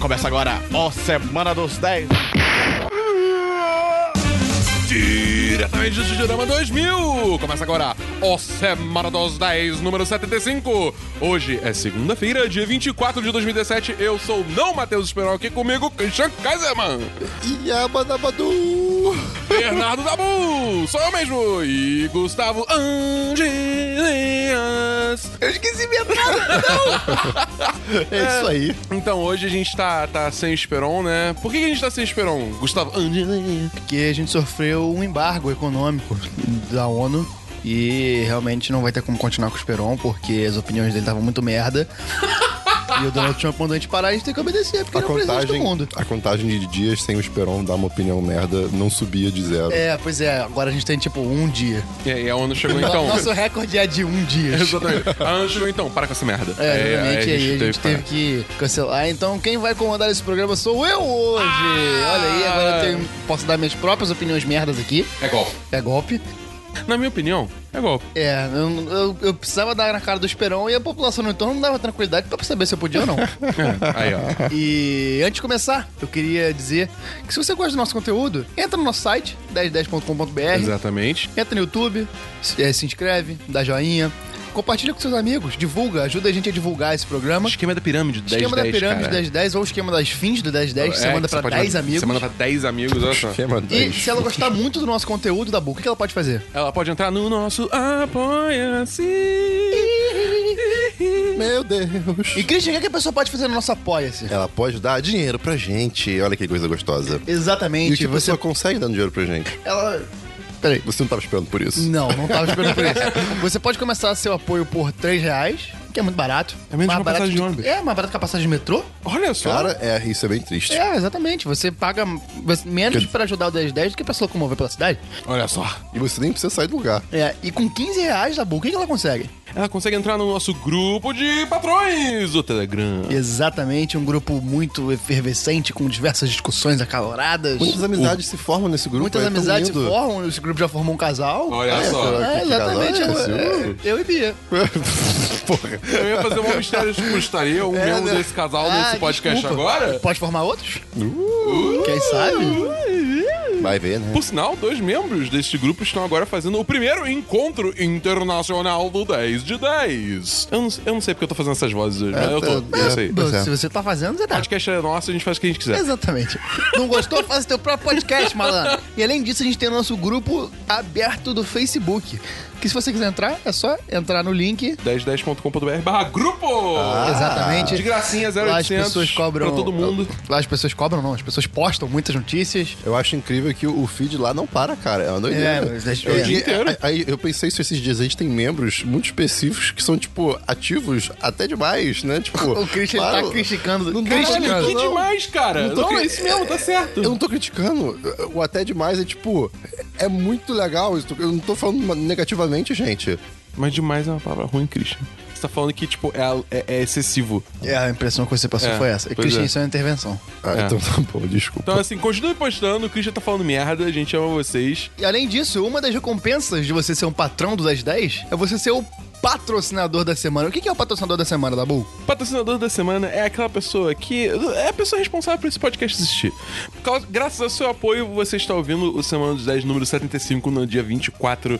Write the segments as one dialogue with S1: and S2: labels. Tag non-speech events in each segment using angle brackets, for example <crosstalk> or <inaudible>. S1: Começa agora o Semana dos 10.
S2: Diretamente do Jurama 2000! Começa agora o Semana dos 10, número 75. Hoje é segunda-feira, dia 24 de 2017. Eu sou o não Matheus Esperão, aqui comigo, Christian Kaiserman,
S3: Yabadabadu!
S2: Bernardo Dabu, sou eu mesmo, e Gustavo Angelias.
S3: Eu esqueci minha cara! <laughs> é isso aí.
S2: Então, hoje a gente tá, tá sem Esperon, né? Por que que a gente tá sem Esperon, Gustavo Angelias?
S3: Porque a gente sofreu um embargo econômico da ONU. E realmente não vai ter como continuar com o Esperon, porque as opiniões dele estavam muito <laughs> merda. e o Donald Trump mandou a gente parar, a gente tem que obedecer, porque
S4: A
S3: ele é o presidente do
S4: contagem,
S3: mundo.
S4: a contagem de dias sem o Esperon dar uma opinião merda não subia de zero.
S3: É, pois é, agora a gente tem tipo um dia.
S2: E aí, a ONU
S3: <laughs>
S2: chegou então.
S3: Nosso recorde é de um <laughs> dia.
S2: Exatamente. A ONU chegou então, para com essa merda.
S3: É, exatamente,
S2: aí
S3: aí a gente
S2: que parar.
S3: teve que cancelar. Então, quem vai comandar esse programa sou eu hoje! Olha aí, agora eu tenho- posso dar minhas próprias opiniões merdas aqui.
S2: É golpe.
S3: É golpe.
S2: Na minha opinião, é golpe.
S3: É, eu, eu- eu precisava dar na cara do Esperão e a população no entorno não dava tranquilidade pra saber se eu podia ou não.
S2: É, aí,
S3: <laughs>
S2: ó.
S3: e antes de começar, eu queria dizer que se você gosta do nosso conteúdo, entra no nosso site, 1010.com.br,
S2: Exatamente.
S3: entra no YouTube, se, eh, se inscreve, dá joinha, compartilha com seus amigos, divulga, ajuda a gente a divulgar esse programa.
S2: Esquema da pirâmide do 10
S3: esquema da pirâmide
S2: cara.
S3: 1010 ou esquema das fins do 1010, você manda
S2: que
S3: pra
S2: pode
S3: 10
S2: mandar-
S3: amigos.
S2: É, Você manda pra 10 amigos, olha
S3: <laughs>
S2: só.
S3: É.
S4: Esquema
S3: E
S4: 10.
S3: se ela gostar muito do nosso conteúdo, Dabu, o que que ela pode fazer?
S2: Ela pode entrar no nosso Apoia-se.
S4: Meu Deus.
S3: E Christian, o que que a pessoa pode fazer no nosso Apoia-se?
S4: Ela pode dar dinheiro pra gente. Olha que coisa gostosa. E o
S3: Exatamente,
S4: que você
S3: você...
S4: pessoa consegue dando dinheiro pra gente?
S3: Ela... Peraí.
S4: Você não tava esperando por isso.
S3: Não, não tava esperando por isso. Você pode começar seu apoio por 3 reais, que é muito barato.
S2: É menos que uma
S3: barato
S2: passagem de
S3: que-
S2: ônibus.
S3: É, mais barato que a passagem de metrô.
S2: Olha só.
S4: Cara, é, isso é bem triste.
S3: É, exatamente. Você paga você- menos
S4: Que-
S3: pra ajudar o 1010 do que pra se locomover pela cidade.
S2: Olha só.
S4: E você nem precisa sair do lugar.
S3: É, e com 15 reais, Dabu, o que que ela consegue?
S2: Ela consegue entrar no nosso grupo de patrões do Telegram.
S3: Exatamente, um grupo muito efervescente, com diversas discussões acaloradas.
S4: Muitas amizades se formam nesse grupo.
S3: Muitas
S4: é tão
S3: amizades se
S4: lindo.
S3: formam, esse grupo já formou um casal.
S2: Olha só.
S3: É, exatamente.
S4: Que
S3: Eu,
S4: casal é esse?
S3: eu- eu e Bia.
S4: <laughs> Porra.
S2: Eu ia fazer um mistério de custaria
S4: É,
S2: um membro
S4: né?
S2: desse casal
S3: Ah,
S2: nesse podcast
S3: desculpa.
S2: agora.
S3: Pode formar outros?
S4: Uh.
S3: Quem sabe?
S4: Vai ver, né?
S2: Por sinal, dois membros deste grupo estão agora fazendo o primeiro encontro internacional do 10 de 10. Eu não, eu não sei porque eu tô fazendo essas vozes hoje, mas eu tô. Eu sei.
S4: Pois é.
S3: Se você tá fazendo, você
S2: O
S3: tá.
S2: podcast é nosso, a gente faz o que a gente quiser.
S3: Exatamente. Não gostou? Faz teu próprio podcast, malandro. E além disso, a gente tem o nosso grupo aberto do Facebook. Que se você quiser entrar, é só entrar no link.
S2: 1010.com.br barra grupo!
S4: Ah,
S3: Exatamente.
S2: Ah, De gracinha,
S3: Lá as
S2: 0800
S3: pessoas cobram.
S2: pra todo mundo.
S3: Lá as pessoas cobram, não. As pessoas postam muitas notícias.
S4: Eu acho incrível que o feed lá não para, cara. É uma doideira.
S3: É, mas deixa eu
S4: eu,
S3: ver.
S4: vi-
S2: O dia inteiro.
S4: aí- Aí eu pensei se esses dias a gente tem membros muito específicos que são, tipo, ativos até demais, né? Tipo,
S3: <laughs> O Christian
S4: claro,
S3: tá criticando.
S4: Não tô
S2: Caralho,
S4: criticando,
S2: que
S4: não.
S2: demais, cara!
S4: Não
S2: Não,
S4: tô
S2: é
S4: cri-
S2: isso mesmo, tá certo.
S4: Eu não tô criticando. O até demais é, tipo, é muito legal. isso. Eu não tô falando negativamente, gente.
S2: Mas demais é uma palavra ruim, Christian. Você tá falando que, tipo, é, é- é excessivo.
S3: É, a impressão que você passou
S2: É,
S3: foi essa. E
S2: pois
S3: Christian,
S2: é.
S3: isso é uma intervenção.
S4: Ah,
S2: É.
S4: então tá bom, desculpa.
S2: Então, assim, continue postando, o Christian tá falando merda, a gente ama vocês.
S3: E além disso, uma das recompensas de você ser um patrão do 1010 é você ser o patrocinador da semana. O que que é o patrocinador da semana, Dabu?
S2: Patrocinador da semana é aquela pessoa que é a pessoa responsável por esse podcast existir. Por causa- graças ao seu apoio, você está ouvindo o Semana dos 10, número 75, no dia 24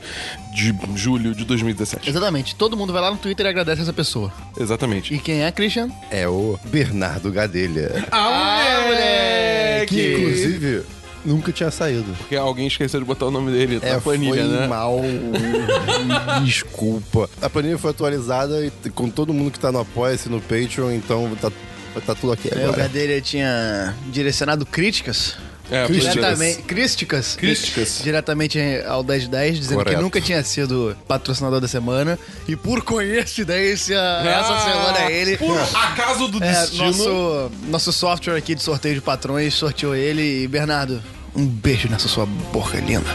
S2: de julho de 2017.
S3: Exatamente. Todo mundo vai lá no Twitter e agradece essa pessoa.
S2: Exatamente.
S3: E quem é, Christian?
S4: É o Bernardo Gadelha.
S2: Ah,
S4: Que,
S3: Ah,
S4: inclusive, nunca tinha saído.
S2: Porque alguém esqueceu de botar o nome dele
S3: É,
S2: na planilha,
S4: É, foi
S2: né?
S4: mal. <laughs> Desculpa. A planilha foi atualizada e t- com todo mundo que tá no Apoia-se, no Patreon, então tá, tá tudo aqui
S3: É, o
S4: agora.
S3: Gadelha tinha direcionado críticas.
S2: É,
S4: Christian.
S2: pois é.
S3: Diretamente, críticas.
S2: Críticas.
S3: Diretamente ao 1010, dizendo
S4: Correto.
S3: que nunca tinha sido patrocinador da semana. E por coincidência, essa
S2: Ah,
S3: semana é ele.
S2: Por acaso do
S3: É,
S2: destino.
S3: nosso, nosso software aqui de sorteio de patrões sorteou ele. E Bernardo, um beijo nessa sua boca linda.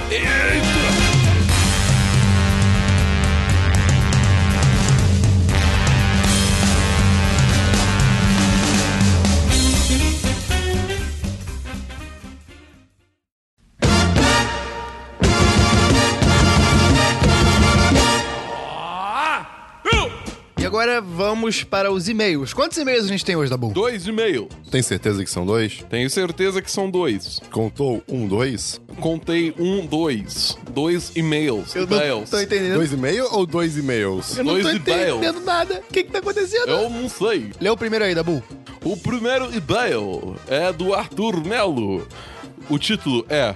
S3: E agora vamos para os e-mails. Quantos e-mails a gente tem hoje, Dabu?
S2: Dois e meio.
S4: Tem certeza que são dois?
S2: Tenho certeza que são dois.
S4: Contou um, dois?
S2: Contei um, dois. Dois e-mails.
S3: Eu não
S2: Dials.
S3: tô entendendo.
S4: Dois e meio ou dois e-mails?
S3: Eu não
S2: dois
S3: tô
S2: e dial.
S3: entendendo nada. O que que tá acontecendo?
S2: Eu não sei.
S3: Lê o primeiro aí, Dabu.
S2: O primeiro e-mail é do Arthur Melo. O título é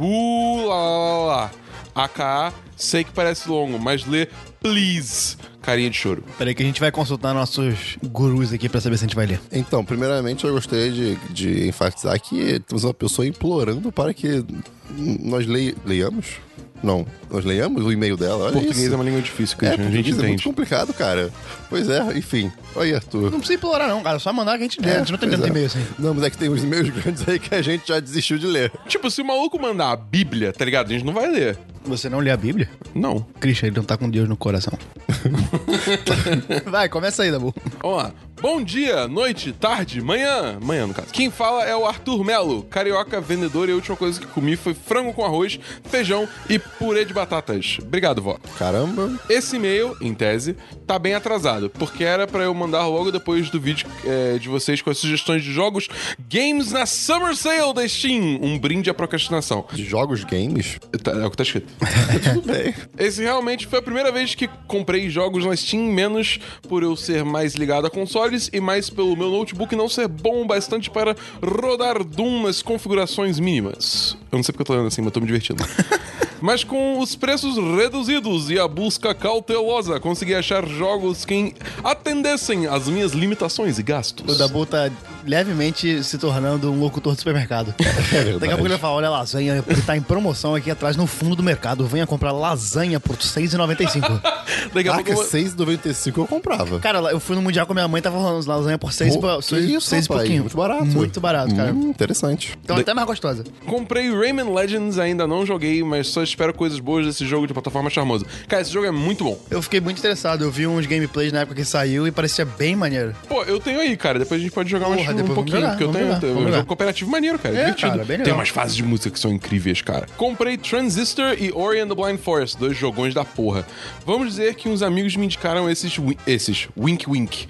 S2: Ula AKA, sei que parece longo, mas lê please. Carinha de choro.
S3: Peraí que a gente vai consultar nossos gurus aqui pra saber se a gente vai ler.
S4: Então, primeiramente eu gostaria de, de enfatizar que temos uma pessoa implorando para que nós le- leiamos. Não, nós leiamos o e-mail dela. Olha
S2: Português
S4: isso.
S2: é uma língua difícil, Christian. a
S4: É,
S2: gente
S4: português é muito
S2: entende.
S4: complicado, cara. Pois é, enfim. Olha, Arthur.
S3: Não precisa implorar não, cara. É Só mandar que a gente lê. a gente não tem
S4: pois
S3: tanto
S4: é.
S3: e-mail assim.
S4: Não, mas é que tem uns e-mails <laughs> grandes aí que a gente já desistiu de ler.
S2: Tipo, se o maluco mandar a Bíblia, tá ligado? A gente não vai ler.
S3: Você não lê a Bíblia?
S2: Não.
S3: Christian, ele não tá com Deus no coração. <laughs> vai, começa aí, Dabu.
S2: Vamos lá. Bom dia, noite, tarde, manhã. Manhã, no caso. Quem fala é o Arthur Melo, carioca, vendedor, e a última coisa que comi foi frango com arroz, feijão e purê de batatas. Obrigado, vó.
S4: Caramba.
S2: Esse e-mail, em tese, tá bem atrasado, porque era pra eu mandar logo depois do vídeo é, de vocês com as sugestões de jogos games na Summer Sale da Steam. Um brinde à procrastinação.
S4: De jogos games?
S2: Tá, é o que tá escrito.
S3: É.
S4: Tudo bem.
S2: Esse realmente foi a primeira vez que comprei jogos na Steam, menos por eu ser mais ligado a consoles e mais pelo meu notebook não ser bom o bastante para rodar Doom nas configurações mínimas. Eu não sei porque eu tô lendo assim, mas tô me divertindo. Mas com os preços reduzidos e a busca cautelosa, consegui achar jogos que atendessem às minhas limitações e
S3: O
S2: gastos.
S3: Dabu tá levemente se tornando um locutor de <laughs> supermercado. Daqui a pouco ele vai falar, olha, lasanha que tá em promoção aqui atrás no fundo do mercado. Venha comprar lasanha por <laughs>
S2: Daqui
S3: R$6,95.
S2: a
S4: Caraca,
S2: pouco eu vou-
S4: 6,95 eu comprava.
S3: cara, lá- eu fui no Mundial com minha mãe, tava rolando lasanha por 6
S4: Pô, que isso,
S3: e
S4: rapaz,
S3: pouquinho.
S4: muito barato.
S3: Muito barato, cara.
S4: Hum, interessante.
S3: Então até mais gostosa.
S2: Comprei Rayman Legends, ainda não joguei, mas só espero coisas boas desse jogo de plataforma charmosa. Cara, esse jogo é muito bom.
S3: Eu fiquei muito interessado. Eu vi uns gameplays na época que saiu e parecia bem maneiro.
S2: Pô, eu tenho aí, cara. Depois a gente pode jogar
S3: Porra,
S2: mais um
S3: depois vamos
S2: pouquinho.
S3: jogar,
S2: porque eu
S3: vamos
S2: tenho.
S3: jogar,
S2: é
S3: vamos
S2: um
S3: jogar.
S2: jogo cooperativo maneiro, cara. É,
S3: É,
S2: divertido.
S3: cara, bem legal.
S2: Tem umas fases de música que são incríveis, cara. Comprei Transistor e Ori and the Blind Forest, dois jogões da porra. Vamos dizer que uns amigos me indicaram esses. wi- Esses. Wink Wink.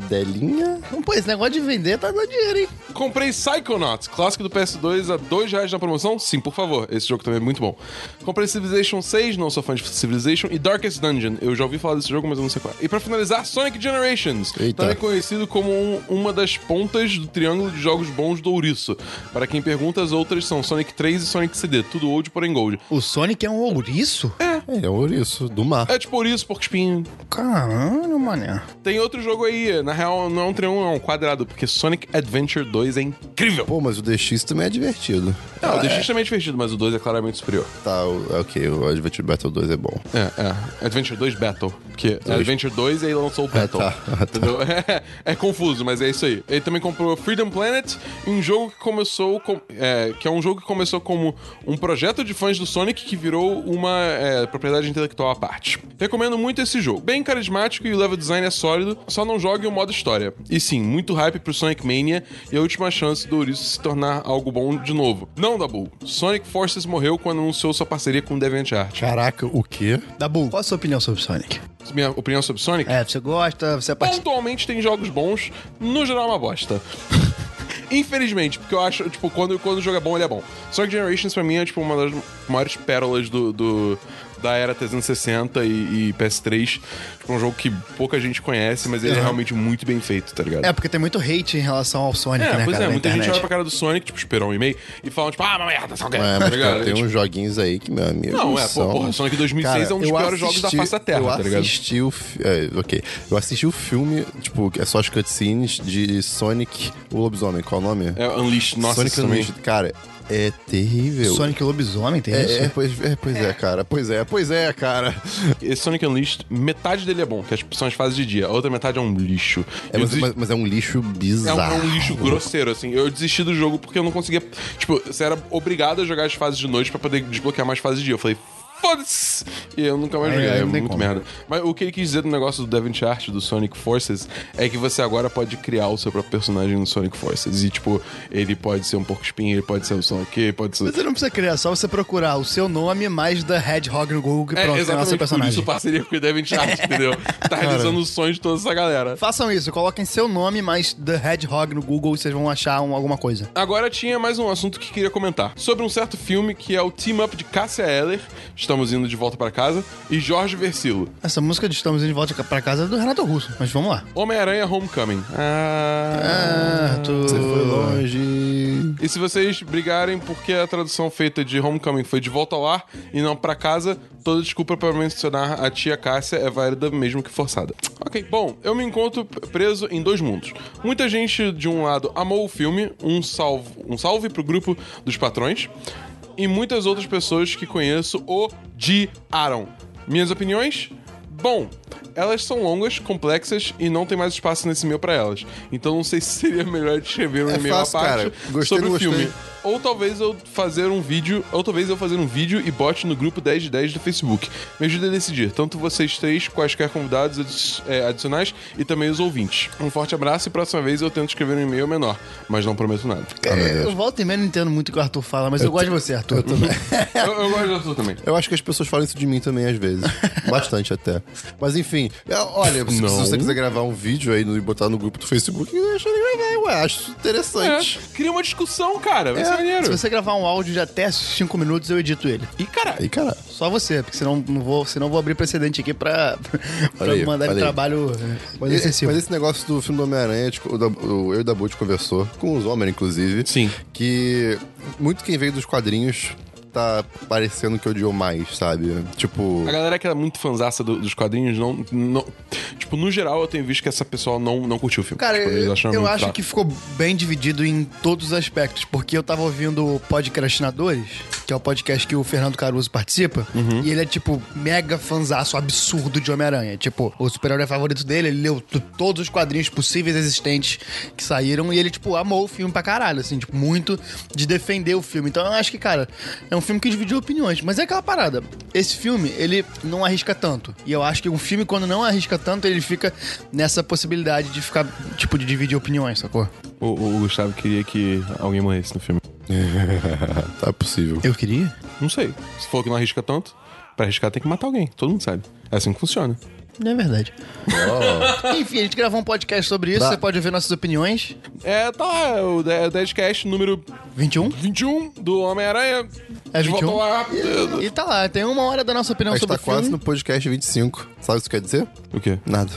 S4: Piscadelinha?
S3: Pô, esse negócio de vender tá dando dinheiro, hein?
S2: Comprei Psychonauts, clássico do PS2, a dois reais na promoção? Sim, por favor. Esse jogo também é muito bom. Comprei Civilization 6, não sou fã de Civilization, e Darkest Dungeon. Eu já ouvi falar desse jogo, mas eu não sei qual é. E pra finalizar, Sonic Generations.
S4: Eita.
S2: Também conhecido como um- uma das pontas do triângulo de jogos bons do ouriço. Para quem pergunta, as outras são Sonic 3 e Sonic CD, tudo old, porém gold.
S3: O Sonic é um ouriço?
S4: É, é um ouriço do mar.
S2: É tipo ouriço, porco espinho.
S3: Caramba, mané.
S2: Tem outro jogo aí, na real não é um triângulo, é um quadrado, porque Sonic Adventure 2 é incrível.
S4: Pô, mas o DX também é divertido. Ah,
S2: Não, o DX também é divertido, mas o 2 é claramente superior.
S4: Tá, o- ok, o Adventure Battle 2 é bom.
S2: É, é. Adventure 2 Battle. Que é Adventure 2 e aí lançou o Battle.
S4: tá, ah, tá.
S2: Entendeu? <laughs> É, é confuso, mas é isso aí. Ele também comprou Freedom Planet, um jogo que começou. com- é, que é um jogo que começou como um projeto de fãs do Sonic que virou uma é, propriedade intelectual à parte. Recomendo muito esse jogo. Bem carismático e o level design é sólido, só não jogue o modo história. E sim, muito hype pro Sonic Mania e a última chance do Ouriço se tornar algo bom de novo. Não, Dabu. Sonic Forces morreu quando anunciou sua parceria com o DeviantArt.
S4: Caraca, o quê?
S3: Dabu, qual a sua opinião sobre Sonic?
S2: Minha opinião sobre Sonic?
S3: É, você gosta, você é part...
S2: Pontualmente tem jogos bons, no geral é uma bosta. <laughs> Infelizmente, porque eu acho, tipo, quando, quando o jogo é bom, ele é bom. Sonic Generations, pra mim, é, tipo, uma das maiores pérolas do, do- da era 360 e, e PS3. Tipo, um jogo que pouca gente conhece, mas ele é realmente muito bem feito, tá ligado?
S3: É, porque tem muito hate em relação ao Sonic,
S2: É,
S3: né,
S2: pois
S3: cara,
S2: é,
S3: na
S2: muita gente
S3: internet.
S2: olha pra cara do Sonic, tipo, esperou um e-mail, e falam, tipo, ah, uma merda, só que
S4: É,
S2: tá
S4: mas
S2: ligado?
S4: cara, tem
S2: É, tipo,
S4: uns joguinhos aí que, meu amigo.
S2: Não, é, pô,
S4: são...
S2: porra, Sonic 2006 é um dos
S4: eu
S2: piores jogos da face da Terra,
S4: eu
S2: tá ligado?
S4: Assisti o, fi- é, ok. Eu assisti o filme, tipo, é só as cutscenes de Sonic o Lobisomem. Qual o nome?
S2: é Unleashed, nossa,
S4: um Sonic
S2: isso também.
S4: Unleashed. Cara, é terrível.
S3: Sonic Lobisomem, tem isso?
S4: É, é, pois, é, pois é, cara. Pois é, pois é, cara.
S2: Esse Sonic Unleashed, metade dele é bom, que as- são as fases de dia. A outra metade é um lixo.
S4: É,
S2: Eu
S4: mas,
S2: desisti-
S4: mas- mas é um lixo
S2: é um,
S4: bizarro.
S2: é um lixo grosseiro, assim. Eu desisti do jogo porque eu não conseguia. Tipo, você era obrigado a jogar as fases de noite pra poder desbloquear mais fases de dia. Eu falei, foda-se! E eu nunca mais
S3: Aí,
S2: joguei,
S3: aí
S2: é
S3: não tem
S2: muito
S3: como.
S2: merda. Mas o que ele quis dizer do negócio do Devin Chart, do Sonic Forces, é que você agora pode criar o seu próprio personagem no Sonic Forces. E, tipo, ele pode ser um porco espinho, ele pode ser o Sonic, ele pode ser...
S3: Você não precisa criar, é só você procurar o seu nome mais da Hedgehog no Google que
S2: É,
S3: pronto, é o seu
S2: exatamente por isso
S3: personagem.
S2: parceria com o Devin Chart, entendeu?
S3: <laughs>
S2: Tá realizando os sonhos de toda essa galera.
S3: Façam isso, coloquem seu nome mais The Hedgehog no Google e vocês vão achar um- alguma coisa.
S2: Agora tinha mais um assunto que queria comentar. Sobre um certo filme que é o Team Up de Cássia Eller, estamos indo de volta pra casa, e Jorge Versilo.
S3: Essa música de Estamos Indo de Volta pra Casa é do Renato Russo, mas vamos lá.
S2: Homem-Aranha Homecoming. Ah.
S3: Ah, tu...
S4: Você foi longe.
S2: E se vocês brigarem porque a tradução feita de Homecoming foi de volta ao ar e não pra casa, toda desculpa pra mencionar a tia Cássia é válida mesmo que forçada. Ok, bom, eu me encontro preso em dois mundos. Muita gente, de um lado, amou o filme, um salve, um salve pro grupo dos patrões, e muitas outras pessoas que conheço odiaram. Minhas opiniões? Bom, elas são longas, complexas e não tem mais espaço nesse e-mail pra elas. Então não sei se seria <laughs> melhor escrever um
S4: É
S2: e-mail
S4: fácil,
S2: à parte
S4: cara. Gostei,
S2: sobre
S4: não
S2: o
S4: gostei.
S2: filme. Ou talvez eu fazer um vídeo, ou talvez eu fazer um vídeo e bote no grupo 10 de 10 do Facebook. Me ajuda a decidir, tanto vocês três, quaisquer convidados adi- é, adicionais e também os ouvintes. Um forte abraço e próxima vez eu tento escrever um e-mail menor, mas não prometo
S3: <laughs>
S2: nada.
S4: Oh,
S3: É,
S4: né?
S3: Eu volto e meia não entendo muito o que o Arthur fala, mas eu, gosto de você, Arthur.
S2: eu, eu gosto da sua também.
S4: Eu acho que as pessoas falam isso de mim também,
S3: <laughs>
S4: às vezes. Bastante até. Mas enfim, é, olha, se, se
S2: Não.
S4: você quiser gravar um vídeo aí no- e botar no grupo do Facebook, deixa ele gravar, ué. Acho
S2: É,
S4: interessante.
S2: cria uma discussão, cara. Vai ser
S3: <laughs> Se
S2: maneiro.
S3: você gravar um áudio de até 5 minutos, eu edito ele.
S2: E, cara,
S4: Aí, cara.
S3: Só você, porque senão não vou, senão vou abrir precedente aqui pra, <laughs> pra
S4: Olha aí,
S3: mandar ele
S4: olha aí.
S3: trabalho eh, mais
S4: E-
S3: excessivo.
S4: Mas esse negócio do filme do Homem-Aranha, tipo, o da- o- eu e o Dabu conversou, com os homens, inclusive.
S2: Sim.
S4: Que muito quem veio dos quadrinhos tá parecendo que odiou mais, sabe? Tipo.
S2: A galera que era muito fanzaça do- dos quadrinhos, não, não- Tipo, no geral, eu tenho visto que essa pessoa não, não curtiu o filme.
S3: Cara,
S2: Tipo, eles
S3: eu,
S2: acharam
S3: eu
S2: muito
S3: acho
S2: fraco.
S3: que ficou bem dividido em todos os aspectos, porque eu tava ouvindo o Podcastinadores, que é o podcast que o Fernando Caruso participa,
S2: Uhum.
S3: e ele é, tipo, mega fanzaço absurdo de Homem-Aranha. Tipo, o super-herói favorito dele, ele leu t- todos os quadrinhos possíveis existentes que saíram, e ele, tipo, amou o filme pra caralho, assim, tipo, muito de defender o filme. Então eu acho que, cara, é um filme que dividiu opiniões, mas é aquela parada. Esse filme, ele não arrisca tanto, e eu acho que um filme, quando não arrisca tanto, ele fica nessa possibilidade de ficar, tipo, de dividir opiniões, sacou?
S2: O, o Gustavo queria que alguém morresse no filme.
S4: tá possível.
S3: Eu queria?
S2: Não sei. Se for que não arrisca tanto, pra arriscar tem que matar alguém. Todo mundo sabe. É assim que funciona.
S3: Não é verdade.
S4: Oh.
S3: <laughs> Enfim, a gente gravou um podcast sobre isso,
S4: Tá.
S3: você pode ouvir nossas opiniões.
S2: É, tá lá. é O de- é o Deadcast número
S3: 21?
S2: 21 do Homem-Aranha.
S3: É
S2: De
S3: 21?
S2: volta ao ar.
S3: E tá lá, tem uma hora da nossa opinião
S4: A gente
S3: sobre
S4: tá
S3: o filme.
S4: quase no podcast 25. Sabe o que isso quer dizer?
S2: O quê?
S3: <laughs>
S4: Nada.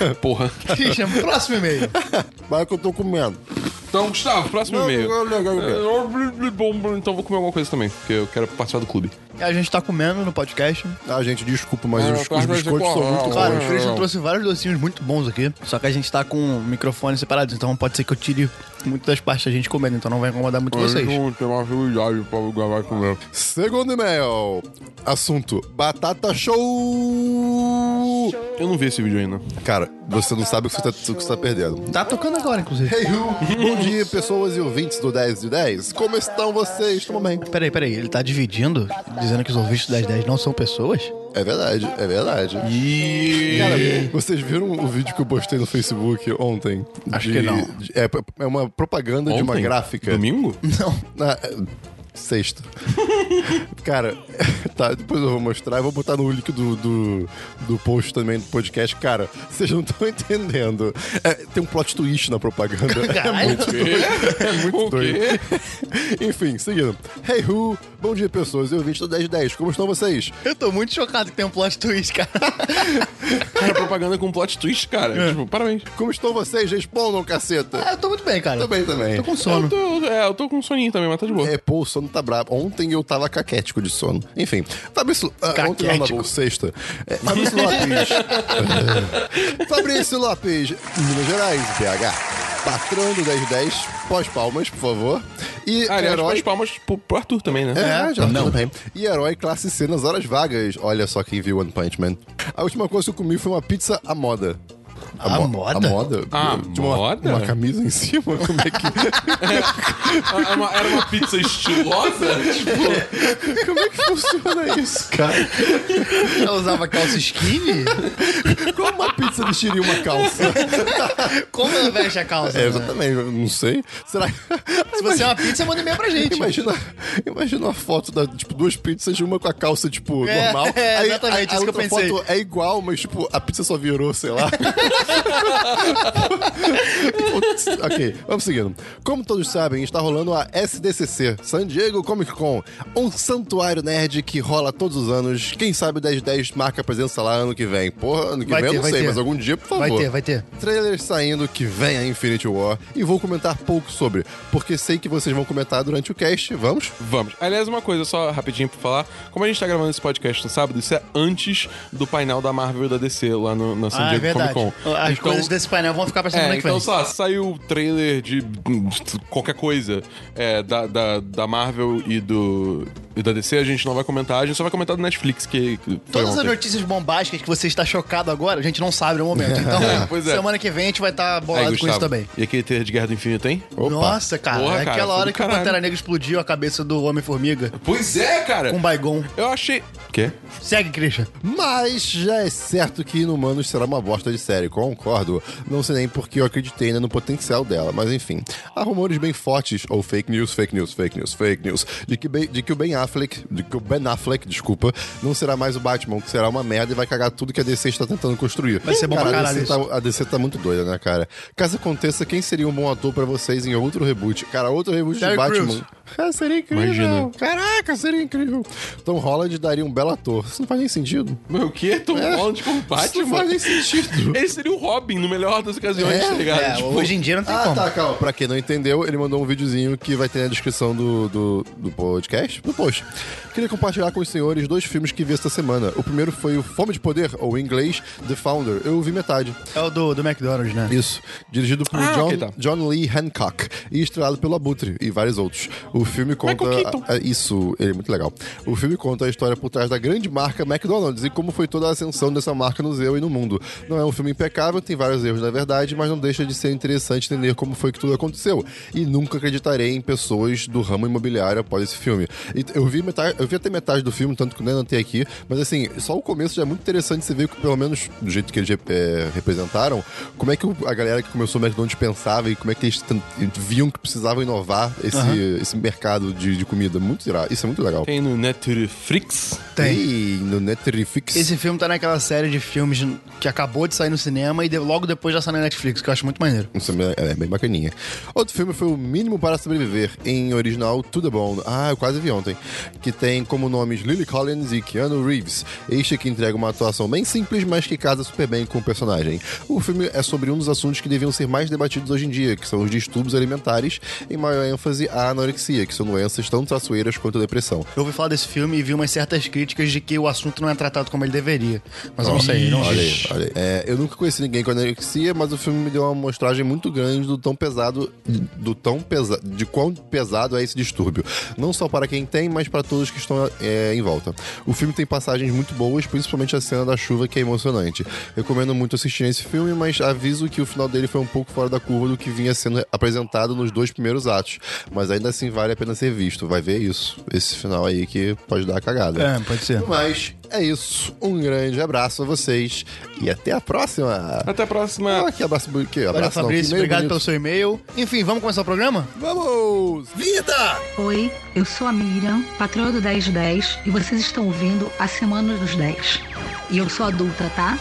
S4: É.
S2: Porra.
S3: Christian, é próximo
S4: <laughs>
S3: e-mail.
S4: Mas é que eu tô comendo.
S2: Então, Gustavo, próximo
S4: Não,
S2: e-mail.
S4: não, não, não,
S2: É, Então vou comer alguma coisa também, porque eu quero participar do clube.
S3: A gente tá comendo no podcast.
S4: Ah, gente, desculpa, mas
S2: Ah,
S3: É,
S4: os,
S2: claro,
S4: os
S2: mas
S4: biscoitos
S2: ficou-
S4: são muito
S2: Claro,
S3: Cara, o
S4: caros.
S3: Christian trouxe vários docinhos muito bons aqui. Então, Só que a gente tá com o microfone separado, então pode ser que eu tire muito das partes da gente comendo, então não vai incomodar muito vocês.
S2: Eu não tenho mais habilidade pra gravar com meu.
S4: Segundo e-mail. Assunto: Batata Show!
S2: Eu não vi esse vídeo ainda.
S4: Cara, você não sabe o que você tá, o que você tá perdendo.
S3: Tá tocando agora, inclusive.
S4: Hey, you. um, Bom dia, pessoas e ouvintes do 10 de 10. Como estão vocês? Tudo bem?
S3: Peraí, peraí, ele tá dividindo, dizendo que os ouvintes das 10 não são pessoas?
S4: É verdade, é verdade. Cara, vocês viram o vídeo que eu postei no Facebook ontem?
S3: Acho que não.
S4: de- é, é uma propaganda de uma
S2: Ontem?
S4: gráfica.
S2: Domingo?
S3: Não.
S4: Na, é, sexta. <laughs> Cara, <laughs> tá, depois eu vou mostrar. Eu vou botar no link do, do, do post também do podcast. Cara, vocês não estão entendendo. É, tem um plot twist na propaganda. <laughs> É
S3: Caralho.
S4: muito doido. <laughs> É
S2: <laughs> O
S4: muito doido.
S2: quê?
S4: <laughs> Enfim, seguindo. Hey Who, bom dia pessoas. Eu vim do 1010. Como estão vocês?
S3: Eu tô muito chocado que tem um plot twist, cara.
S2: Cara, propaganda com plot twist, cara.
S3: É.
S2: Tipo, parabéns.
S4: Como estão vocês? Respondam, caceta.
S3: Ah, <laughs> eu tô muito bem, cara.
S4: Também, também.
S3: Tô com
S2: É. Eu
S3: sono.
S2: tô, é, eu tô com soninho também, mas tá de boa.
S4: É, pô, o sono tá brabo. Ontem eu tava caquético de sono. Enfim, Fabrício. ah, Ontem não, na
S3: Caquético.
S4: boa, sexta. É,
S2: <laughs>
S4: Fabrício Lopes. Fabrício Lopes, Minas Gerais, BH. Patrão do 1010, pós-palmas, por favor. E
S2: Ah, aliás,
S4: herói.
S2: faz palmas pro, pro Arthur também, né?
S4: É, já tudo bem. E herói classe C nas horas vagas. Olha só quem viu One Punch Man. A última coisa que eu comi foi uma pizza à moda.
S3: A moda?
S4: A moda?
S5: A
S4: De uma,
S5: moda?
S4: Uma camisa em cima? Como é que,
S5: Era Ah, é uma, era uma pizza estilosa? <laughs> Tipo,
S4: <laughs> como é que funciona isso, cara?
S3: Ela usava calça <laughs> skinny?
S4: Como uma pizza vestiria uma calça?
S3: Como ela veste a calça?
S4: É,
S3: né?
S4: exatamente, eu não sei. Será que. <laughs>
S3: Se você é uma pizza, manda e-mail pra gente.
S4: Imagina, imagina uma foto da, tipo, duas pizzas, uma com a calça, tipo,
S3: É,
S4: normal.
S3: <laughs> é,
S4: Aí,
S3: exatamente,
S4: aí, a
S3: isso que eu
S4: outra
S3: pensei.
S4: foto é igual, mas, tipo, a pizza só virou,
S3: <laughs>
S4: sei lá. ok, vamos seguindo. Como todos sabem, está rolando a SDCC, San Diego Comic Con, um santuário nerd que rola todos os anos. Quem sabe o 1010 marca a presença lá ano que vem. Porra, ano que
S3: Vai ter,
S4: vem eu não
S3: vai
S4: sei,
S3: ter.
S4: mas algum dia, por favor.
S3: Vai ter, vai ter.
S4: Trailer saindo que vem a Infinity War e vou comentar pouco sobre, porque sei que vocês vão comentar durante o cast. Vamos?
S5: vamos. Aliás, uma coisa só rapidinho pra falar. Como a gente tá gravando esse podcast no sábado, isso é antes do painel da Marvel e da DC lá no, na San
S3: Ah, é
S5: Diego Comic
S3: verdade.
S5: Con.
S3: As
S5: Então-
S3: coisas desse painel vão ficar pra semana
S5: É,
S3: que vem.
S5: então só, saiu o trailer de hum, qualquer coisa é, da, da, da Marvel e do e da DC, a gente não vai comentar, a gente só vai comentar do Netflix, que que foi
S3: Todas as
S5: ontem.
S3: notícias bombásticas que você está chocado agora, a gente não sabe no momento. Então,
S5: É, <laughs> pois é.
S3: semana que vem a gente vai estar
S5: Aí,
S3: bolado com
S5: Gustavo,
S3: isso também.
S5: E aquele trailer de Guerra do Infinito, hein?
S3: Nossa, cara, é
S5: Porra, cara,
S3: aquela
S5: foi
S3: hora
S5: do
S3: que o
S5: caralho.
S3: Pantera Negra explodiu a cabeça do Homem-Formiga
S5: Pois é, cara!
S3: com o Baigon.
S5: Eu achei... Quê?
S3: Segue, Christian.
S4: Mas já é certo que Inumanos será uma bosta de série, concordo. Não sei nem porque eu acreditei ainda no potencial dela, mas enfim. Há rumores bem fortes, ou fake news, fake news, fake news, fake news, de que, Ben- de que o Ben Affleck, de que o Ben Affleck, desculpa, não será mais o Batman, que será uma merda e vai cagar tudo que a DC está tentando construir.
S3: Vai ser bom
S4: cara,
S3: pra
S4: a, DC
S3: caralho
S4: tá, a DC tá muito doida, né, cara? Caso aconteça, quem seria um bom ator pra vocês em outro reboot? Cara, outro reboot de
S3: Terry
S4: Batman.
S3: Crews.
S4: Ah, seria incrível.
S5: Imagina.
S4: Caraca, seria incrível. Tom Holland daria um belo ator. Isso não faz nem sentido.
S5: Meu, o quê? Tom
S4: É.
S5: Holland Então como
S4: Isso não
S5: Batman?
S4: faz
S5: <laughs>
S4: nem sentido.
S5: Ele seria o Robin, no melhor das ocasiões,
S4: É,
S5: tá ligado?
S3: É,
S5: Tipo,
S3: hoje em dia não tem
S4: Ah,
S3: como.
S4: tá, calma. Pra quem não entendeu, ele mandou um videozinho que vai ter na descrição do, do, do podcast, do post. Queria compartilhar com os senhores dois filmes que vi esta semana. O primeiro foi o Fome de Poder, ou em inglês, The Founder. Eu vi metade.
S3: É o do, do McDonald's, né?
S4: Isso. Dirigido por
S5: É. Ah,
S4: John,
S5: ok, tá.
S4: John Lee Hancock e estrelado pelo Abutre e vários outros. O filme conta.
S5: Michael Keaton.
S4: a- a- isso, ele é muito legal. O filme conta a história por trás da grande marca McDonald's e como foi toda a ascensão dessa marca no Zeu e no mundo. Não é um filme impecável, tem vários erros na verdade, mas não deixa de ser interessante entender como foi que tudo aconteceu. E nunca acreditarei em pessoas do ramo imobiliário após esse filme. E eu vi metade, eu vi até metade do filme, tanto que nem anotei aqui, mas assim, só o começo já é muito interessante você ver que, pelo menos do jeito que eles é, representaram, como é que o- a galera que começou o McDonald's pensava e como é que eles tan- viam que precisavam inovar esse, esse mercado de, de comida. Muito irado. Isso é muito legal.
S5: Tem no Netflix.
S3: Tem.
S4: E no Netflix.
S3: Esse filme tá naquela série de filmes que acabou de sair no cinema e de- logo depois já sai na Netflix, que eu acho muito maneiro.
S4: Isso é é bem bacaninha. Outro filme foi O Mínimo para Sobreviver, em original To The Bone. Ah, eu quase vi ontem. Que tem como nomes Lily Collins e Keanu Reeves. Este que entrega uma atuação bem simples, mas que casa super bem com o personagem. O filme é sobre um dos assuntos que deviam ser mais debatidos hoje em dia, que são os distúrbios alimentares, em maior ênfase à anorexia, que são doenças tão traiçoeiras quanto a depressão.
S3: Eu ouvi falar desse filme e vi umas certas críticas de que o assunto não é tratado como ele deveria. Mas eu não sei, não
S4: Olha
S3: sei.
S4: aí, olha aí. É, eu nunca conheci ninguém com anorexia, mas o filme me deu uma amostragem muito grande do tão pesado, do tão pesado, de quão pesado é esse distúrbio. Não só para quem tem, mas para todos que estão é, em volta. O filme tem passagens muito boas, principalmente a cena da chuva que é emocionante. Recomendo muito assistir esse filme, mas aviso que o final dele foi um pouco fora da curva do que vinha sendo apresentado nos dois primeiros atos. Mas ainda assim vale a pena ser visto. Vai ver isso, esse final aí que pode dar a cagada.
S3: É, pode ser.
S4: Mas é isso. Um grande abraço a vocês e até a próxima.
S5: Até a próxima.
S4: Ah, que abraço bonito. Que abraço,
S3: Olha,
S4: não, que
S3: Fabrício,
S4: meio
S3: obrigado pelo
S4: bonito.
S3: seu e-mail. Enfim, vamos começar o programa?
S4: Vamos! Vida!
S6: Oi, eu sou a Miriam, patroa do 1010, e vocês estão ouvindo a Semana dos 10. E eu sou adulta, tá?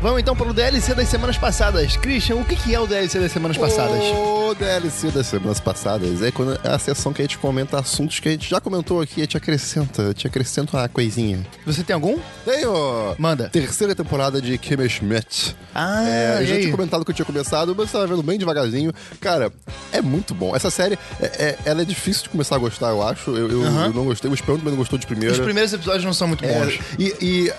S3: Vamos então pelo DLC das semanas passadas. Christian, o que que é o DLC das semanas passadas?
S4: O DLC das semanas passadas é quando é a sessão que a gente comenta assuntos que a gente já comentou aqui, a gente acrescenta, te acrescenta uma coisinha.
S3: Você tem algum?
S4: Tenho!
S3: Manda.
S4: Terceira temporada de Kimmy Schmidt.
S3: Ah,
S4: É, eu
S3: e
S4: já
S3: aí?
S4: tinha comentado que eu tinha começado, mas eu tava vendo bem devagarzinho. Cara, é muito bom. Essa série, é, é- ela é difícil de começar a gostar, eu É, acho. Eu, eu- eu não gostei. O Esperão também não gostou de primeira.
S3: Os primeiros episódios não são muito
S4: É,
S3: bons.
S4: e, e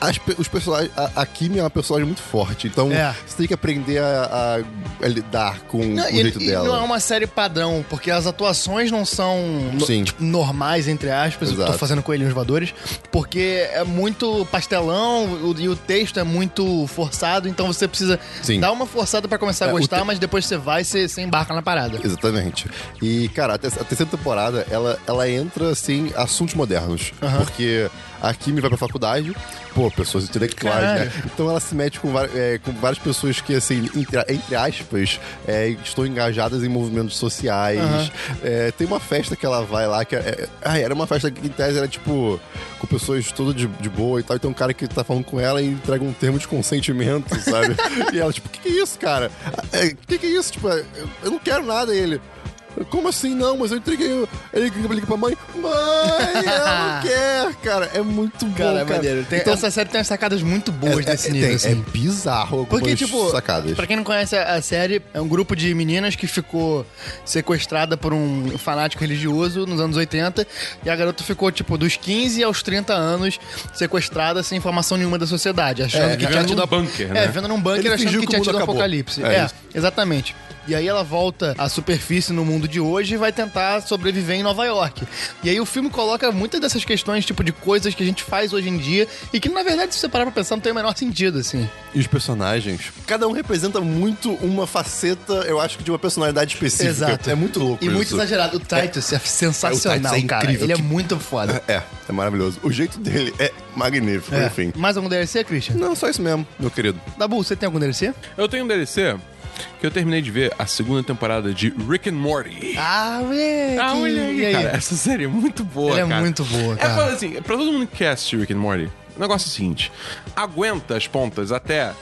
S4: as pe- os personagens. A, a Kimi é uma personagem muito forte, então
S3: É.
S4: você tem que aprender a, a- a lidar com
S3: Não,
S4: o
S3: e,
S4: jeito
S3: e
S4: dela.
S3: não é uma série padrão, porque as atuações não são no-
S4: Sim.
S3: tipo, normais, entre aspas, eu tô
S4: Exato.
S3: fazendo coelhinhos voadores, porque é muito pastelão o- e o texto é muito forçado, então você precisa
S4: Sim.
S3: dar uma forçada pra começar a
S4: É, o
S3: gostar,
S4: te-
S3: mas depois você vai e você, você embarca na parada.
S4: Exatamente. E, cara, a te- a terceira temporada, ela, ela entra, assim, assuntos modernos. Porque a Kimi vai pra faculdade, pô, pessoas intelectuais, né? <laughs> Então ela se mete com, va- é, com várias pessoas que, assim, entre, entre aspas, é, estão engajadas em movimentos sociais. É, tem uma festa que ela vai lá, que é- é- ah, era uma festa que, em tese, era, tipo, com pessoas todas de, de boa e tal. E tem um cara que tá falando com ela e entrega um termo de consentimento, <laughs> sabe? e ela, tipo, o que, que é isso, cara? O que, que é isso? Tipo, é, eu não quero nada. E ele, como assim não? Mas eu entreguei. o-" Ele liga pra mãe, mãe,
S3: <laughs>
S4: ela não quer, cara. É muito bom.
S3: Cara,
S4: Cara,
S3: é maneiro. Tem-
S4: então,
S3: essa série tem umas sacadas muito boas
S4: é,
S3: desse
S4: é-
S3: nível,
S4: tem-
S3: assim.
S4: é bizarro algumas
S3: Porque, tipo,
S4: sacadas.
S3: pra quem não conhece a a série, é um grupo de meninas que ficou sequestrada por um fanático religioso nos anos 80. E a garota ficou, tipo, dos 15 aos 30 anos sequestrada sem informação nenhuma da sociedade. Achando
S2: É,
S3: que tinha
S2: vivendo
S3: tido.
S2: num
S3: a-
S2: bunker,
S3: é,
S2: né?
S3: vivendo num bunker
S4: Ele
S3: achando
S4: fingiu
S3: que
S4: que o
S3: tinha
S4: mundo
S3: tido um
S4: acabou.
S3: apocalipse.
S4: É
S3: É,
S4: isso.
S3: exatamente. E aí ela volta à superfície no mundo de hoje e vai tentar sobreviver em Nova York. E aí o filme coloca muitas dessas questões, tipo, de coisas que a gente faz hoje em dia e que, na verdade, se você parar pra pensar, não tem o menor sentido, assim.
S4: E os personagens. Cada um representa muito uma faceta, eu acho que de uma personalidade específica.
S3: Exato.
S4: É muito louco
S3: E
S4: isso.
S3: muito exagerado. O Titus é, sensacional,
S4: É, o Titus é
S3: cara.
S4: incrível.
S3: Ele é
S4: Que-
S3: muito <laughs> foda.
S4: É, é maravilhoso. O jeito dele é magnífico,
S3: É.
S4: enfim.
S3: Mais algum DLC, Christian?
S4: Não, só isso mesmo, meu querido.
S3: Dabu, você tem algum DLC?
S2: Eu tenho um DLC que eu terminei de ver a segunda temporada de Rick and Morty.
S3: Ah, moleque!
S2: Ah, olha aí,
S3: E
S2: cara. Essa série é muito boa,
S3: Ela é
S2: cara.
S3: muito boa,
S2: É,
S3: cara.
S2: fala assim, pra todo mundo que quer assistir Rick and Morty, o negócio é o seguinte. Aguenta as pontas até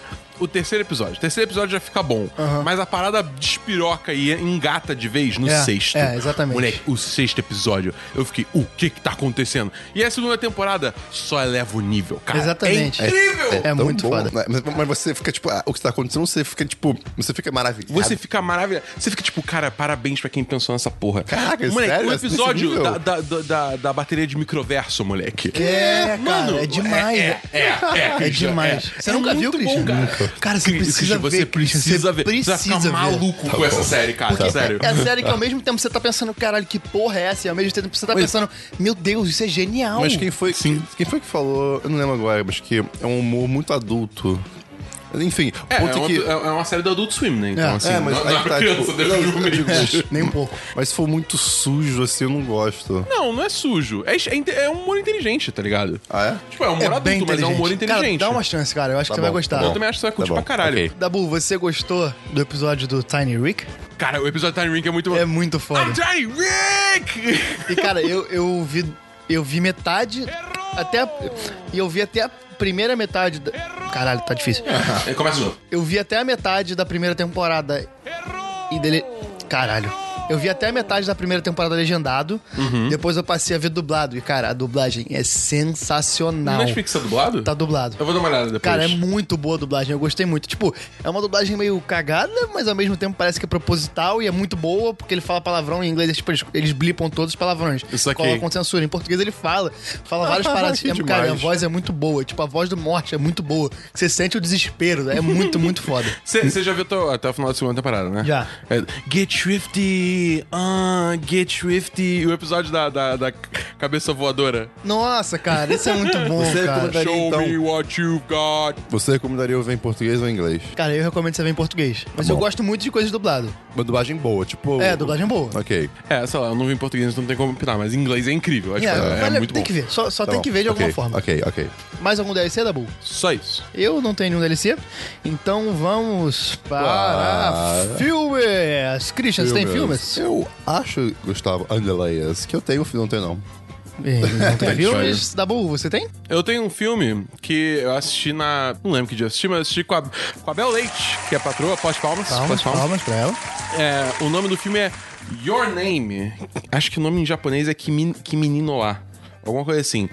S2: o terceiro episódio. O terceiro episódio já fica bom. Mas a parada despiroca e engata de vez no
S3: É,
S2: sexto.
S3: é, exatamente.
S2: Moleque, o sexto episódio, eu fiquei, o que que tá acontecendo? E a segunda temporada só eleva o nível, cara.
S3: Exatamente.
S2: É incrível!
S3: É
S4: tão
S3: muito
S4: bom. né?
S3: foda.
S4: Mas, mas você fica, tipo, ah, o que tá acontecendo, você fica, tipo, você fica maravilhado.
S2: Você fica maravilhado. Você fica tipo, cara, parabéns pra quem pensou nessa porra.
S4: Caraca,
S2: moleque,
S4: sério?
S2: o
S4: Esse
S2: episódio
S4: nível?
S2: da, da, da, da- da bateria de microverso, moleque.
S3: É, cara, é demais.
S2: É, é, é,
S3: É
S2: Christian,
S3: demais.
S2: é.
S3: Você
S2: É
S3: nunca viu,
S2: muito
S3: Christian?
S2: bom, cara.
S3: Cara, você
S2: Christian,
S3: precisa ver,
S2: Você
S3: Christian,
S2: precisa
S3: você
S2: ver. Você vai
S3: precisa
S2: ficar
S3: ver.
S2: maluco com essa série, cara. sério.
S3: É a série que ao mesmo tempo você tá pensando, caralho, que porra é essa? E ao mesmo tempo você tá pensando, meu Deus, isso é genial.
S4: Mas quem foi, quem foi que falou, eu não lembro agora, mas que é um humor muito adulto. Enfim, o
S2: É,
S4: ponto
S2: é
S4: é
S2: uma,
S4: que...
S2: é uma série do Adult Swim, né? Então,
S3: É.
S2: assim,
S4: É, mas
S2: não,
S4: aí
S2: não é pra
S4: tá,
S2: criança,
S4: tipo,
S2: definitivamente.
S3: Nem um pouco.
S4: Mas se for muito sujo, assim, eu não gosto.
S2: Não, não é sujo. É, é inte- é um humor inteligente, tá ligado?
S4: Ah, é?
S2: Tipo, é um humor adulto, mas é um humor inteligente.
S3: Cara, dá uma chance, cara. Eu acho que você vai
S4: bom, tá
S3: gostar.
S4: bom.
S2: Eu também acho que você vai curtir
S4: Tá
S2: pra
S4: bom,
S2: caralho.
S4: ok.
S3: Dabu, você gostou do episódio do Tiny Rick?
S2: Cara, o episódio do Tiny Rink é muito...
S3: É muito foda.
S2: I'm Tiny Rink!
S3: E cara, eu, eu vi eu vi metade até a- e eu vi até a primeira metade da... Caralho, tá difícil.
S2: É, Começa de novo.
S3: Eu vi até a metade da primeira temporada e dele Caralho. Eu vi até a metade da primeira temporada legendado. Depois eu passei a ver dublado. E, cara, a dublagem é sensacional.
S2: Netflix tá dublado?
S3: um. Tá dublado.
S2: Eu vou dar uma olhada depois.
S3: Cara, é muito boa a dublagem, eu gostei muito. Tipo, é uma dublagem meio cagada, mas ao mesmo tempo parece que é proposital e é muito boa, porque ele fala palavrão em inglês, tipo, eles, eles blipam todos os palavrões.
S2: Isso aqui.
S3: Colocam censura. Em português ele fala, fala várias paradas.
S4: Que
S3: É, cara, a
S4: demais.
S3: voz é muito boa. Tipo, a voz do Morte é muito boa. Você sente o desespero, é muito, muito foda.
S2: Você já viu até, o- até o final da segunda temporada, né?
S3: Já.
S2: É, get Swifty! Ah, Get Swifty! E o episódio da, da, da cabeça voadora.
S3: Nossa, cara, isso é muito bom,
S4: Você
S3: cara.
S4: recomenda- Daria,
S2: Show
S4: então.
S2: me what you've got!
S4: Você recomendaria eu ver em português ou em inglês?
S3: Cara, eu recomendo você ver em português. Mas
S4: Tá
S3: eu
S4: bom.
S3: gosto muito de coisas dublado.
S4: Uma dublagem boa, tipo...
S3: É, dublagem boa.
S4: Ok. tá
S2: É, sei lá, eu não vi em português, então não tem como opinar, mas em inglês é incrível. Acho que é, é
S3: olha,
S2: muito
S3: tem
S2: bom.
S3: que ver. Só, só
S4: Tá
S3: tem
S4: bom.
S3: que ver de alguma
S4: Ok,
S3: forma.
S4: Ok, ok.
S3: Mais algum DLC, Dabu?
S2: Só isso.
S3: Eu não tenho nenhum DLC, então vamos para
S4: Para.
S3: filmes. Christian, você tem filmes?
S4: Eu acho, Gustavo, Underlayers, que eu tenho, um não tenho não.
S3: Ih, Não tem filmes.
S2: Deixa
S3: Dabu, você tem?
S2: Eu tenho um filme que eu assisti na. Não lembro que dia eu assisti, mas eu assisti com a, com a Bel Leite, que é a patroa, pós palmas. pós palmas.
S3: pra ela.
S2: É, o nome do filme é Your Name. Acho que o nome em japonês é Que, Min- que Menino Lá. Alguma coisa assim.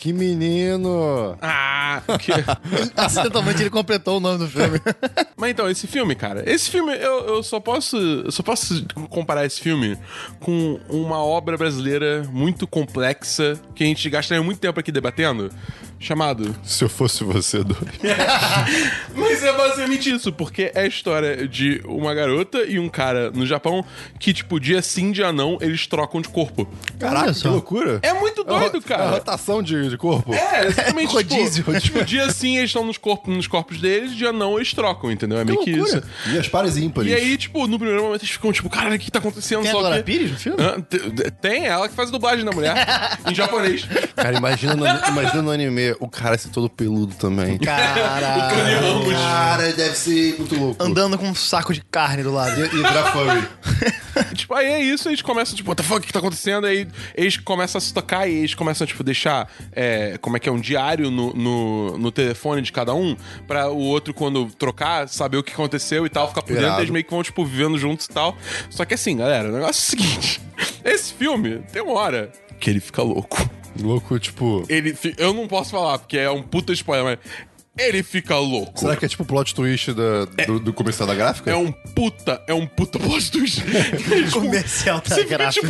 S4: Que menino!
S2: Ah, <laughs> que...
S3: <laughs> Acidentalmente ele completou o nome do filme.
S2: Mas então, esse filme, cara, esse filme, eu, eu só posso. Eu só posso comparar esse filme com uma obra brasileira muito complexa que a gente gastaria muito tempo aqui debatendo. chamado
S4: Se eu fosse você, dois.
S2: Mas é basicamente isso, porque é a história de uma garota e um cara no Japão que, tipo, dia sim, dia não, eles trocam de corpo.
S4: Caraca,
S3: Olha
S4: que
S3: só.
S4: loucura.
S2: É muito doido,
S4: a ro-
S2: cara.
S4: A rotação de, de corpo.
S2: É,
S3: <laughs>
S2: exatamente.
S3: Rodízio,
S2: tipo,
S3: rodízio.
S2: tipo, dia sim eles estão nos corpos, nos corpos deles, dia não eles trocam, entendeu? É meio que isso.
S3: loucura.
S4: E as pares ímpares.
S2: E aí, tipo, no primeiro momento eles ficam, tipo, caralho, o que tá acontecendo?
S3: Tem a
S2: Só
S3: Glória
S2: que-
S3: é Pires no filme?
S2: Hã? Te- Tem ela que faz a dublagem da mulher
S3: <laughs>
S2: em japonês.
S4: Cara, imagina no, imagina no anime o cara ser todo peludo também.
S3: Cara,
S4: Cara, deve ser muito louco.
S3: andando com um saco de carne do lado.
S4: <laughs> E, e virar furry.
S2: Tipo, aí é isso, eles começam, tipo, what the fuck, o que tá acontecendo? Aí eles começam a se tocar e eles começam, tipo, deixar, é, como é que é, um diário no, no, no telefone de cada um, pra o outro, quando trocar, saber o que aconteceu e tal, ficar por dentro,
S4: Irado.
S2: eles meio que vão, tipo, vivendo juntos e tal. Só que assim, galera, o negócio é o seguinte, <laughs> esse filme tem uma hora que ele fica louco.
S4: Louco, tipo.
S2: Ele, fi- eu não posso falar, porque é um puta spoiler, mas ele fica louco.
S4: Será que é tipo o plot twist da- do, do comercial da gráfica?
S2: É um puta, é um puta plot twist. Tipo,
S3: Comercial da
S2: você fica,
S3: gráfica.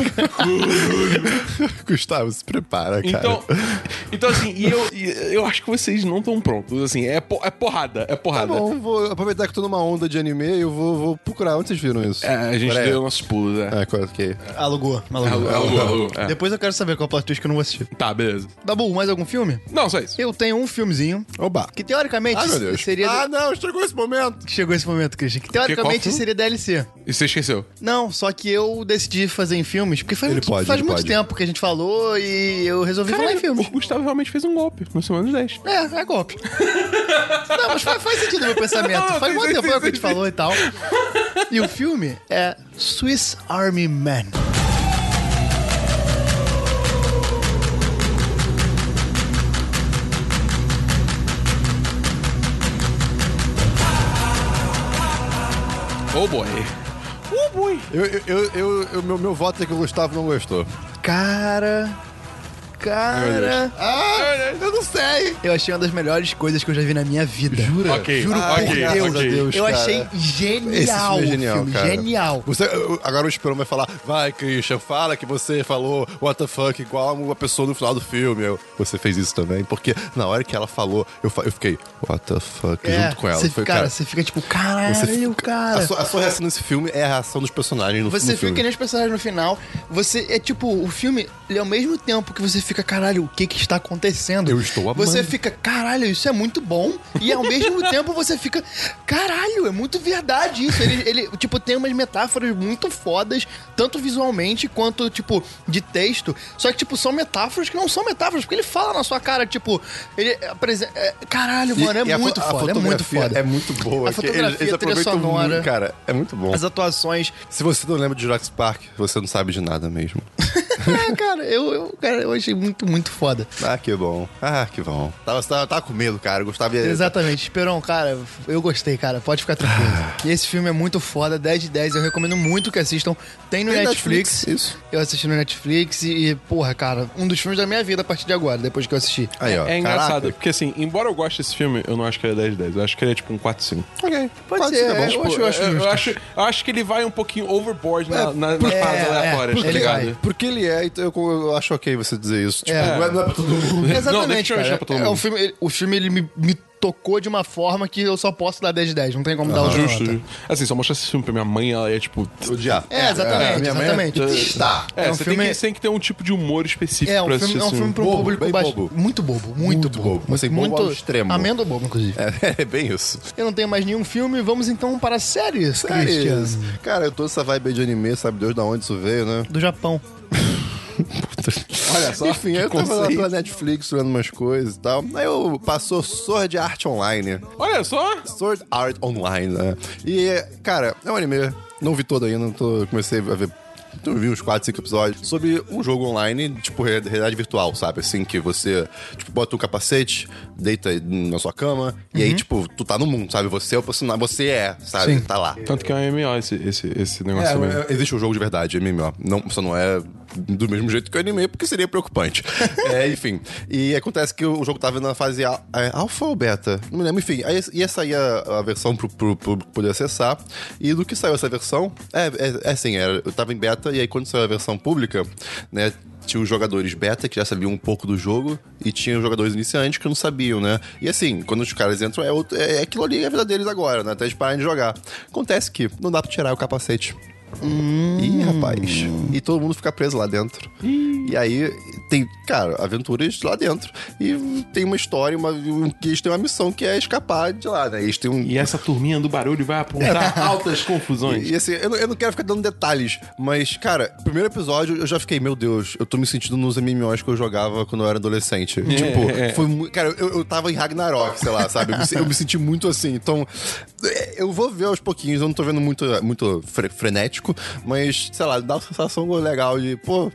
S2: tipo,
S4: <laughs> Gustavo, se prepara, cara.
S2: Então, <laughs> então assim, e eu, e eu acho que vocês não estão prontos. Assim, é, po- é porrada, é
S4: Tá
S2: porrada.
S4: bom, vou aproveitar que tô numa onda de anime e eu vou, vou procurar. Onde vocês viram isso?
S2: É, a gente
S4: Coreia?
S2: deu nossos pulos, é.
S4: É, claro, ok.
S3: Alugou, alugou.
S2: Alô, alô, é.
S3: Depois eu quero saber qual é o plot twist que eu não vou assistir.
S2: Tá, beleza.
S3: Dabu, mais algum filme?
S2: Não, só isso.
S3: Eu tenho um filmezinho
S4: Oba.
S3: que teoricamente
S4: Ai, meu Deus.
S3: seria.
S4: Ah, não, estragou esse momento.
S3: Chegou esse momento, Christian. Que
S2: Que-
S3: teoricamente
S2: qual filme?
S3: seria DLC.
S2: E você esqueceu.
S3: Não, só que eu decidi fazer em filmes, porque faz,
S4: Ele
S3: muito-
S4: pode,
S3: faz
S4: ele
S3: muito
S4: pode.
S3: tempo que a gente falou e eu resolvi falar em
S2: o
S3: filmes.
S2: Gustavo realmente fez um golpe no Semana dos 10.
S3: É, é
S4: <laughs>
S3: golpe. Não, mas faz, faz sentido o meu pensamento.
S2: Não,
S3: faz
S2: sim,
S3: muito
S2: sim,
S3: tempo que a
S2: sim,
S3: gente
S2: sim.
S3: falou e tal. E o filme é Swiss Army Man.
S2: Oh boy. Oh boy.
S4: Eu, eu, eu, eu- eu- meu, meu voto é que o Gustavo não gostou.
S3: Cara.
S2: É,
S3: Cara.
S4: Ah,
S2: né?
S4: eu não sei.
S3: Eu achei uma das melhores coisas que eu já vi na minha vida.
S4: Jura?
S2: Ok,
S3: Juro
S2: ok,
S3: por
S2: graças
S3: Deus.
S2: a Deus,
S3: eu
S4: cara.
S3: achei
S4: Esse
S3: genial
S4: filme é
S3: o
S4: genial,
S3: filme.
S4: cara.
S3: Genial.
S4: Você, eu- agora o Esperão vai falar, vai, Christian, fala que você falou what the fuck igual uma pessoa no final do filme. Eu, você fez isso também, porque na hora que ela falou, eu, fa- eu fiquei, what the fuck, junto com ela.
S3: É, Você,
S4: Foi,
S3: cara, você fica tipo, caralho,
S4: você fica-
S3: cara.
S4: A sua, a sua reação nesse filme é a reação dos personagens no,
S3: Você
S4: no
S3: fica
S4: filme.
S3: que nem os personagens no final. Você é tipo, o filme, ele ao mesmo tempo que você fica, caralho, o que que está acontecendo?
S4: Eu estou amando.
S3: Você fica, caralho, isso é muito bom. E ao mesmo <laughs> tempo você fica, caralho, é muito verdade isso. Ele, ele, tipo, tem umas metáforas muito fodas, tanto visualmente quanto, tipo, de texto. Só que, tipo, são metáforas que não são metáforas, porque ele fala na sua cara, tipo, ele apresenta. é, caralho,
S4: E-
S3: mano, é
S4: e a fo-
S3: muito
S4: a
S3: foda, é muito
S4: fotografia
S3: foda.
S4: É muito boa.
S3: A
S4: que
S3: fotografia, a trilha sonora.
S4: muito, cara, é muito bom.
S3: As atuações. <laughs>
S4: Se você não lembra de Jurassic Park, você não sabe de nada mesmo.
S3: É, cara, eu, eu, cara, eu achei muito, muito foda.
S4: Ah, que bom. Ah, que bom. Tava, tava, tava com medo, cara. Gustavo ia...
S3: Exatamente. Esperão, cara, eu gostei, cara. Pode ficar tranquilo.
S2: Ah.
S3: E esse filme é muito foda, 10 de 10. Eu recomendo muito que assistam. Tem no
S4: Tem
S3: Netflix.
S4: Netflix, isso.
S3: Eu assisti no Netflix e, e, porra, cara, um dos filmes da minha vida a partir de agora, depois que eu assisti.
S4: Aí, ó.
S2: É engraçado,
S4: Caraca.
S2: porque assim, embora eu goste desse filme, eu não acho que ele é 10 10. Eu acho que ele é tipo um 4 5.
S4: Ok.
S3: Pode ser,
S4: tá bom.
S3: é,
S4: Tipo,
S3: eu acho- eu acho
S2: Eu,
S3: justo.
S2: acho, eu acho que ele vai um pouquinho overboard na, na, nas
S3: é,
S2: paradas
S3: é,
S2: aleatórias, tá
S3: ele
S2: ligado?
S3: vai.
S4: Porque ele é, então eu, eu acho ok você dizer isso. Tipo,
S3: É.
S4: não, é, não é pra todo mundo.
S3: Exatamente,
S2: deixa eu
S3: cara.
S2: deixar pra todo
S3: É um
S2: mundo.
S3: filme, ele- o filme, ele me, me tocou de uma forma que eu só posso dar 10 de 10. Não tem como dar o
S2: Ah, Justo. justo. Assim, só mostrar esse filme pra minha mãe, ela é tipo.
S4: Odiar.
S3: É, exatamente,
S4: minha mãe-
S3: exatamente.
S4: Está.
S2: É,
S3: É um
S2: você
S3: filme-
S2: tem, que, tem que ter um tipo de humor específico
S3: É um
S2: pra assistir
S3: filme, é um
S2: esse
S3: filme pra um
S4: Bobo,
S3: público
S4: bem
S3: baixo.
S4: bobo.
S3: Muito bobo, muito,
S4: Muito
S3: bobo.
S4: bobo, assim, bobo ao extremo.
S3: Amendo bobo, inclusive.
S4: É, é bem isso.
S3: Eu não tenho mais nenhum filme, vamos então para séries, Christian.
S4: Séries. Cara, eu tô essa vibe aí de anime, sabe Deus da onde isso veio, né?
S3: Do Japão.
S4: Olha só. <laughs> Enfim, eu tava lá pela Netflix olhando umas coisas e tal. Aí eu passou Sword Art Online.
S2: Olha só!
S4: Sword Art Online, né? E, cara, é um anime. Não vi todo ainda, tô, comecei a ver. Eu vi uns 4, 5 episódios sobre um jogo online, tipo re- realidade virtual, sabe? Assim, que você, tipo, bota o capacete, deita na sua cama, e aí, tipo, tu tá no mundo, sabe? Você é o personagem, você é, sabe?
S3: Sim.
S4: Tá lá.
S2: Tanto que é um MMO esse, esse, esse negócio
S4: É,
S2: também.
S4: é, existe um jogo de verdade, MMO. Não, só não é do mesmo jeito que o anime, porque
S2: <laughs>
S4: seria preocupante. É, enfim. E acontece que o jogo tava na fase al- é, alfa ou beta? Não me lembro. Enfim, aí ia sair a, a versão pro pro público poder acessar. E do que saiu essa versão? É, é, é sim, era, eu tava em beta, e aí quando saiu a versão pública, né? Tinha os jogadores beta que já sabiam um pouco do jogo e tinha os jogadores iniciantes que não sabiam, né? E assim, quando os caras entram, é, outro- é é aquilo ali é a vida deles agora, né? Até eles pararem de jogar. Acontece que não dá pra tirar o capacete. Ih, rapaz. E todo mundo fica preso lá dentro. E aí tem, cara, aventuras lá dentro. E tem uma história, uma, um, que eles têm uma missão que é escapar de lá, né? Eles têm um.
S2: E essa turminha do barulho vai
S3: <laughs>
S2: apontar altas confusões.
S4: E assim, eu não, eu não quero ficar dando detalhes, mas, cara, primeiro episódio eu já fiquei, meu Deus, eu tô me sentindo nos MMOs que eu jogava quando eu era adolescente. tipo, foi muito. Cara, eu, eu tava em Ragnarok, sei lá, sabe? Eu me, se- eu me senti muito assim. Então, é, eu vou ver aos pouquinhos, eu não tô vendo muito, muito fre- frenético, mas, sei lá, dá uma sensação legal de, pô,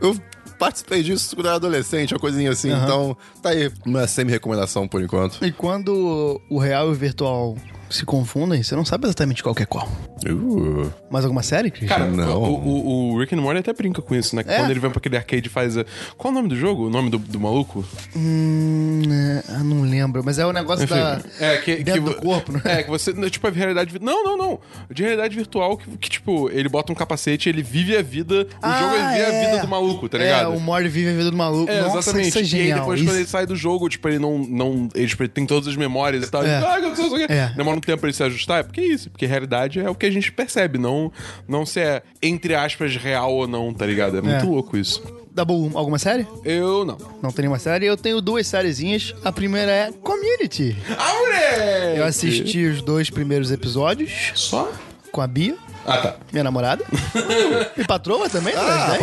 S4: eu. Participei disso quando eu era adolescente, uma coisinha assim. Então, tá aí uma semi-recomendação por enquanto.
S3: E quando o real e o virtual se confundem, você não sabe exatamente qual que é qual.
S4: Uh.
S3: Mais alguma série, Cris?
S2: Cara,
S4: Não.
S2: O, o- o Rick and Morty até brinca com isso, né? Que
S3: É.
S2: Quando ele vai pra aquele arcade e faz. a- Qual o nome do jogo? O nome do, do maluco?
S3: Hum, é, eu não lembro, mas é o negócio da.
S2: É, que,
S3: dentro
S2: que,
S3: do corpo, né?
S2: <laughs> É, que você. não, Tipo, a realidade. vi- Não, não, não. De realidade virtual que, que, tipo, ele bota um capacete, ele vive a vida. O
S3: Ah,
S2: jogo ele vive
S3: é.
S2: a vida do maluco, tá
S3: É,
S2: ligado?
S3: o Mori vive a vida do maluco.
S2: É,
S3: Nossa,
S2: exatamente.
S3: isso é
S2: E
S3: genial.
S2: aí depois, quando
S3: isso...
S2: ele sai do jogo, tipo, ele não. não ele, tipo, ele tem todas as memórias e tal.
S3: É.
S2: Ele, ah, eu não sei o que.
S3: É.
S2: Demora um tempo pra ele se ajustar. É porque é isso, porque realidade é o que a gente percebe, não, não se é, entre aspas, real ou não, tá ligado? É muito louco isso.
S3: Dabu, alguma série?
S2: Eu não.
S3: Não tem nenhuma série. Eu tenho duas sériezinhas. A primeira é Community.
S2: Ah, moleque!
S3: Eu assisti os dois primeiros episódios
S2: Só?
S3: com a Bia,
S2: Ah, tá.
S3: minha namorada.
S2: <laughs>
S3: e patroa também, né? Né?
S4: é?
S2: Ah,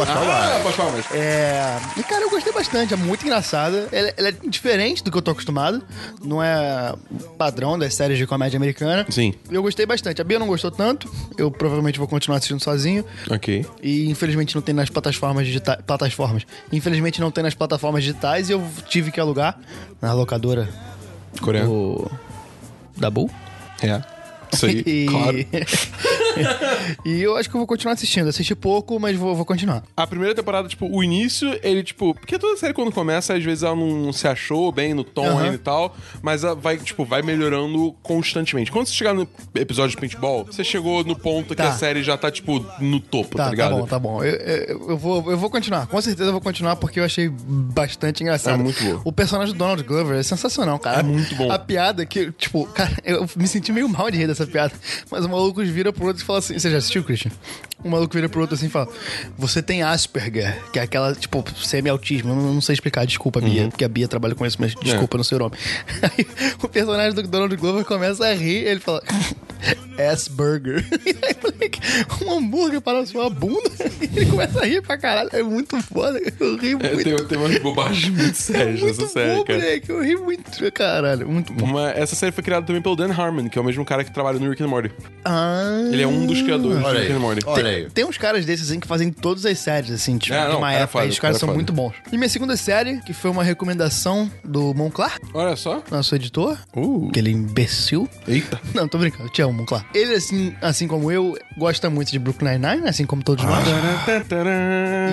S2: pode falar mais.
S3: É. E cara, eu gostei bastante, é muito engraçada. Ela, ela é diferente do que eu tô acostumado. Não é padrão das séries de comédia americana.
S2: Sim.
S3: Eu gostei bastante. A Bia não gostou tanto. Eu provavelmente vou continuar assistindo sozinho.
S2: Ok.
S3: E infelizmente não tem nas plataformas digitais. Plataformas. Infelizmente não tem nas plataformas digitais e eu tive que alugar na locadora
S2: Coreano.
S3: do. Da Bull.
S2: É. Isso aí,
S3: <laughs> E...
S2: claro.
S3: e eu acho que eu vou continuar assistindo. Assisti pouco, mas vou, vou continuar.
S2: A primeira temporada, tipo, o início, ele, tipo. Porque toda série quando começa, às vezes ela não se achou bem no tom
S3: Aham.
S2: ainda e tal. Mas ela vai, tipo, vai melhorando constantemente. Quando você chegar no episódio de paintball, você chegou no ponto
S3: Tá.
S2: que a série já tá, tipo, no topo, tá,
S3: Tá, tá
S2: ligado?
S3: bom, tá bom. Eu, eu, eu vou, eu vou continuar. Com certeza eu vou continuar porque eu achei bastante engraçado.
S2: É muito bom.
S3: O personagem do Donald Glover é sensacional, cara. É
S2: muito bom.
S3: A piada que, tipo, cara, eu me senti meio mal de rir dessa piada. Mas o maluco vira pro outro e fala assim... Você já assistiu, Christian? O maluco vira pro outro assim e fala... Você tem Asperger, que é aquela, tipo, semi-autismo. Eu não, não sei explicar, desculpa,
S2: Uhum.
S3: Bia. Porque a Bia trabalha com isso,
S2: É.
S3: mas desculpa, eu não sei o nome. <laughs> Aí o personagem do Donald Glover começa a rir e ele fala... Asperger. <laughs> E aí, moleque, um hambúrguer para a sua bunda. <laughs> E ele começa a rir pra caralho. É muito foda. Eu ri muito. é
S2: É, tem, tem umas
S3: <laughs>
S2: bobagens muito sérias
S3: Muito
S2: nessa série,
S3: bom,
S2: cara.
S3: moleque. Eu ri muito. Caralho, muito bom.
S2: Uma- essa série foi criada também pelo Dan Harmon, que é o mesmo cara que trabalha no Rick and Morty.
S3: Ah,
S2: Ele é um dos criadores do
S4: Ah, Olha
S2: Rick
S4: aí.
S2: and Morty.
S4: Olha aí.
S3: Tem uns caras desses, assim, que fazem todas as séries, assim, tipo,
S2: É,
S3: de
S2: não,
S3: uma
S2: cara
S3: época.
S2: foda,
S3: e os caras
S2: cara
S3: são
S2: foda.
S3: muito bons. E minha segunda série, que foi uma recomendação do Monclar,
S2: Olha só.
S3: nosso editor, aquele imbecil. <laughs>
S2: Eita.
S3: Não, tô brincando, eu te amo, Monclar. Ele, assim, assim como eu, gosta muito de Brooklyn Nine-Nine, assim como todos nós.
S2: Ah.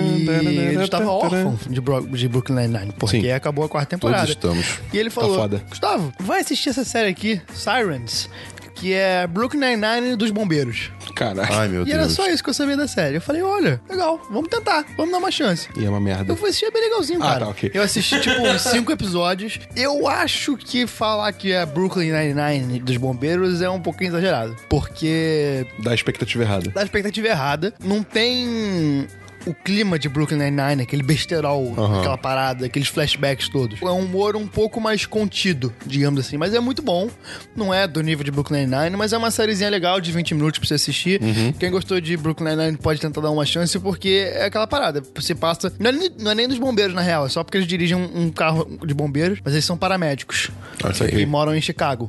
S3: E ele estava órfão de, Bro de Brooklyn Nine-Nine, porque
S2: Sim. Tá
S3: acabou a quarta temporada.
S4: Todos estamos.
S3: E ele falou,
S2: foda.
S3: Gustavo, vai assistir essa série aqui, Sirens, que é Brooklyn Nine-Nine dos bombeiros.
S2: Caralho.
S4: Ai, meu
S3: e
S4: Deus.
S3: era só isso que eu sabia da série. Eu falei, olha, legal, vamos tentar, vamos dar uma chance.
S2: E é uma merda.
S3: Eu fui assistir, é bem legalzinho,
S2: Ah,
S3: cara.
S2: tá, ok.
S3: Eu assisti, tipo,
S2: <laughs>
S3: uns cinco episódios. Eu acho que falar que é Brooklyn Nine-Nine dos bombeiros é um pouquinho exagerado. Porque
S2: Dá a expectativa errada.
S3: da expectativa errada. Não tem o clima de Brooklyn Nine-Nine, aquele besterol, aquela parada, aqueles flashbacks todos. É um humor um pouco mais contido, digamos assim. Mas é muito bom. Não é do nível de Brooklyn Nine-Nine, mas é uma sériezinha legal de 20 minutos pra você assistir. Quem gostou de Brooklyn Nine-Nine pode tentar dar uma chance, porque é aquela parada. Você passa... Não é, nem- não é nem dos bombeiros, na real. É só porque eles dirigem um um carro de bombeiros, mas eles são paramédicos.
S2: isso
S3: E
S2: aqui.
S3: moram em Chicago.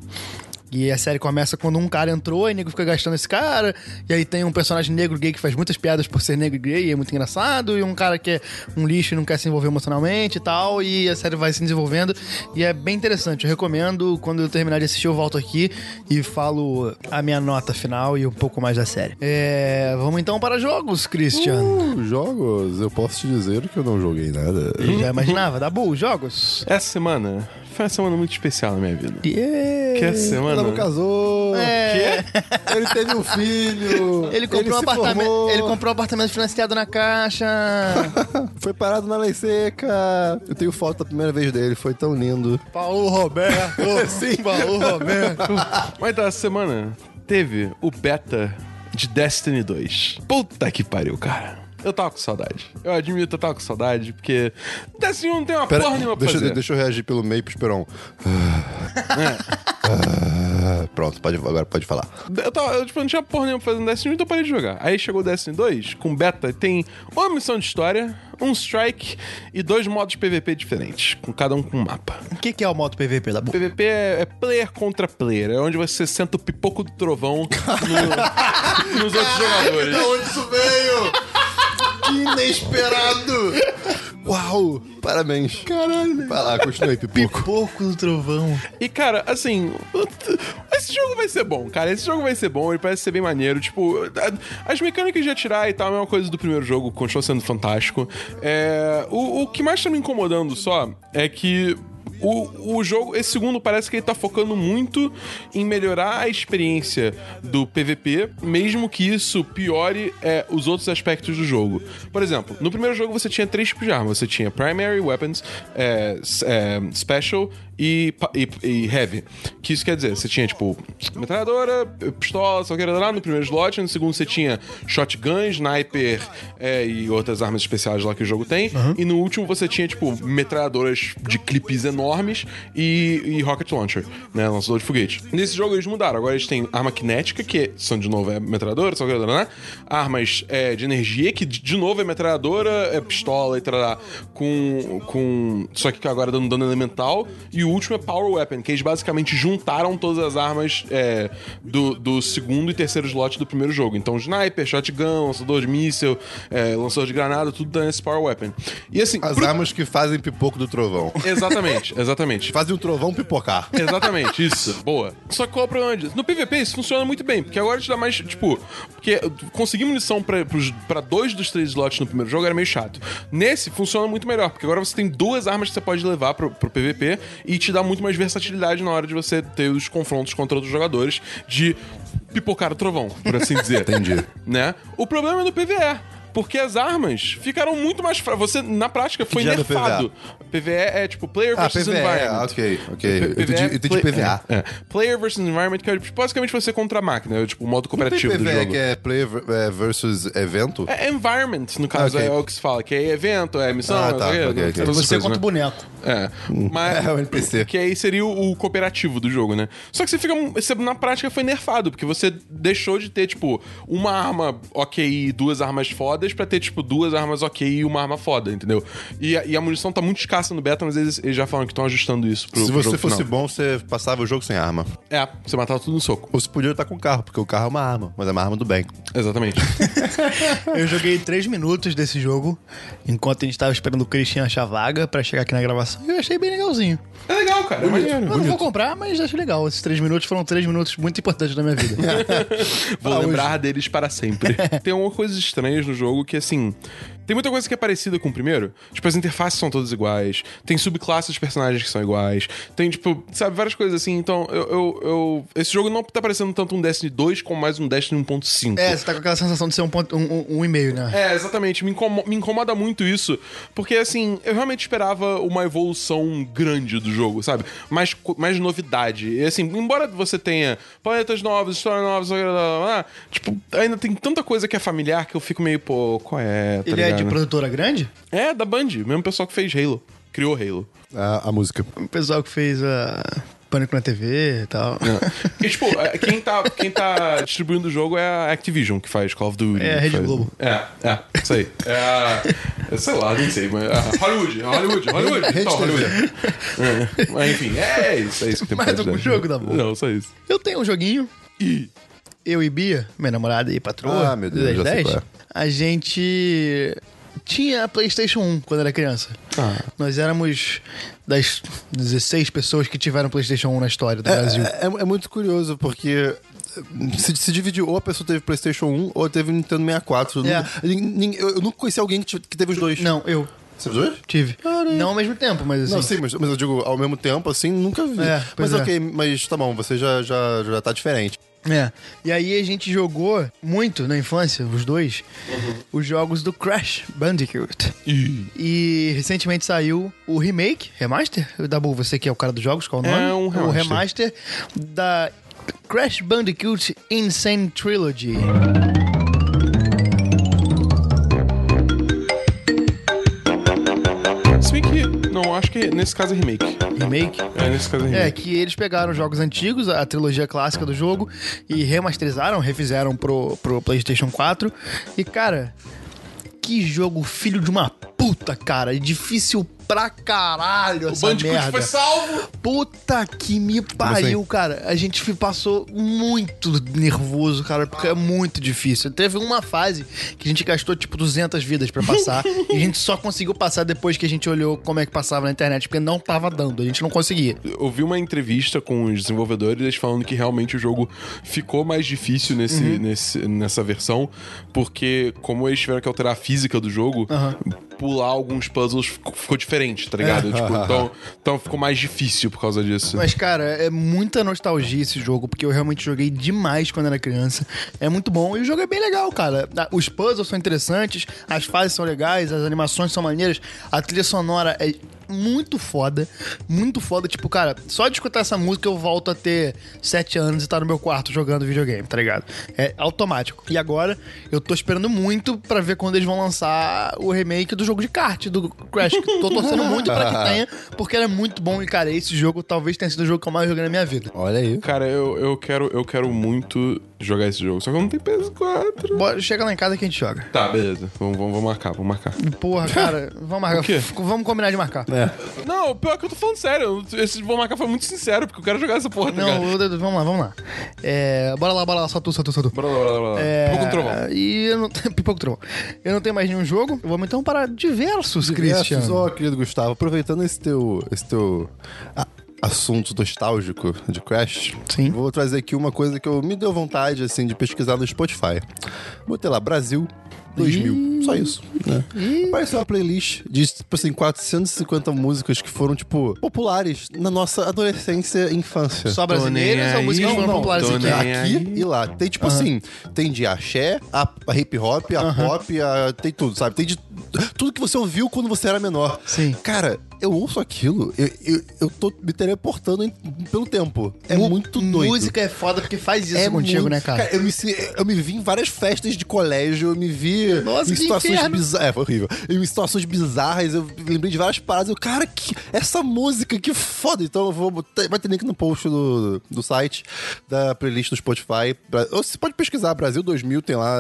S3: E a série começa quando um cara entrou e o nego fica gastando esse cara. E aí tem um personagem negro gay que faz muitas piadas por ser negro e gay e é muito engraçado. E um cara que é um lixo e não quer se envolver emocionalmente e tal. E a série vai se desenvolvendo. E é bem interessante. Eu recomendo. Quando eu terminar de assistir, eu volto aqui e falo a minha nota final e um pouco mais da série. É, vamos então para jogos, Christian.
S4: Uh, jogos, eu posso te dizer que eu não joguei nada.
S3: Eu Já imaginava. Dabu, jogos.
S2: Essa semana foi uma semana muito especial na minha vida.
S3: Yeah.
S2: Que essa semana.
S4: Não casou.
S3: É.
S4: Ele teve um filho.
S3: Ele comprou, um
S4: se
S3: apartamento,
S4: formou,
S3: ele comprou um apartamento financiado na caixa.
S4: Foi parado na lei seca. Eu tenho foto da primeira vez dele, foi tão lindo.
S3: Paulo Roberto. <laughs> Sim, Paulo Roberto.
S2: Mas então, essa semana teve o beta de Destiny 2. Puta que pariu, cara. Eu tava com saudade. Eu admito, eu tava com saudade, porque Destiny 1 não tem uma
S4: Pera,
S2: porra nenhuma pra
S4: deixa,
S2: fazer.
S4: deixa eu reagir pelo meio pro Esperão. Ah, pronto, pode, agora pode falar.
S2: Eu, tava, eu, tipo, não tinha porra nenhuma pra fazer no Destiny 1, então eu parei de jogar. Aí chegou o Destiny 2 com beta e tem uma missão de história, um strike e dois modos PVP diferentes, com cada um com um mapa.
S3: O que, que é o modo PVP, Dabu?
S2: PVP é, é player contra player, é onde você senta o pipoco do trovão no- <laughs> nos outros jogadores.
S4: onde isso veio? Que inesperado! Uau! Parabéns. Caralho. Vai lá, continue, pipoco.
S3: Pouco do trovão.
S2: E, cara, assim, esse jogo vai ser bom, cara. Esse jogo vai ser bom, ele parece ser bem maneiro. Tipo, a- as mecânicas de atirar e tal, a mesma coisa do primeiro jogo, continua sendo fantástico. É, o, o que mais tá me incomodando só é que. O, o jogo, esse segundo parece que ele tá focando muito em melhorar a experiência do PVP, mesmo que isso piore é, os outros aspectos do jogo. Por exemplo, no primeiro jogo você tinha três tipos de arma: você tinha primary weapons, é, s- é, special e, pa- e, e heavy. Que isso quer dizer? Você tinha, tipo, metralhadora, pistola, só que era lá no primeiro slot, no segundo você tinha shotgun, sniper é, e outras armas especiais lá que o jogo tem. E no último você tinha, tipo, metralhadoras de clipes enormes e, e rocket launcher, né? Lançador de foguete. Nesse jogo eles mudaram. Agora eles têm arma cinética, que são de novo é metralhadora, só que né? armas é, de energia, que de- de novo é metralhadora, é pistola e trará, com, com. Só que agora dando dano elemental. E o último é Power Weapon, que eles basicamente juntaram todas as armas é, do, do segundo e terceiro slot do primeiro jogo. Então, sniper, shotgun, lançador de míssil, é, lançador de granada, tudo dando esse Power Weapon. E assim.
S4: As
S2: pro-
S4: armas que fazem pipoco do trovão.
S2: Exatamente, exatamente.
S4: Fazem o trovão pipocar.
S2: Exatamente, isso. Boa. Só que qual é o problema disso? No PVP isso funciona muito bem, porque agora te dá mais, tipo... Porque conseguir munição pra, pros- pra dois dos três slots no primeiro jogo era meio chato. Nesse, funciona muito melhor, porque agora você tem duas armas que você pode levar pro, pro PVP e te dá muito mais versatilidade na hora de você ter os confrontos contra outros jogadores de pipocar o trovão, por assim dizer.
S4: <laughs> Entendi.
S2: Né? O problema é no PVE. Porque as armas ficaram muito mais fracas. Você, na prática, foi
S4: Que dia é do
S2: nerfado. PVE é tipo player
S4: Ah,
S2: versus environment.
S4: PVA, ok, ok. Eu
S2: PVA,
S4: entendi, eu entendi
S2: play-
S4: PVA.
S2: É. Player versus environment, que é tipo, basicamente você contra a máquina, é tipo o modo
S4: Tem
S2: cooperativo do
S4: PVA
S2: jogo.
S4: que é player eh, versus evento?
S2: É environment, no caso,
S4: Ah, ok.
S2: é o que se fala, que é evento, é missão,
S4: Ah,
S2: é-
S4: tá,
S2: é,
S4: ok, ok.
S2: todas essas
S3: Você
S2: coisas,
S3: contra o
S2: né?
S3: boneco.
S2: É. Mas,
S4: <laughs> É, o NPC.
S2: Que aí seria o, o cooperativo do jogo, né? Só que você fica. Você, na prática foi nerfado, porque você deixou de ter, tipo, uma arma ok e duas armas fodas pra ter, tipo, duas armas ok e uma arma foda, entendeu? E, a- e a munição tá muito escassa no beta, mas eles, eles já falam que estão ajustando isso pro.
S4: Se
S2: pro
S4: você
S2: jogo
S4: fosse
S2: final.
S4: bom, você passava o jogo sem arma.
S2: É, você matava tudo no soco.
S4: Ou você podia estar com o carro, porque o carro é uma arma, mas é uma arma do bem.
S2: Exatamente.
S3: Eu joguei três minutos desse jogo, enquanto a gente tava esperando o Christian achar vaga pra chegar aqui na gravação. Eu achei bem legalzinho.
S2: É legal, cara. É maneiro.
S3: Eu não vou comprar, mas achei legal. Esses três minutos foram três minutos muito importantes na minha vida. <laughs>
S2: Vou lembrar deles para sempre. Ah, <laughs> tem algumas coisas estranhas no jogo que, assim. Tem muita coisa que é parecida com o primeiro. Tipo, as interfaces são todas iguais. Tem subclasses de personagens que são iguais. Tem, tipo, sabe, várias coisas assim. Então, eu. eu- eu- Esse jogo não tá parecendo tanto um Destiny 2 como mais um Destiny 1.5.
S3: é, você tá com aquela sensação de ser um, ponto, um, um, um e-mail, né?
S2: É, exatamente. Me, incomo- me incomoda muito isso. Porque, assim, eu realmente esperava uma evolução grande do jogo, sabe? Mais, co- mais novidade. E, assim, embora você tenha planetas novos, história nova, blá, blá, blá, blá, tipo, ainda tem tanta coisa que é familiar que eu fico meio, pô, qual é? Tá
S3: Ele é de
S2: ligado?
S3: produtora grande?
S2: É, da Band, mesmo pessoal que fez Halo. Criou Halo.
S4: A, a música.
S3: O pessoal que fez a. Pânico na TV e tal.
S2: <laughs>
S3: <laughs>
S2: E, tipo, é, quem tá, quem tá distribuindo o jogo é a Activision, que faz Call of Duty.
S3: É, a
S2: que
S3: Rede
S2: faz-
S3: Globo.
S2: É, é, isso aí. É, a- sei lá, nem sei, mas. ah, Hollywood, Hollywood, Hollywood.
S4: Rede
S2: Então,
S4: TV.
S2: Hollywood. É, mas, enfim, é isso, é isso que tem pra
S3: Mais
S2: fazer.
S3: algum jogo, Dabu?
S2: Não, só isso.
S3: Eu tenho um joguinho. E eu e Bia, minha namorada e patroa.
S4: Ah, meu Deus, já sei qual é.
S3: A gente tinha a PlayStation 1 quando era criança. Nós éramos das 16 pessoas que tiveram PlayStation 1 na história do Brasil.
S4: É, é muito curioso, porque eh, se, se dividiu, ou a pessoa teve Playstation 1, ou teve Nintendo 64.
S3: É.
S4: Nunca- nin- nin- eu, eu nunca conheci alguém que, tive- que teve os dois.
S3: Não, eu
S4: Você teve os dois?
S3: tive. Não ao mesmo tempo, mas assim.
S4: Não, sim, mas, mas eu digo, ao mesmo tempo, assim, nunca vi.
S3: É, pois
S4: mas
S3: é.
S4: ok, mas tá bom, você já, já, já tá diferente.
S3: É. E aí a gente jogou muito na infância, os dois,
S4: Uhum.
S3: os jogos do Crash Bandicoot. E recentemente saiu o remake, remaster? Dabu, você que é o cara dos jogos, qual o nome?
S2: É um
S3: O remaster da Crash Bandicoot Insane Trilogy.
S2: Se bem que. Não, acho que nesse caso é remake.
S3: Remake?
S2: É, nesse caso é
S3: É,
S2: remake.
S3: que eles pegaram jogos antigos, a trilogia clássica do jogo, e remasterizaram, refizeram pro, pro PlayStation 4. E, cara, que jogo filho de uma puta, cara. É difícil pra caralho
S2: o
S3: essa
S2: Bandicoot
S3: merda.
S2: foi salvo!
S3: Puta que me pariu, cara. A gente fi- passou muito nervoso, cara, porque é muito difícil. Teve uma fase que a gente gastou, tipo, 200 vidas pra passar. e a gente só conseguiu passar depois que a gente olhou como é que passava na internet, porque não tava dando, a gente não conseguia.
S2: eu vi uma entrevista com os desenvolvedores eles falando que realmente o jogo ficou mais difícil nesse, nesse- nessa versão, porque como eles tiveram que alterar a física do jogo, pular alguns puzzles ficou, ficou diferente, tá ligado? Tipo, <laughs> então, então ficou mais difícil por causa disso.
S3: Mas, cara, é muita nostalgia esse jogo, porque eu realmente joguei demais quando era criança. É muito bom e o jogo é bem legal, cara. Ah, Os puzzles são interessantes, as fases são legais, as animações são maneiras, a trilha sonora é muito foda, muito foda. Tipo, cara, só de escutar essa música eu volto a ter sete anos e tá no meu quarto jogando videogame, tá ligado? É automático. E agora eu tô esperando muito pra ver quando eles vão lançar o remake do jogo de kart do Crash. que Tô torcendo muito pra que tenha, porque era muito bom e, cara, esse jogo talvez tenha sido o jogo que eu mais joguei na minha vida.
S4: Olha aí.
S2: Cara, eu, eu, quero, eu quero muito jogar esse jogo, só que eu não tenho PS4.
S3: Bora, chega lá em casa que a gente joga.
S2: Tá, beleza. Vamos, vamos, vamos marcar, vamos marcar.
S3: Porra,
S2: <laughs>
S3: cara, vamos marcar.
S2: quê?
S3: F- Vamos combinar de marcar.
S4: É.
S2: Não, pior é que eu tô falando sério. Esse vamos marcar foi muito sincero, porque eu quero jogar essa porra, tá
S3: Não,
S2: ligado?
S3: eu- eu- vamos lá, vamos lá. É, bora lá, bora lá, só tu, só tu, só tu.
S2: Bora lá, bora lá, bora lá.
S3: É,
S2: Vou com o trovão.
S3: E eu não <laughs> tenho pipoca trovão. Eu não tenho mais nenhum jogo. Vamos então para diversos, Christian.
S4: Diversos, ó, querido Gustavo, aproveitando esse teu, esse teu a- assunto nostálgico de Crash,
S3: Sim.
S4: vou trazer aqui uma coisa que eu me deu vontade, assim, de pesquisar no Spotify. Botei lá, Brasil 2000, só isso. Né? Apareceu uma playlist de, tipo assim, 450 músicas que foram, tipo, populares na nossa adolescência e infância.
S3: Só brasileiros
S2: nem
S3: ou
S2: aí,
S3: músicas que
S2: não,
S3: foram populares
S2: tô
S3: aqui?
S2: nem
S3: Ah,
S2: aí.
S4: Aqui e lá. Tem, tipo assim, tem de axé, a, a hip hop, a pop, a- tem tudo, sabe? Tem de tudo que você ouviu quando você era menor.
S3: Sim.
S4: Cara, eu ouço aquilo, eu, eu, eu tô me teleportando em- pelo tempo. É
S3: Mu-
S4: muito doido.
S3: Música é foda porque faz isso
S4: é
S3: contigo,
S4: muito-
S3: né, cara?
S4: eu, me, se- eu me vi em várias festas de colégio, eu me vi
S3: Nossa,
S4: em
S3: que
S4: situações
S3: inferno.
S4: bizarras. É, foi horrível. Em situações bizarras, eu lembrei de várias paradas. Eu, cara, que, essa música, que foda. Então eu vou. botar- Vai ter link no post do, do site, da playlist do Spotify. Pra- Ou você pode pesquisar, Brasil 2000 tem lá.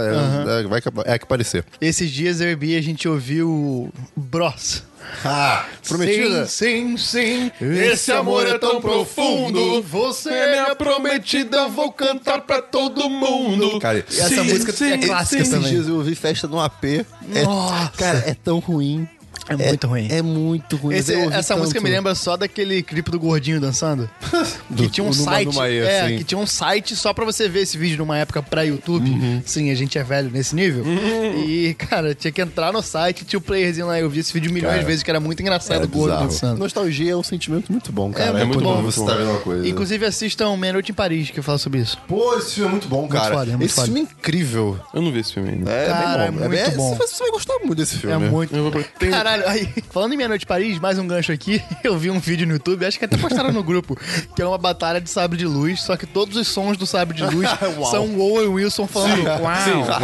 S4: é- é, vai, que- é que aparecer.
S3: Esses dias eu e Bia, a gente ouviu Bros.
S4: Ah, prometida?
S3: Sim, sim, sim.
S2: Esse amor é tão profundo,
S3: Você
S2: É minha prometida, eu vou cantar pra todo mundo.
S4: Cara,
S3: E essa música é clássica
S4: Esses
S3: também.
S4: dias eu ouvi festa no AP. É-
S3: Nossa.
S4: cara, é tão ruim.
S3: É muito ruim.
S4: É muito ruim.
S3: Esse-
S4: eu ouvi
S3: essa música
S4: tanto.
S3: me lembra só daquele clipe do gordinho
S4: <laughs>
S3: dançando. que
S4: Do-
S3: tinha um
S4: do Numa
S3: site.
S4: Numaê,
S3: é,
S4: assim.
S3: que tinha um site só pra você ver esse vídeo numa época pra YouTube.
S4: Uhum.
S3: Sim, a gente é velho nesse nível. E, cara, tinha que entrar no site, tinha o playerzinho lá. Eu vi esse vídeo milhões de vezes, que era muito engraçado
S4: Era
S3: o gordo
S4: bizarro.
S3: dançando.
S4: Nostalgia é um sentimento muito bom, cara.
S3: É muito
S4: quando
S3: bom.
S4: Você tá vendo uma coisa.
S3: Inclusive, assistam Meia Noite em Paris, que eu falo sobre isso.
S4: Pô, esse filme é muito bom, cara.
S3: foda, é muito
S4: esse
S3: foda.
S4: filme é incrível.
S2: Eu não vi esse filme ainda.
S4: É
S3: Cara, é
S4: bem bom.
S3: muito
S4: bem-
S3: bom.
S4: Você, você vai gostar muito desse filme.
S3: É muito.
S2: Eu vou- tem-
S3: Caralho, aí, falando em Meia Noite em Paris, mais um gancho aqui. <laughs> Eu vi um vídeo no YouTube, acho que até postaram no grupo, que é uma batalha de sabre de luz, só que todos os sons do sabre de luz
S4: <laughs> Uau.
S3: são Owen Wilson falando uau.
S2: Sim, uau,
S4: <laughs>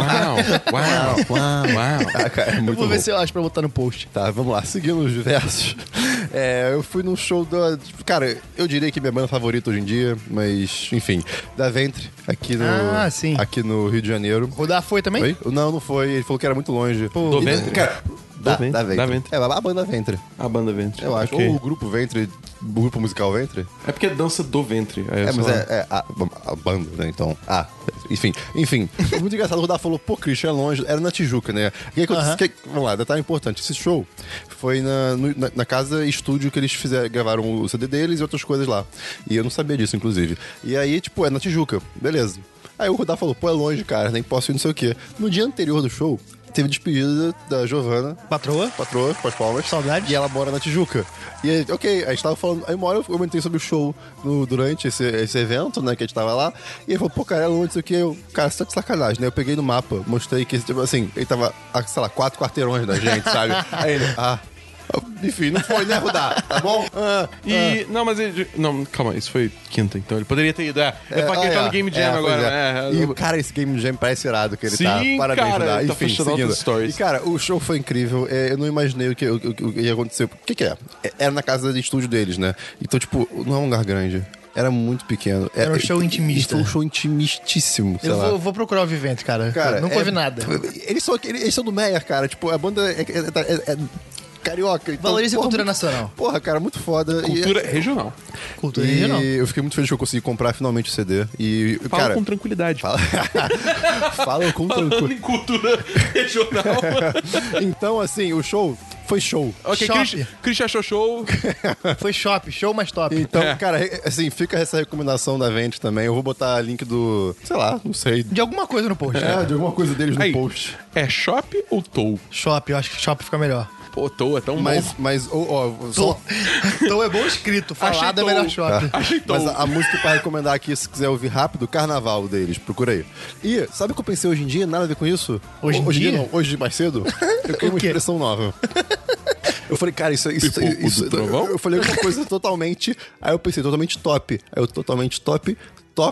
S2: uau, uau, uau.
S4: Ah, cara, é
S3: Eu
S4: muito
S3: vou
S4: bom.
S3: ver se eu acho pra botar no post. <laughs>
S4: Tá, vamos lá. Seguindo os versos. É, eu fui num show da. Cara, eu diria que minha banda favorita hoje em dia, mas, enfim, da Ventre, aqui no.
S3: Ah, sim.
S4: Aqui no Rio de Janeiro.
S3: Rodar foi também?
S4: Oi? Não, não foi. Ele falou que era muito longe.
S2: Do
S4: E-
S2: Ventre?
S4: Cara, da,
S2: Ventre.
S4: da Ventre.
S2: Da Ventre.
S4: É, a banda Ventre,
S2: A banda ventre.
S4: eu acho.
S2: Ok.
S4: Ou o grupo Ventre, o grupo musical Ventre.
S2: É porque é dança do ventre. aí eu
S4: É,
S2: sei
S4: mas
S2: lá.
S4: é, é a, a banda, né? Então. Ah, enfim. Enfim. Foi É muito engraçado. O Rodar falou, pô, Christian, é longe. Era na Tijuca, né? O que aconteceu?
S3: Aham.
S4: que- vamos lá, detalhe importante. Esse show foi na, no- na, na casa estúdio que eles fizeram, gravaram o CD deles e outras coisas lá. E eu não sabia disso, inclusive. E aí, tipo, é na Tijuca. Beleza. Aí o Rodar falou, pô, é longe, cara, nem posso ir, não sei o quê. No dia anterior do show, teve despedida da Giovana,
S3: Patroa?
S4: patroa, com as palmas.
S3: Saudades.
S4: E ela mora na Tijuca. E, aí, ok, a gente tava falando. Aí uma hora eu comentei sobre o show no- durante esse, esse evento, né? Que a gente tava lá. E ele falou, pô, cara, é longe isso aqui. Eu, cara, você tá de sacanagem, né? Eu peguei no mapa, mostrei que, tipo assim, ele tava, a, sei lá, quatro quarteirões da gente, sabe? Aí ele, ah. Enfim, não foi, né, Rodar? Tá bom? Ah,
S2: E. Não, mas ele. Não, calma, isso foi quinta, então. Ele poderia ter ido. É, é,
S4: É,
S2: pra quem
S4: ah,
S2: tá
S4: é.
S2: no Game Jam
S4: É, pois
S2: agora,
S4: é.
S2: né?
S4: E, cara, esse Game Jam parece irado que ele
S2: Sim,
S4: tá. Parabéns,
S2: cara,
S4: Rodar.
S2: ele tá
S4: Enfim,
S2: fechando
S4: seguindo.
S2: outras stories.
S4: E, cara, o show foi incrível. É, eu não imaginei o que, o, o- o que ia acontecer. O que que é? É- Era na casa de estúdio deles, né? Então, tipo, não é um lugar grande. Era muito pequeno. É-
S3: Era um show intimista.
S4: Foi um show intimistíssimo, sei
S3: Eu
S4: lá.
S3: vou, vou procurar o Vivente, cara.
S4: Cara,
S3: Nunca
S4: é-
S3: ouvi
S4: <laughs>
S3: nada.
S4: Eles são, aquele- eles são do Meyer, cara. Tipo, a banda é, é- é- é carioca. Então,
S3: Valoriza a
S4: porra,
S3: cultura
S4: muito-
S3: nacional.
S4: Porra, cara, muito foda. E- é
S2: Cultura regional.
S3: Cultura
S4: e
S3: regional.
S4: eu fiquei muito feliz que eu consegui comprar finalmente o CD. E,
S2: Fala
S4: cara,
S2: com tranquilidade.
S4: Fala, <laughs> fala com
S2: Falando
S4: tranquilo.
S2: em cultura <laughs> regional.
S4: <laughs> Então, assim, o show foi show.
S2: ok,
S3: Shopping.
S2: Christian- Christian achou show.
S3: Foi shop, show mais top.
S4: Então,
S2: É.
S4: cara, re- assim, fica essa recomendação da Vente também. Eu vou botar link do. Sei lá, não sei.
S3: De alguma coisa no post.
S4: É, de alguma coisa deles no
S2: Aí.
S4: post.
S2: É shop ou tow?
S3: Shop, eu acho que shop fica melhor.
S2: Pô, tow é tão
S4: Mas,
S2: bom.
S4: mas ó, ó, só-
S3: Então então é bom escrito. Falado
S2: Achei
S3: é melhor
S2: tom.
S4: Ah.
S3: shop.
S2: Achei tow.
S4: Mas a, a música pra recomendar aqui, se quiser ouvir rápido, Carnaval deles, procura aí. E sabe o que eu pensei hoje em dia? Nada a ver com isso?
S3: Hoje em dia?
S4: não, hoje mais
S3: <laughs>
S4: cedo? Eu criei uma
S3: O quê?
S4: expressão nova. Eu falei, cara, isso isso, isso,
S2: Pipoco do trovão?
S4: Eu falei uma coisa totalmente. Aí eu pensei, totalmente top. Aí eu totalmente top. Top,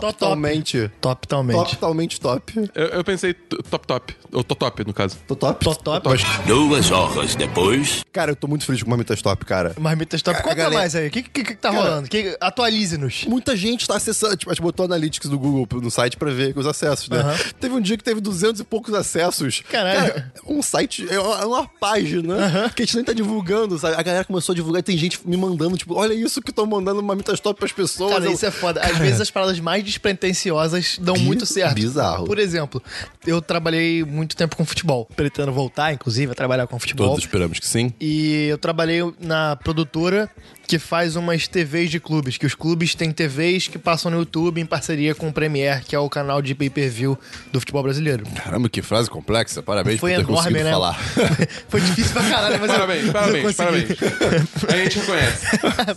S3: Top, top.
S4: totalmente.
S3: Top, totalmente.
S4: Totalmente top.
S2: Eu, eu pensei t- top top. Ou totop, no caso.
S4: Tô top.
S3: Tô top.
S4: Mas,
S7: Duas horas depois.
S4: cara, eu tô muito feliz com o Marmitas Top, cara.
S3: Marmitas top. Conta
S4: galera-
S3: mais aí. O que, que, que tá
S4: Cara-
S3: rolando? Que- Atualize-nos.
S4: Muita gente tá acessando, tipo, a gente botou analytics do Google no site pra ver os acessos, né?
S3: Aham.
S4: Teve um dia que teve 200 e poucos acessos.
S3: Caralho.
S4: Cara, um site, é uma, é uma página que a gente nem tá divulgando, sabe? A galera começou a divulgar e tem gente me mandando, tipo, olha isso que eu tô mandando Marmitas Top pras pessoas.
S3: Cara,
S4: Eu-
S3: isso é foda. Às vezes as paradas mais despretensiosas dão
S4: Bi-
S3: muito certo.
S4: bizarro.
S3: Por exemplo, eu trabalhei muito tempo com futebol. Pretendo voltar, inclusive, a trabalhar com futebol.
S4: Todos esperamos que sim.
S3: E eu trabalhei na produtora que faz umas TVs de clubes, que os clubes têm TVs que passam no YouTube em parceria com o Premiere, que é o canal de pay-per-view do futebol brasileiro.
S4: Caramba, que frase complexa. Parabéns
S3: Foi enorme, né? <laughs> Foi difícil pra caralho, mas eu-
S2: Parabéns,
S3: eu
S2: parabéns,
S3: consegui.
S2: parabéns. A gente reconhece.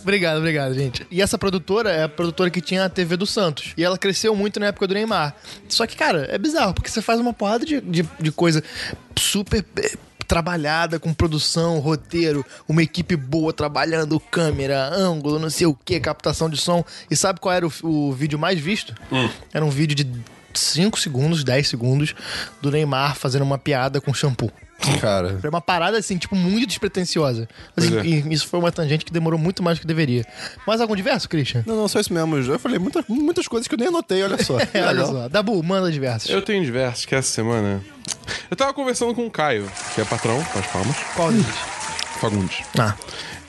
S3: <laughs> obrigado, obrigado, gente. E essa produtora é a produtora que tinha a TV do Santos. E ela cresceu muito na época do Neymar. Só que, cara, é bizarro, porque você faz uma porrada de, de, de coisa super. eh, Trabalhada com produção, roteiro, uma equipe boa trabalhando, câmera, ângulo, não sei o que, captação de som. E sabe qual era o, o vídeo mais visto? Era um vídeo de 5 segundos, 10 segundos, do Neymar fazendo uma piada com shampoo.
S4: Cara,
S3: Foi uma parada, assim, tipo, muito despretensiosa. Mas,
S2: Pois é.
S3: enfim, isso foi uma tangente que demorou muito mais do que deveria. Mais algum diverso, Christian?
S4: não, não, só isso mesmo. Eu falei muita- muitas coisas que eu nem anotei,
S3: <laughs>
S4: olha só.
S3: É, olha só. Dabu, manda diversos.
S2: Eu tenho diversos que essa semana. Eu tava conversando com o Caio, que é patrão, faz palmas,
S3: Qual deles?
S2: Fagundes.
S3: Ah,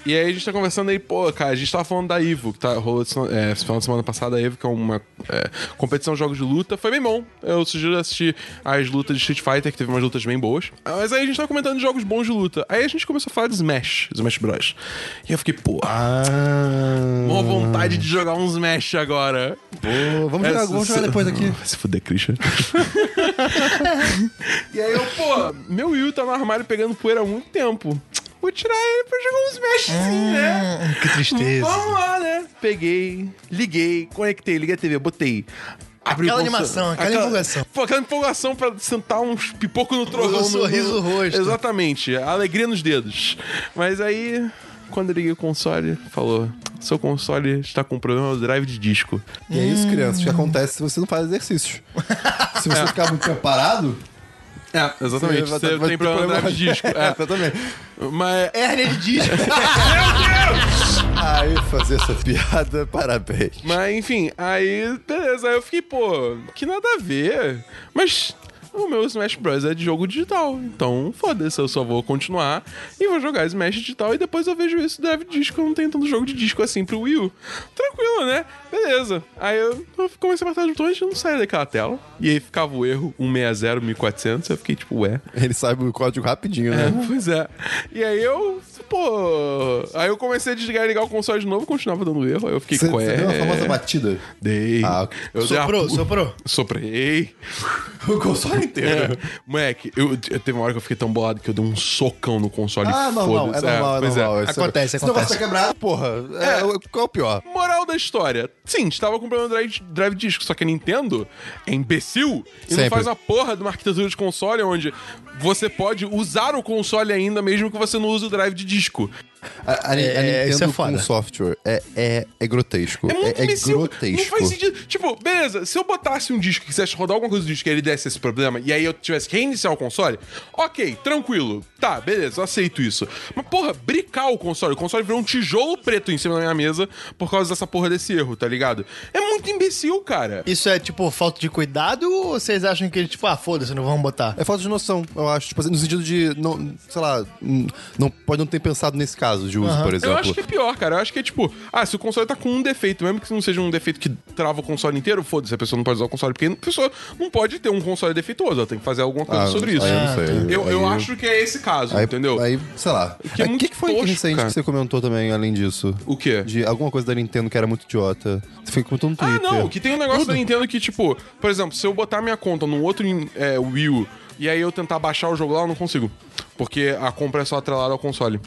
S2: E aí a gente tá conversando aí, pô, cara, a gente tava falando da Ivo, que tá, rolou esse é, esse final de semana passada, a Ivo, que é uma é, competição de jogos de luta. Foi bem bom. Eu sugiro assistir as lutas de Street Fighter, que teve umas lutas bem boas. Ah, Mas aí a gente tava comentando de jogos bons de luta. Aí a gente começou a falar de Smash, Smash Bros. E eu fiquei, pô,
S4: Ah,
S2: mó vontade de jogar um Smash agora.
S4: Pô, vamos jogar,
S2: Essa-
S4: vamos jogar depois aqui.
S2: <laughs> Se fuder, Christian. e aí eu, pô, meu Will tá no armário pegando poeira há muito tempo. Vou tirar ele pra jogar uns meshzinhos,
S4: É.
S2: né?
S3: que tristeza.
S2: Vamos lá, né? Peguei, liguei, conectei, liguei a TV, botei. Abri o
S3: Aquela
S2: console.
S3: animação, aquela empolgação.
S2: Pô, aquela empolgação pra sentar uns pipoco no trovão.
S3: Um
S2: no-
S3: sorriso
S2: no-
S3: no rosto.
S2: Exatamente, a alegria nos dedos. Mas aí, quando eu liguei o console, falou... Seu console está com problema do drive de disco.
S4: E
S2: Hum.
S4: é isso, crianças, que acontece se você não faz exercícios. se você ficar muito tempo parado,
S2: É, exatamente.
S4: Você
S2: Você,
S4: vai- vai ter
S2: tem problema no
S4: problema.
S2: drive de disco. É.
S4: <laughs> Exatamente.
S2: Mas
S3: Hérnia de disco.
S4: Aí fazer essa piada, parabéns.
S2: Mas enfim, aí beleza, aí eu fiquei, pô, que nada a ver. Mas o meu Smash Bros. é de jogo digital, então foda-se, eu só vou continuar e vou jogar Smash digital e depois eu vejo isso drive de disco, eu não tenho tanto jogo de disco assim pro Wii U. Tranquilo, né? Beleza. Aí eu, eu comecei a apertar os botões e não saía daquela tela. E aí ficava o erro 160, 1400, eu fiquei tipo, ué.
S4: Ele sabe o código rapidinho,
S2: É,
S4: né?
S2: <laughs> pois é. E aí eu, pô. Aí eu comecei a desligar e ligar o console de novo, continuava dando erro. Aí eu fiquei,
S4: Você
S2: qual
S4: você deu uma
S2: é?
S4: famosa batida?
S2: Dei.
S4: Ah, ok.
S2: eu dei uma
S3: Soprou,
S2: pu-
S3: soprou.
S2: Soprei.
S4: O console inteiro.
S2: É. <laughs> Moleque, eu, eu- teve uma hora que eu fiquei tão bolado que eu dei um socão no console.
S4: Ah, normal, é
S2: foda-se.
S4: normal, é
S2: pois
S4: normal.
S3: é. Acontece,
S4: Se não
S3: acontece.
S4: fosse quebrado, porra, é, qual é o pior?
S2: Moral da história. Sim, a gente tava comprando drive, drive disco, só que a Nintendo é imbecil e
S4: Sempre.
S2: não faz uma porra de uma arquitetura de console onde você pode usar o console ainda, mesmo que você não use o drive de disco.
S4: A, a- a
S3: É, isso
S4: Nintendo
S3: é foda.
S4: com software é, é, é grotesco.
S2: É muito
S4: é,
S2: imbecil. Não
S4: grotesco.
S2: faz sentido. Tipo, beleza, se eu botasse um disco que quisesse rodar alguma coisa do disco e ele desse esse problema, e aí eu tivesse que reiniciar o console, ok, tranquilo. Tá, beleza, eu aceito isso. Mas, porra, bricar o console. O console virou um tijolo preto em cima da minha mesa por causa dessa porra desse erro, tá ligado? É muito imbecil, cara.
S3: Isso é, tipo, falta de cuidado ou vocês acham que, tipo, ah, foda-se, não vamos botar?
S4: É falta de noção, eu acho. Tipo, assim, no sentido de, não, sei lá, hum, não, pode não ter pensado nesse caso de uso, por exemplo.
S2: Eu acho que é pior, cara. Eu acho que é tipo, ah, se o console tá com um defeito, mesmo que não seja um defeito que trava o console inteiro, foda-se, a pessoa não pode usar o console, porque a pessoa não pode ter um console defeituoso, ela tem que fazer alguma coisa
S4: Ah,
S2: sobre
S4: aí
S2: isso.
S4: eu não sei.
S2: Eu, eu
S4: Aí eu-
S2: acho que é esse caso,
S4: Aí,
S2: entendeu?
S4: Aí, sei lá.
S2: é
S4: Aí, O
S2: muito
S4: que, que foi
S2: tosco,
S4: recente
S2: cara.
S4: que você comentou também, além disso?
S2: O quê?
S4: De alguma coisa da Nintendo que era muito idiota. Você foi comentando no
S2: Ah,
S4: Twitter.
S2: não, que tem um negócio da Nintendo que, tipo, por exemplo, se eu botar minha conta num outro é, Wii U e aí eu tentar baixar o jogo lá, eu não consigo. Porque a compra é só atrelada ao console.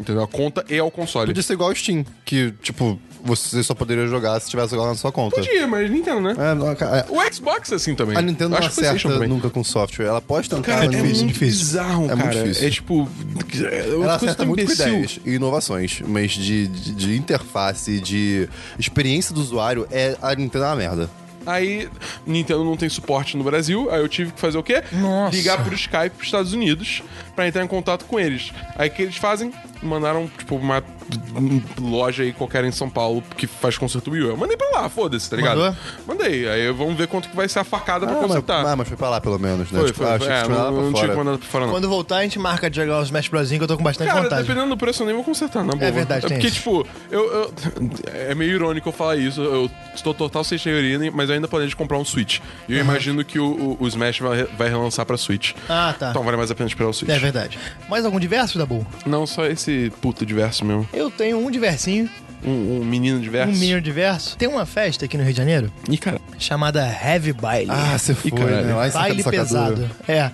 S2: Entendeu? A conta e ao console.
S4: Podia ser igual ao Steam, que, tipo, você só poderia jogar se tivesse jogado na sua conta.
S2: Podia, mas Nintendo, né?
S4: É, não, cara, é-
S2: O Xbox, é assim também.
S4: a Nintendo não
S2: Acho que o PlayStation
S4: acerta
S2: também.
S4: nunca com software. Ela pode tentar,
S2: Cara, é,
S4: mas não-
S2: muito bizarro,
S4: É
S2: cara.
S4: muito difícil.
S2: É tipo. é uma
S4: Ela
S2: coisa
S4: acerta
S2: tão
S4: muito com
S2: imbecil.
S4: ideias e inovações, mas de, de, de interface, de experiência do usuário, é a Nintendo é uma merda.
S2: Aí, Nintendo não tem suporte no Brasil, aí eu tive que fazer o quê?
S3: Nossa.
S2: Ligar por Skype pros Estados Unidos pra entrar em contato com eles. Aí o que eles fazem? Mandaram, tipo, uma loja aí qualquer em São Paulo que faz conserto Wii U. Eu mandei pra lá, foda-se, tá ligado?
S3: Mandou?
S2: Mandei. Aí vamos ver quanto que vai ser a facada pra
S4: mas,
S2: consertar.
S4: ah, mas foi pra lá, pelo menos, né?
S2: Foi,
S4: Tipo,
S2: foi,
S4: ah,
S2: foi.
S4: achei que
S2: É,
S4: tinha mandado
S2: não,
S4: pra
S2: não tive
S4: fora.
S2: que mandar pra fora, não.
S3: Quando voltar, a gente marca de jogar o Smash Bros. que eu tô com bastante
S2: Cara,
S3: vontade.
S2: dependendo do preço, eu nem vou consertar, na boa.
S3: verdade,
S2: É
S3: tem
S2: porque,
S3: isso.
S2: tipo, eu, eu- <laughs> É meio irônico eu falar isso. Eu estou total sem teoria, mas eu ainda planejo comprar um Switch. E eu imagino que o, o- o Smash vai, vai relançar pra Switch.
S3: Uhum. Ah, tá.
S2: Então vale mais a pena esperar o Switch.
S3: É verdade. Mais algum diverso, Dabu?
S2: Não só esse puto diverso mesmo.
S3: Eu tenho um diversinho,
S2: Um, um menino diverso.
S3: um mini diverso. Tem uma festa aqui no Rio de Janeiro
S2: Ih, cara.
S3: chamada Heavy Baile.
S4: Ah, você foi,
S2: caralho.
S4: né? Lá em
S3: Baile
S4: Saca- Sacadura.
S3: pesado. É.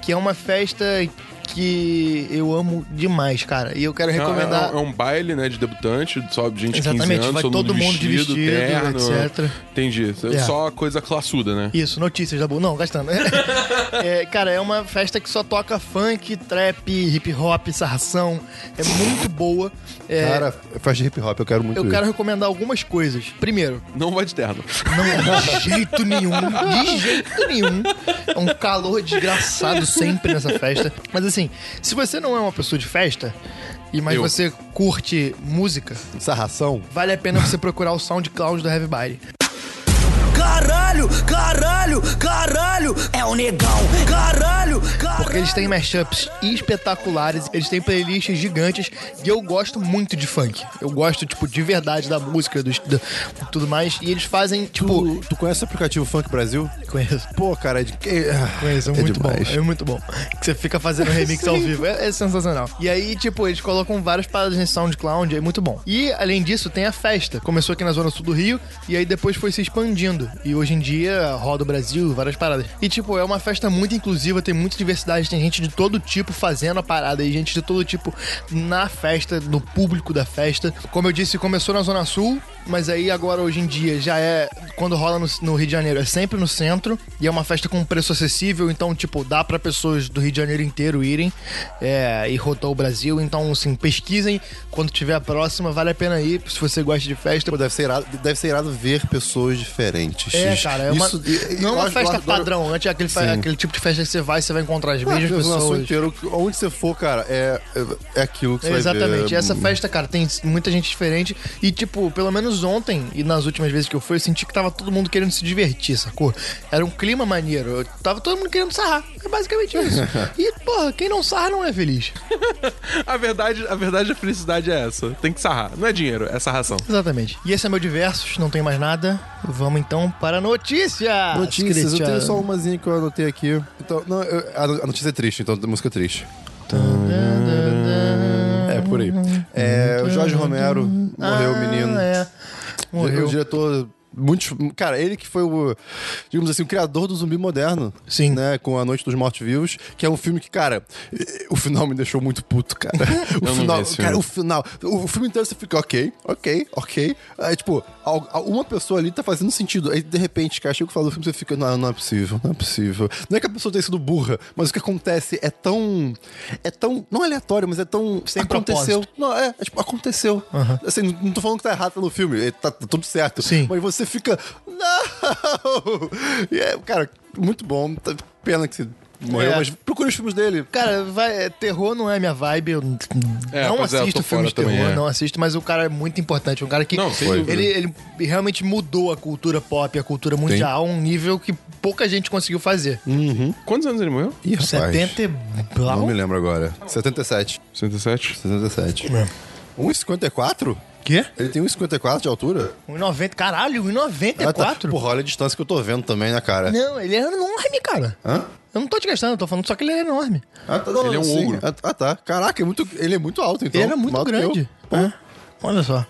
S3: Que é uma festa que eu amo demais, cara. E eu quero
S2: É,
S3: recomendar.
S2: é um- é um baile, né, de debutante, só gente de 15
S3: Exatamente,
S2: anos,
S3: vai
S2: todo mundo
S3: todo mundo de
S2: vestido,
S3: vestido,
S2: terno.
S3: etc.
S2: Entendi.
S3: É.
S2: Só coisa classuda, né?
S3: Isso, notícias da Bu. Não, gastando. <laughs> É, cara, é uma festa que só toca funk, trap, hip hop, sarração. É muito boa. É,
S4: Cara, faz de hip hop, eu quero muito
S3: eu
S4: ir.
S3: quero recomendar algumas coisas. Primeiro,
S2: Não vai de terno. <laughs>
S3: não, é de
S4: <laughs>
S3: jeito nenhum, de jeito nenhum. É um calor desgraçado sempre nessa festa. Mas assim, se você não é uma pessoa de festa, e mas
S2: Eu.
S3: você curte música,
S4: Sarração?
S3: vale a pena você procurar o SoundCloud do Heavy Body.
S8: Caralho, caralho, caralho, é o negão. Caralho, caralho.
S3: Porque eles têm mashups espetaculares, eles têm playlists gigantes e eu gosto muito de funk. Eu gosto, tipo, de verdade da música, dos, do, tudo mais. E eles fazem, tipo.
S4: Tu, tu conhece o aplicativo Funk Brasil?
S3: Conheço.
S4: Pô, cara, é de...
S3: Conheço, é
S4: É
S3: muito
S4: demais.
S3: bom. É muito bom. Que você fica fazendo remix ao vivo. É, é sensacional. E aí, tipo, eles colocam várias paradas nesse SoundCloud, é muito bom. E, além disso, tem a festa. Começou aqui na Zona Sul do Rio e aí depois foi se expandindo. E hoje em dia roda o Brasil, várias paradas. E, tipo, é uma festa muito inclusiva, tem muita diversidade, tem gente de todo tipo fazendo a parada e gente de todo tipo na festa, no público da festa. Como eu disse, começou na Zona Sul, Mas aí agora, hoje em dia, já é. Quando rola no, no Rio de Janeiro, é sempre no centro. E é uma festa com preço acessível. Então, tipo, dá pra pessoas do Rio de Janeiro inteiro irem é, e rotar o Brasil. Então, assim, pesquisem. Quando tiver a próxima, vale a pena ir. Se você gosta de festa.
S4: Pô, tipo, deve ser, irado, deve ser irado ver pessoas diferentes.
S3: É, cara, é uma,
S4: Isso- e- e
S3: não é
S4: eu
S3: uma
S4: acho-
S3: festa
S4: eu adoro-
S3: padrão. Antes é aquele, fa-
S4: Sim.
S3: aquele tipo de festa que você vai, você vai encontrar as
S4: Cara,
S3: mesmas
S4: Deus, o assunto
S3: pessoas.
S4: inteiro, onde você for, cara, é, é aquilo que você vai
S3: Exatamente.
S4: ver. hum.
S3: Essa festa, cara, tem muita gente diferente. E, tipo, pelo menos ontem e nas últimas vezes que eu fui, eu senti que tava todo mundo querendo se divertir, sacou? Era um clima maneiro. Eu tava todo mundo querendo sarrar. É basicamente
S4: <laughs>
S3: isso. e, porra, quem não sarra não é feliz.
S2: A verdade, a verdade, a felicidade é essa. Tem que sarrar. Não é dinheiro, é sarração.
S3: Exatamente. E esse é meu diversos, não tem mais nada. Vamos então para notícias.
S4: Notícias, eu tenho
S3: Christian.
S4: só um. umazinha que eu anotei aqui. Então, não, eu- a a notícia é triste, então a música é triste. É, por aí. É, o Jorge Romero morreu,
S3: Ah,
S4: menino.
S3: É.
S4: O
S3: Morreu.
S4: diretor. Muito, cara, ele que foi o, digamos assim, o criador do zumbi moderno.
S3: Sim.
S4: Né, com A Noite dos Mortos-Vivos, que é um filme que, cara, eh, o final me deixou muito puto,
S2: <laughs>
S4: cara. O
S2: não vi
S4: final,
S2: esse
S4: cara,
S2: filme.
S4: o final. O, o filme inteiro você fica, ok, ok, ok. Aí, tipo, al- al- uma pessoa ali tá fazendo sentido. Aí, de repente, cara, chega o final do filme você fica, não, não é possível, não é possível. Não é que a pessoa tenha sido burra, mas o que acontece é tão. É tão. Não aleatório, mas é tão.
S3: Sem
S4: aconteceu.
S3: propósito.
S4: Não, é, é tipo, aconteceu. Assim, não- não tô falando que tá errado no filme, é, tá, tá tudo certo.
S3: Sim.
S4: Mas você fica. Não! E é, cara, muito bom. tá- Pena que você morreu,
S3: É.
S4: mas procure os filmes dele.
S3: Cara, vai- terror não é minha vibe. Eu n-
S2: É,
S3: não
S2: pois é, eu
S3: assisto
S2: tô
S3: filmes de
S2: fora
S3: terror,
S2: também, é.
S3: não assisto, mas o cara é muito importante. Um cara que.
S2: Não, sem dúvida.
S3: ele, ele realmente mudou a cultura pop, a cultura mundial a um nível que pouca gente conseguiu fazer.
S2: Quantos anos ele morreu?
S4: Ih, rapaz,
S3: 70 e blau?
S2: Um
S4: Não me lembro agora.
S2: Tá
S4: 77.
S2: 67.
S4: 67.
S3: É.
S4: 1,54?
S3: Quê?
S4: Ele tem 1,54 de altura?
S3: 1,90. Caralho, É
S4: Ah, tá.
S3: 1,94?
S4: Porra, olha a distância que eu tô vendo também, né, cara?
S3: Não, ele é enorme, cara.
S4: Hã?
S3: Eu não tô te gastando, eu tô falando só que ele é enorme.
S4: Ah, tá, não,
S2: Ele é um
S4: sim.
S2: ogro.
S4: Ah, Ah, tá. Caraca, é muito, ele é muito alto, então.
S3: ele era muito
S4: Maior do que eu.
S3: grande. É. Olha só.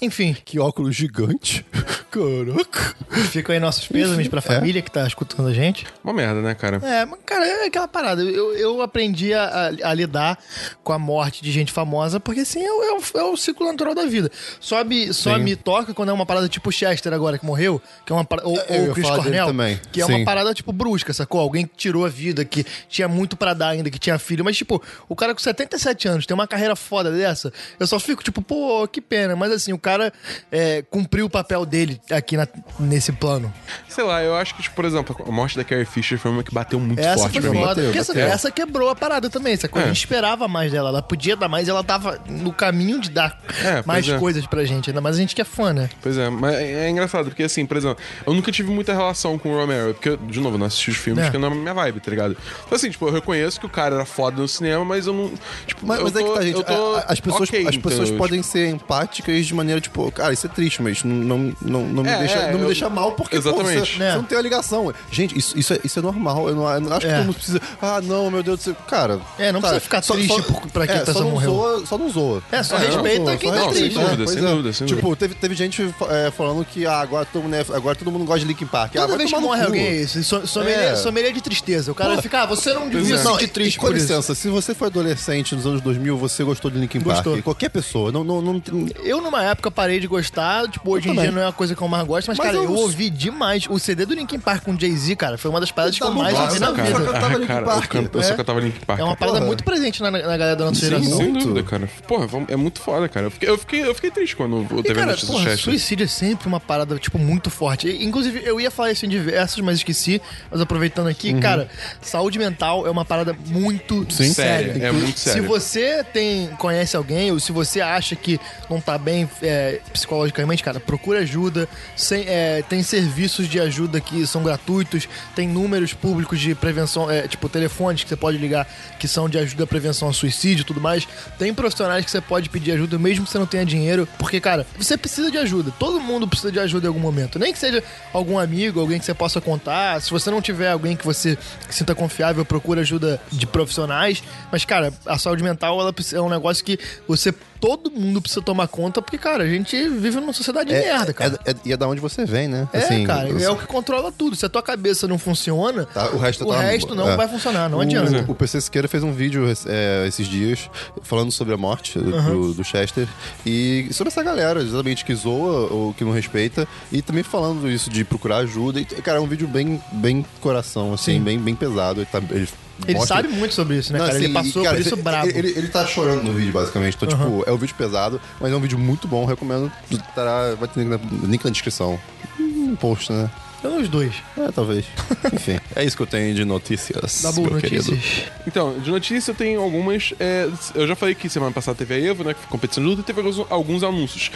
S3: Enfim, <laughs>
S4: Que óculos gigante. <laughs> Caraca.
S3: ficam aí nossos pêsames pra
S2: é.
S3: família que tá escutando a gente.
S2: Uma merda, né, cara?
S3: É, mas, cara, é aquela parada. Eu, eu aprendi a, a- a lidar com a morte de gente famosa, porque assim é, o- é o- é o ciclo natural da vida. Só me, só me toca quando é uma parada tipo Chester agora, que morreu, que é uma parada, ou,
S4: Eu
S3: ou
S4: ia
S3: Chris
S4: falar dele
S3: Cornell,
S4: também,
S3: que é
S4: sim.
S3: uma parada tipo brusca, sacou? Alguém que tirou a vida, que tinha muito pra dar ainda, que tinha filho, mas tipo, o cara com 77 anos tem uma carreira foda dessa, eu só fico tipo, pô, que pena. Mas assim, o cara é, cumpriu o papel dele aqui na- nesse plano.
S2: Sei lá, eu acho que, tipo, por exemplo, a morte da Carrie Fisher foi uma que bateu muito
S3: Essa
S2: forte pra
S3: foi
S2: mim.
S3: foda. Porque essa,
S4: bateu.
S3: essa quebrou a parada também. Essa coisa.
S2: É.
S3: A gente esperava mais dela. Ela podia dar mais. Ela tava no caminho de dar
S2: É, pois
S3: mais
S2: é.
S3: coisas pra gente. Ainda mais a gente que é fã, né?
S2: Pois é, mas é engraçado, porque assim, por exemplo, eu nunca tive muita relação com o Romero, porque, eu, de novo, não assisti os filmes,
S3: É.
S2: porque não é minha vibe, tá ligado? Então, assim, tipo, eu reconheço que o cara era foda no cinema, mas eu não. Tipo,
S4: Mas,
S2: eu
S4: mas é
S2: tô-
S4: que tá, gente.
S2: eu tô
S4: a- a- as pessoas,
S2: ok,
S4: as pessoas
S2: entendeu? Tipo
S4: podem ser empáticas de maneira tipo, cara, isso é triste, mas não, não, não, me,
S2: É,
S4: deixa,
S2: é,
S4: não me
S2: eu-
S4: deixa mal porque pô,
S2: Exatamente.
S4: você,
S3: É.
S4: você não tem a ligação. Gente, isso, isso, é, isso é normal. Eu não, eu não acho que
S3: É.
S4: todo mundo precisa. Ah, não, meu Deus do céu. Cara.
S3: É, não precisa ficar triste por- pra que a
S4: só
S3: pessoa
S4: não
S3: morreu.
S4: Zoa, só não zoa.
S3: É, só
S2: É,
S3: respeita
S4: Não,
S3: quem
S4: só-
S3: tá
S2: não, sem
S3: triste.
S2: dúvida,
S3: né?
S4: pois
S2: sem
S4: é.
S2: dúvida, sem
S4: Tipo, teve, teve gente é, falando que ah, agora, todo mundo, é- agora todo mundo gosta de Linkin Park. ah,
S3: Toda
S4: vai
S3: vez que
S4: tomar no
S3: morre
S4: cu.
S3: alguém é isso. Som- Sommelier,
S4: É.
S3: sommelier de tristeza. O cara fica, ah, você não devia
S2: é.
S3: se
S4: Não,
S3: sentir
S4: e-
S3: triste
S4: e com
S3: por isso.
S4: licença, se você foi adolescente nos anos 2000, você gostou de Linkin Park.
S3: Gostou.
S4: Qualquer pessoa. Não, não, não, tem-
S3: Eu, numa época, parei de gostar. Tipo, hoje em dia não é a coisa que eu mais gosto. Mas,
S4: Mas
S3: cara, eu,
S4: eu-
S3: ouvi demais. O CD do Linkin Park com Jay-Z, cara, foi uma das paradas que eu
S4: Tá bom,
S3: mais
S4: claro,
S3: ouvi na
S4: cara.
S3: vida.
S4: Só cantava
S2: Ah,
S4: Linkin
S2: Tipo, <laughs> cara,
S4: Park,
S2: Eu, canto, eu só
S4: é.
S2: cantava Linkin Park.
S3: É uma parada
S4: porra.
S3: muito presente na, na galera da nossa
S4: Sim,
S3: geração.
S2: Sem
S4: Muito.
S2: dúvida, cara. Porra, vamo- é muito foda, cara. Eu fiquei, eu fiquei, eu fiquei triste quando eu
S3: E,
S2: Tipo, teve a
S3: cara,
S2: notícia do
S3: porra,
S2: Chester.
S3: suicídio é sempre uma parada, tipo, muito forte. E, Inclusive, eu ia falar isso em diversos, mas esqueci. Mas aproveitando aqui,
S2: Uhum.
S3: cara, saúde mental é uma parada muito séria.
S2: Séria, é muito séria.
S3: Se você tem, conhece alguém, ou se você acha que não tá bem é, psicologicamente, cara, procura ajuda. Sem- é, tem serviços de ajuda que são gratuitos, tem números públicos de prevenção, é, tipo, telefones que você pode ligar que são de ajuda à prevenção ao suicídio e tudo mais. Tem profissionais que você pode pedir ajuda, mesmo que você não tenha dinheiro, porque, cara, você precisa de ajuda. Todo mundo precisa de ajuda em algum momento. Nem que seja algum amigo, alguém que você possa contar. Se você não tiver alguém que você sinta confiável, procura ajuda de profissionais. Mas, cara, a saúde mental ela precisa- é um negócio que você todo mundo precisa tomar conta, porque, cara, a gente vive numa sociedade de merda, cara.
S4: é- é- e é da onde você vem, né?
S3: É, cara,
S4: eu-
S3: é o que controla tudo. Se a tua cabeça não funciona,
S4: Tá, o resto
S3: o
S4: tá-
S3: resto não
S4: é.
S3: vai funcionar, não adianta.
S4: O PC Siqueira fez um vídeo é, esses dias falando sobre a morte do- do, do Chester e sobre essa galera, exatamente, que zoa ou que não respeita. E também falando isso de procurar ajuda. E, cara, é um vídeo bem, bem coração, assim, bem, bem pesado. Ele, tá- ele
S3: Ele
S4: mostra-
S3: sabe muito sobre isso, né,
S4: Não,
S3: cara?
S4: assim,
S3: ele passou
S4: cara,
S3: por isso
S4: ele-
S3: brabo.
S4: Ele, ele tá chorando no vídeo, basicamente. Então, tipo, é um vídeo pesado, mas é um vídeo muito bom. Recomendo. Tá, vai ter link na, link na descrição. Hum, post, né?
S3: Então, os dois.
S4: É, talvez. <laughs> Enfim, é isso que eu tenho de notícias.
S3: Dabu,
S4: meu
S3: notícias.
S4: querido.
S2: Então, de notícia eu tenho algumas. é, eu já falei que semana passada teve a Evo, né? Que foi competição de luta e teve alguns, alguns anúncios.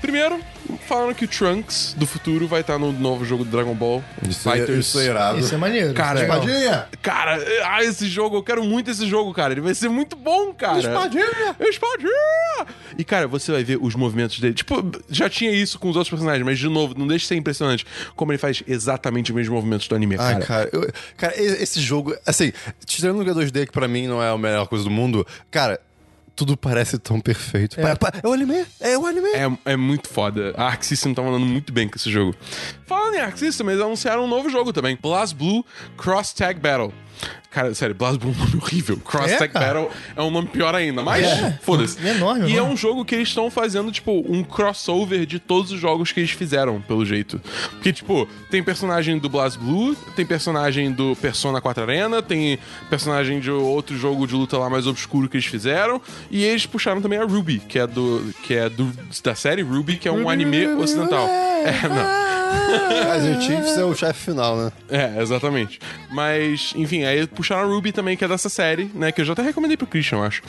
S2: Primeiro, falaram que o Trunks do futuro vai estar no novo jogo do Dragon Ball.
S4: Isso é,
S2: Fighters.
S4: isso é irado.
S3: Isso é maneiro.
S2: Cara,
S3: isso é legal.
S4: Espadinha!
S2: Cara, é, ah, esse jogo, eu quero muito esse jogo, cara. Ele vai ser muito bom, cara.
S4: Espadinha!
S2: Espadinha! E, cara, você vai ver os movimentos dele. Tipo, já tinha isso com os outros personagens, mas, de novo, não deixa de ser impressionante como ele faz exatamente os mesmos movimentos do anime,
S4: Ai,
S2: cara.
S4: cara, eu- cara, e- esse jogo, assim, tirando o G2D, que pra mim não é a melhor coisa do mundo, cara, tudo parece tão perfeito. Pa- pa- É, o anime, é o anime.
S2: É, é muito foda. A Arc System tá mandando muito bem com esse jogo. Falando em Arc System, eles anunciaram um novo jogo também: Blast Blue Cross Tag Battle. Cara, sério, Blast Blue é um nome horrível. Cross
S3: É,
S2: Tag
S3: cara.
S2: Battle é um nome pior ainda, mas
S3: É.
S2: foda-se.
S3: É enorme,
S2: E é
S3: enorme.
S2: um jogo que eles estão fazendo, tipo, um crossover de todos os jogos que eles fizeram, pelo jeito. Porque, tipo, tem personagem do Blast Blue, tem personagem do Persona 4 Arena, tem personagem de outro jogo de luta lá mais obscuro que eles fizeram. E eles puxaram também a Ruby, que é do. que é do, da série Ruby, que é um anime ocidental. É, não.
S4: Mas o Chiefs é o chefe final, né?
S2: É, exatamente. Mas, enfim, aí puxaram a Ruby também, que é dessa série, né? Que eu já até recomendei pro Christian, eu acho.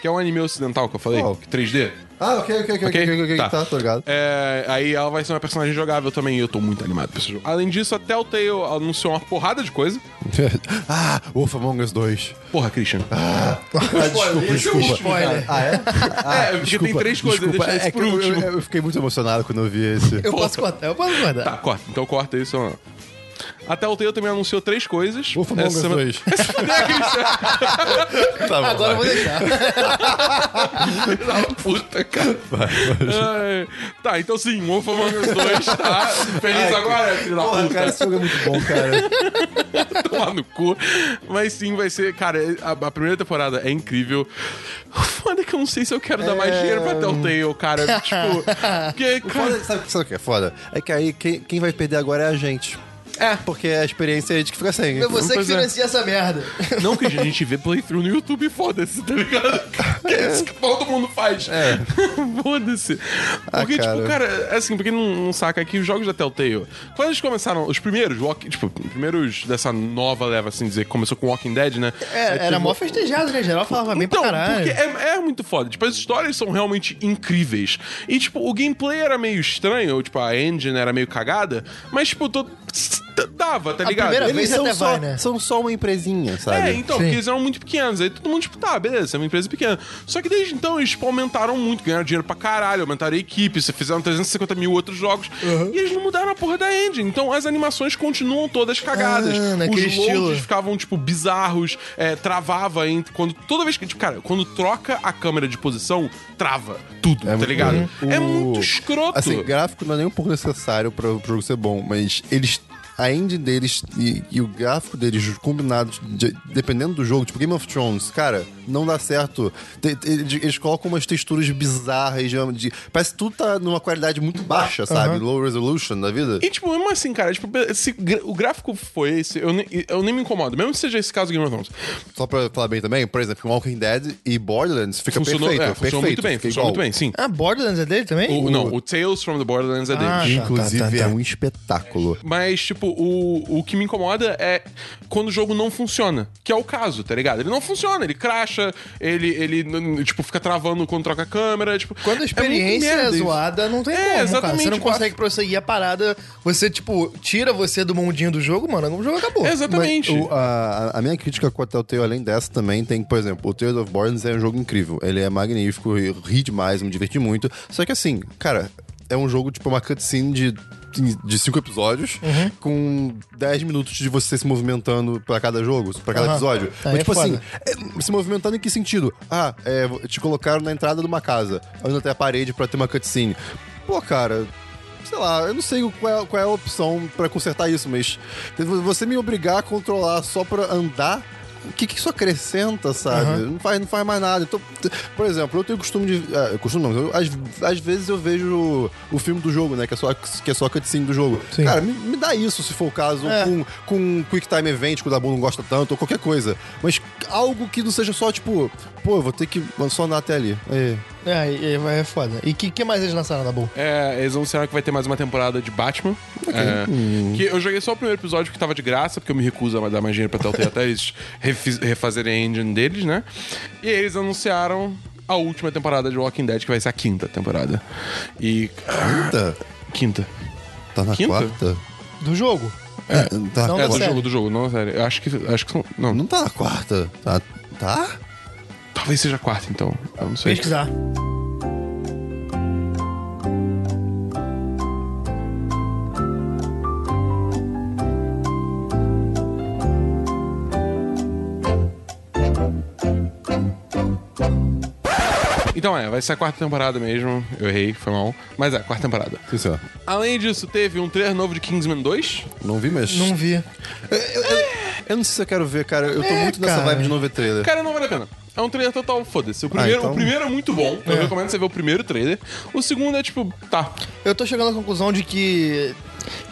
S2: Que é um anime ocidental que eu falei,
S4: Qual?
S2: que 3D.
S4: Ah, ok, ok, ok, ok, ok, ok, tá. tá, tô ligado.
S2: É, aí ela vai ser uma personagem jogável também, e eu tô muito animado pra esse jogo. Além disso, a Telltale anunciou uma porrada de coisa.
S4: <laughs> ah, Wolf Among Us 2.
S2: Porra, Christian.
S4: Ah, desculpa, desculpa.
S3: Spoiler.
S4: Ah, é?
S2: é, porque tem três coisas,
S4: desculpa.
S2: deixa isso
S4: É que
S2: por
S4: eu,
S2: último.
S4: eu- eu fiquei muito emocionado quando eu vi esse.
S3: Eu posso cortar, eu posso cortar.
S2: Tá, corta. Então corta isso. ó. A Telltale também anunciou três coisas.
S4: Wolf Among
S2: <laughs>
S4: Us
S2: Essa semana-
S4: 2.
S2: Né, Christian?
S4: Tá bom,
S3: Agora eu vou
S4: vai.
S3: deixar.
S2: Da puta, cara.
S4: Vai, vai.
S2: Ai, Tá, então sim, Wolf Among Us 2,
S4: <laughs>
S2: tá? Feliz agora, filho da
S4: Porra,
S2: puta.
S4: cara, esse jogo é muito bom, cara.
S2: tomar no cu. Mas sim, vai ser. Cara, a, a primeira temporada é incrível. O foda é que eu não sei se eu quero dar mais dinheiro pra Telltale, <laughs> cara. tipo, porque, cara.
S4: Foda, sabe, sabe o que é foda? É que aí quem, quem vai perder agora é a gente. É. Porque é a experiência de que fica sem.
S3: Foi você que
S2: Pois é.
S3: financia essa merda.
S2: Não que a gente vê playthrough no YouTube, foda-se, tá ligado? Que é isso que todo mundo faz. É. <laughs> foda-se. Porque,
S4: cara.
S2: tipo, cara, assim, porque não, não saca aqui os jogos da Telltale. Quando eles começaram, os primeiros, walk, tipo, os primeiros dessa nova leva, assim dizer, que começou com Walking Dead, né?
S3: É, era mó festejado, né? Geral falava bem pra caralho.
S2: porque é, é muito foda. Tipo, as histórias são realmente incríveis. E, tipo, o gameplay era meio estranho, tipo, a engine era meio cagada, mas, tipo, tô- dava, tá
S3: A
S2: ligado?
S3: primeira vez
S4: Eles são
S3: até
S4: só,
S3: vai, né?
S4: são só uma empresinha, sabe?
S2: É, então, porque eles eram muito pequenos. Aí todo mundo, tipo, tá, beleza, é uma empresa pequena. Só que desde então eles, tipo, aumentaram muito, ganharam dinheiro pra caralho, aumentaram a equipe, se fizeram 350 mil outros jogos. E eles não mudaram a porra da engine. Então as animações continuam todas cagadas.
S3: Ah,
S2: Os
S3: naquele
S2: loads
S3: estilo.
S2: ficavam, tipo, bizarros, é, travava entre. Quando, toda vez que, tipo, cara, quando troca a câmera de posição, trava tudo, tá ligado? É muito escroto.
S4: Assim, gráfico não é nem um pouco necessário pra, pro jogo ser bom, mas eles. A engine deles e, e o gráfico deles combinados, de- dependendo do jogo, tipo Game of Thrones, cara, não dá certo. Te- te- Eles, eles colocam umas texturas bizarras, de, de- parece que tudo tá numa qualidade muito baixa, sabe? Low resolution da vida.
S2: E, tipo, mesmo assim, cara, tipo, se gra- o gráfico foi esse, eu, nem- eu nem me incomodo. Mesmo que seja esse caso do Game of Thrones.
S4: Só pra falar bem também, por exemplo, Walking Dead e Borderlands fica
S2: Funcionou,
S4: perfeito.
S2: é, funcionou
S4: perfeito,
S2: muito bem,
S4: fica
S2: funcionou muito
S4: igual.
S2: bem, sim.
S3: Ah, Borderlands é dele também?
S2: O- não, o Tales from the Borderlands é
S3: Ah,
S2: deles.
S3: tá,
S4: Inclusive,
S3: tá, tá, tá.
S4: é um espetáculo.
S2: Mas, tipo, o, o que me incomoda é quando o jogo não funciona. Que é o caso, tá ligado? Ele não funciona, ele cracha, ele, ele n- n- tipo, fica travando quando troca a câmera. Tipo,
S3: Quando a
S2: muito
S3: experiência é,
S2: merda isso.
S3: zoada, não tem
S2: É,
S3: como, cara.
S2: exatamente,
S3: Você não
S2: tipo, a-
S3: consegue prosseguir a parada. Você, tipo, tira você do mundinho do jogo, mano. O jogo acabou.
S2: Exatamente.
S4: Mas o- a, a minha crítica com a Telltale, além dessa, também tem, por exemplo, o Tales of Borderlands é um jogo incrível. Ele é magnífico, eu ri demais, me diverti muito. Só que assim, cara, é um jogo, tipo, uma cutscene de de cinco episódios, com 10 minutos de você se movimentando pra cada jogo, pra cada
S3: Aham.
S4: episódio.
S3: Aí
S4: Mas,
S3: é
S4: tipo assim,
S3: foda.
S4: é, se movimentando em que sentido? Ah, é, te colocaram na entrada de uma casa, andando até a parede pra ter uma cutscene. Pô, cara. Sei lá, eu não sei qual é, qual é a opção pra consertar isso, mas você me obrigar a controlar só pra andar, o que, que isso acrescenta, sabe? Não, faz, não faz mais nada. Então, t- por exemplo, eu tenho costume de. ah, costume não, eu- às, às vezes eu vejo o, o filme do jogo, né? Que é só, que é só a cutscene do jogo.
S3: Sim.
S4: Cara, me, me dá isso, se for o caso,
S3: É.
S4: com, com um Quick Time Event, que o Dabu não gosta tanto, ou qualquer coisa. Mas algo que não seja só, tipo, pô, eu vou ter que só andar até ali. É.
S3: É, e- e- é foda. E o que, que mais eles lançaram na boa?
S2: É, eles anunciaram que vai ter mais uma temporada de Batman. É, Que eu joguei só o primeiro episódio que tava de graça, porque eu me recuso a dar mais dinheiro pra Telltale até eles refiz- refazerem a engine deles, né? E aí eles anunciaram a última temporada de Walking Dead, que vai ser a quinta temporada. E. ah,
S4: Quinta?
S2: Quinta.
S4: Tá na
S2: Quinta?
S4: quarta?
S3: Do jogo?
S4: É, tá na
S3: Não,
S2: É,
S3: da
S2: do
S4: quarta.
S3: série.
S2: jogo, do jogo, não, sério. Eu acho que. Acho que são. Não,
S4: Não tá na quarta. Tá? tá?
S2: talvez seja a quarta, então. Eu não sei.
S3: Pesquisar.
S2: Então é, vai ser a quarta temporada mesmo. Eu errei, foi mal. Mas é, a quarta temporada.
S4: Sim, senhor.
S2: Além disso, teve um trailer novo de Kingsman 2.
S4: Não vi, mas.
S3: Não vi.
S4: Eu não sei se eu quero ver, cara. Eu tô
S3: É,
S4: muito nessa
S3: cara.
S4: vibe de não ver trailer.
S2: Cara, não vale a pena. É um trailer total, foda-se. O, primeiro-
S4: Ah, então-
S2: o primeiro é muito bom. Eu recomendo você ver o primeiro trailer. O segundo é tipo, tá.
S3: Eu tô chegando à conclusão de que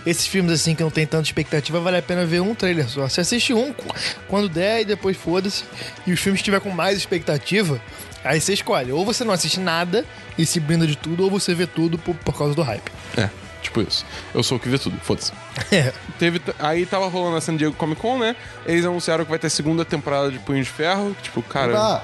S3: esses filmes assim que não tem tanta expectativa, vale a pena ver um trailer só. Você assiste um qu- quando der e depois foda-se. E os filmes que tiver com mais expectativa, aí você escolhe. Ou você não assiste nada e se brinda de tudo, ou você vê tudo por, por causa do hype.
S2: É, tipo isso. Eu sou o que vê tudo, foda-se.
S3: <laughs> É.
S2: Teve, t- aí tava rolando a San Diego Comic Con, né? Eles anunciaram que vai ter a segunda temporada de Punho de Ferro. que, Tipo, cara,
S4: Ah,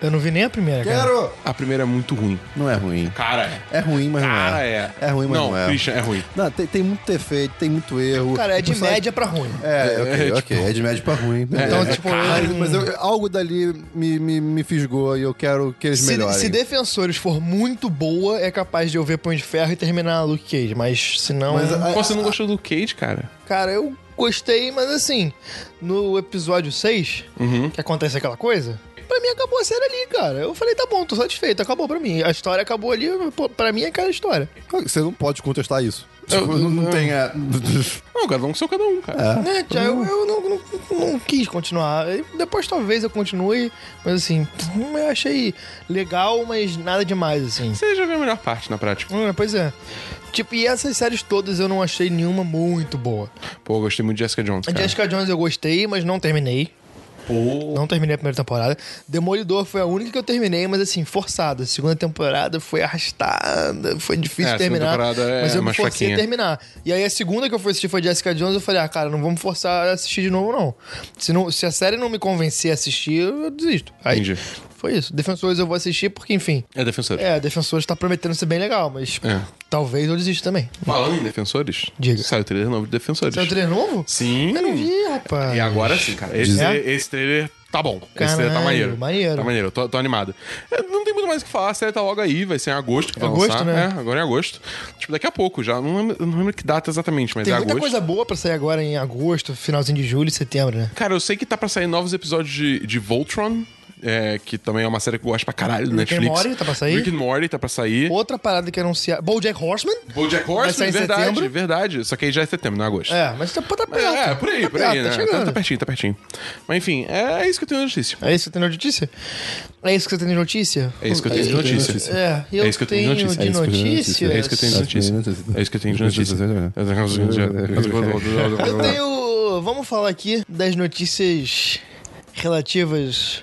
S3: Eu não vi nem a primeira, cara.
S2: a primeira é muito ruim.
S4: Não é ruim.
S2: Cara, é.
S4: É ruim, mas não
S2: Cara,
S4: é.
S2: é.
S4: ruim, mas não,
S2: não
S4: é.
S2: Christian, é ruim.
S4: Não, tem, tem muito defeito, tem muito erro.
S3: Cara, é
S4: O
S3: de
S4: personagem-
S3: média pra ruim.
S4: É, ok,
S2: É,
S4: ok. É de média pra ruim.
S3: Então,
S4: beleza.
S3: tipo,
S4: mas,
S3: eu-
S4: mas eu- algo dali me, me, me fisgou e eu quero que eles
S3: Se,
S4: melhorem.
S3: se Defensores for muito boa, é capaz de eu ver Punho de Ferro e terminar Luke Cage. Mas se não.
S4: Mas,
S2: Pô, você não gostou do Cage, cara?
S3: Cara, eu gostei, mas assim, no episódio 6, que acontece aquela coisa, pra mim acabou a série ali, cara. Eu falei, tá bom, tô satisfeito, acabou pra mim. A história acabou ali, pô, pra mim é aquela história.
S4: Você não pode contestar isso.
S2: Eu-
S4: Tipo, não, não
S2: eu-
S4: tem a...
S2: Não, cara, vamos ser cada um, cara.
S4: É.
S3: Né, tia, eu, eu não, não- não quis continuar. Depois talvez eu continue, mas assim, eu achei legal, mas nada demais, assim.
S2: Você já viu a melhor parte na prática.
S3: Hum, pois é. Tipo, e essas séries todas eu não achei nenhuma muito boa.
S2: Pô, eu gostei muito de Jessica Jones,
S3: A
S2: cara.
S3: Jessica Jones eu gostei, mas não terminei. Não terminei a primeira temporada. Demolidor foi a única que eu terminei, mas assim, forçada. A segunda temporada foi arrastada, foi difícil
S2: É, a segunda
S3: terminar.
S2: temporada é
S3: mas eu me
S2: mais
S3: forcei
S2: fraquinha.
S3: a terminar. E aí a segunda que eu fui assistir foi Jessica Jones, eu falei, ah, cara, não vou me forçar a assistir de novo, não. Se, não, se a série não me convencer a assistir, eu desisto. Aí,
S2: Entendi.
S3: Foi isso. Defensores eu vou assistir porque, enfim.
S2: É defensor.
S3: É, Defensores tá prometendo ser bem legal, mas
S2: É.
S3: talvez eu desista também.
S2: Falando em defensores,
S3: Diga.
S2: saiu o trailer novo de defensores.
S3: Você é um trailer novo?
S2: Sim.
S3: Eu não vi, rapaz.
S2: E agora sim, cara. Esse,
S3: É?
S2: esse trailer tá bom. esse
S3: Caralho,
S2: trailer tá maneiro.
S3: maneiro.
S2: Tá maneiro, tô, tô animado. É, não tem muito mais o que falar, a série tá logo aí, vai ser em agosto que vai
S3: Agosto,
S2: lançar.
S3: né?
S2: É, agora em agosto. Tipo, daqui a pouco já. Não lembro, não lembro que data exatamente, mas
S3: Tem
S2: é
S3: muita
S2: agosto.
S3: coisa boa pra sair agora em agosto, finalzinho de julho e setembro, né?
S2: Cara, eu sei que tá pra sair novos episódios de, de Voltron. é, que também é uma série que eu gosto pra caralho do
S3: Rick and
S2: Netflix.
S3: Morty tá pra sair?
S2: Rick and Morty tá pra sair.
S3: Outra parada que é anunciar. Bojack Horseman?
S2: BoJack
S3: Vai
S2: Horseman,
S3: sair em
S2: verdade,
S3: setembro?
S2: verdade. Só que aí já é setembro, não é agosto.
S3: É, mas tá, tá perto.
S2: É, é, por aí,
S3: tá
S2: por aí, né?
S3: perto, Tá
S2: Tá, tá
S3: chegando.
S2: pertinho, tá pertinho. Mas enfim, é isso que eu tenho de notícia.
S3: É isso que você tem de notícia? É isso que você tem de notícia?
S2: É isso que eu tenho de notícia.
S4: isso que eu tenho de notícia.
S3: É, eu,
S2: É isso que eu tenho de
S3: tenho
S2: notícia.
S3: de
S4: É isso que eu tenho de
S3: notícia.
S4: notícia.
S2: É isso que eu tenho de notícia. É isso que eu tenho de notícia. É.
S3: Eu tenho. Vamos falar aqui das notícias relativas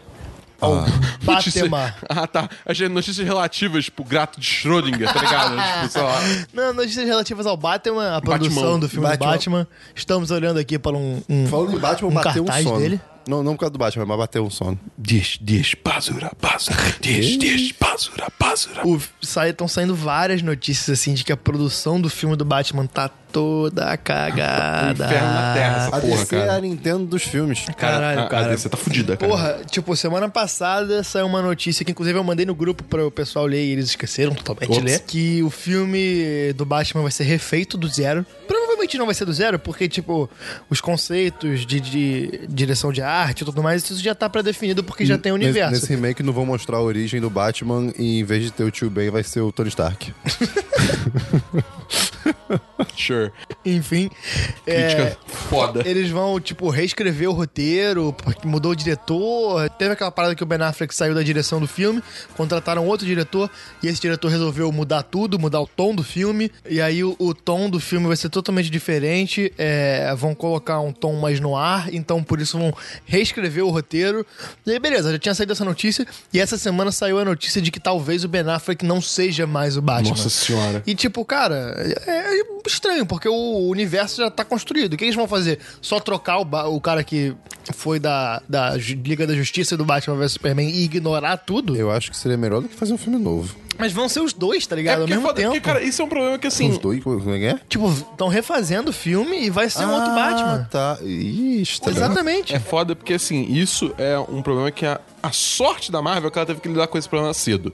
S3: ao
S2: Ah. <laughs> Notícia-
S3: Batema.
S2: Ah, tá. Achei notícias relativas pro gato de Schrödinger, tá
S3: <laughs>
S2: ligado? tipo, sei lá.
S3: Não, notícias relativas ao Batman, a produção do filme do
S4: Batman.
S3: Batman. Estamos olhando aqui para um, um
S4: <laughs> Falando em Batman,
S3: um
S4: bateu um
S3: cartaz
S4: sono.
S3: dele.
S4: Não, não por causa do Batman, mas bateu um sono.
S2: Diz, diz, basura, basura. Diz, diz, basura, basura.
S3: Estão saindo várias notícias assim de que a produção do filme do Batman tá toda
S2: <laughs>
S3: cagada.
S2: Inferno na terra, essa
S3: Ah,
S2: porra,
S4: A DC é a
S2: cara. Ah,
S4: Nintendo dos filmes.
S3: Caralho,
S2: a,
S3: cara.
S2: A DC tá fudida, cara.
S3: Porra, tipo, semana passada saiu uma notícia que, inclusive, eu mandei no grupo para o pessoal ler e eles esqueceram totalmente de
S2: Ops.
S3: ler. Que o filme do Batman vai ser refeito do zero. Provavelmente não vai ser do zero, porque, tipo, os conceitos de, de direção de arte e tudo mais, isso já tá pré-definido porque já tem o
S4: Nesse-
S3: universo.
S4: Nesse, remake não vão mostrar a origem do Batman e em vez de ter o tio Ben vai ser o Tony Stark.
S2: Sure.
S3: Enfim. É.
S2: Crítica foda.
S3: Eles vão, tipo, reescrever o roteiro, porque mudou o diretor. Teve aquela parada que o Ben Affleck saiu da direção do filme, contrataram outro diretor, e esse diretor resolveu mudar tudo, mudar o tom do filme. E aí o, o tom do filme vai ser totalmente diferente. é, vão colocar um tom mais no ar, então por isso vão reescrever o roteiro. E aí, beleza, já tinha saído essa notícia, e essa semana saiu a notícia de que talvez o Ben Affleck não seja mais o Batman.
S2: Nossa senhora.
S3: E tipo, cara, é é estranho, porque o universo já tá construído. O que eles vão fazer? Só trocar o, ba- o cara que foi da, da Ju- Liga da Justiça e do Batman vs Superman e ignorar tudo?
S4: Eu acho que seria melhor do que fazer um filme novo.
S3: Mas vão ser os dois, tá
S2: É
S3: ligado?
S2: porque,
S3: Ao mesmo
S2: foda,
S3: tempo.
S2: porque, cara, isso é um problema que, assim,
S4: Os dois, como é que é?
S3: Tipo, estão refazendo o filme e vai ser um outro
S4: Ah,
S3: Batman.
S4: tá. Ih, está
S3: Exatamente.
S2: É foda porque, assim, isso é um problema que a, a sorte da Marvel é que ela teve que lidar com esse problema cedo.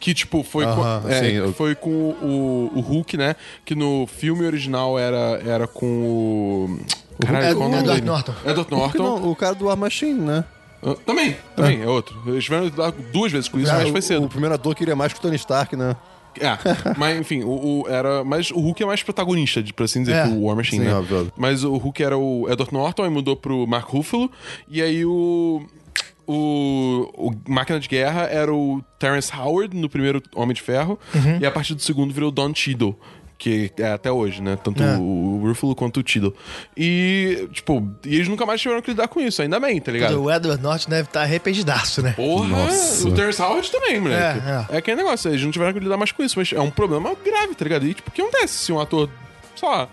S2: Que, tipo, foi com,
S4: Aham,
S2: é,
S4: sim, eu-
S2: foi com o, o Hulk, né? Que no filme original era, era com o...
S3: Hulk-
S2: qual é o nome dele?
S3: Edward Norton.
S2: Edward
S4: Porque
S2: Norton.
S4: não, o cara do War Machine, né?
S2: Ah, Também, também, é outro. Eles tiveram que lidar duas vezes com isso,
S4: Ah,
S2: mas foi
S4: o-
S2: cedo.
S4: O primeiro ator queria mais que o Tony Stark, né?
S2: É, mas enfim, o, o- era, mas o Hulk é mais protagonista, de- por assim dizer,
S3: É,
S2: que o War Machine,
S4: sim,
S2: né?
S4: óbvio, óbvio.
S2: Mas o Hulk era o Edward Norton, aí mudou pro Mark Ruffalo, e aí o, o, o Máquina de Guerra era o Terrence Howard no primeiro Homem de Ferro,
S4: Uhum.
S2: e a partir do segundo virou Don Cheadle. Que é até hoje, né? Tanto
S4: É.
S2: o Ruffalo quanto o Tiddle. E, tipo, e eles nunca mais tiveram que lidar com isso, ainda bem, tá ligado?
S3: O Edward Norton deve estar tá arrependidaço, né?
S2: Porra,
S4: Nossa.
S2: o Terrence Howard também, moleque.
S3: É,
S2: É, que é negócio, eles não tiveram que lidar mais com isso, mas é um problema grave, tá ligado? E tipo, o que acontece se um ator, sei lá,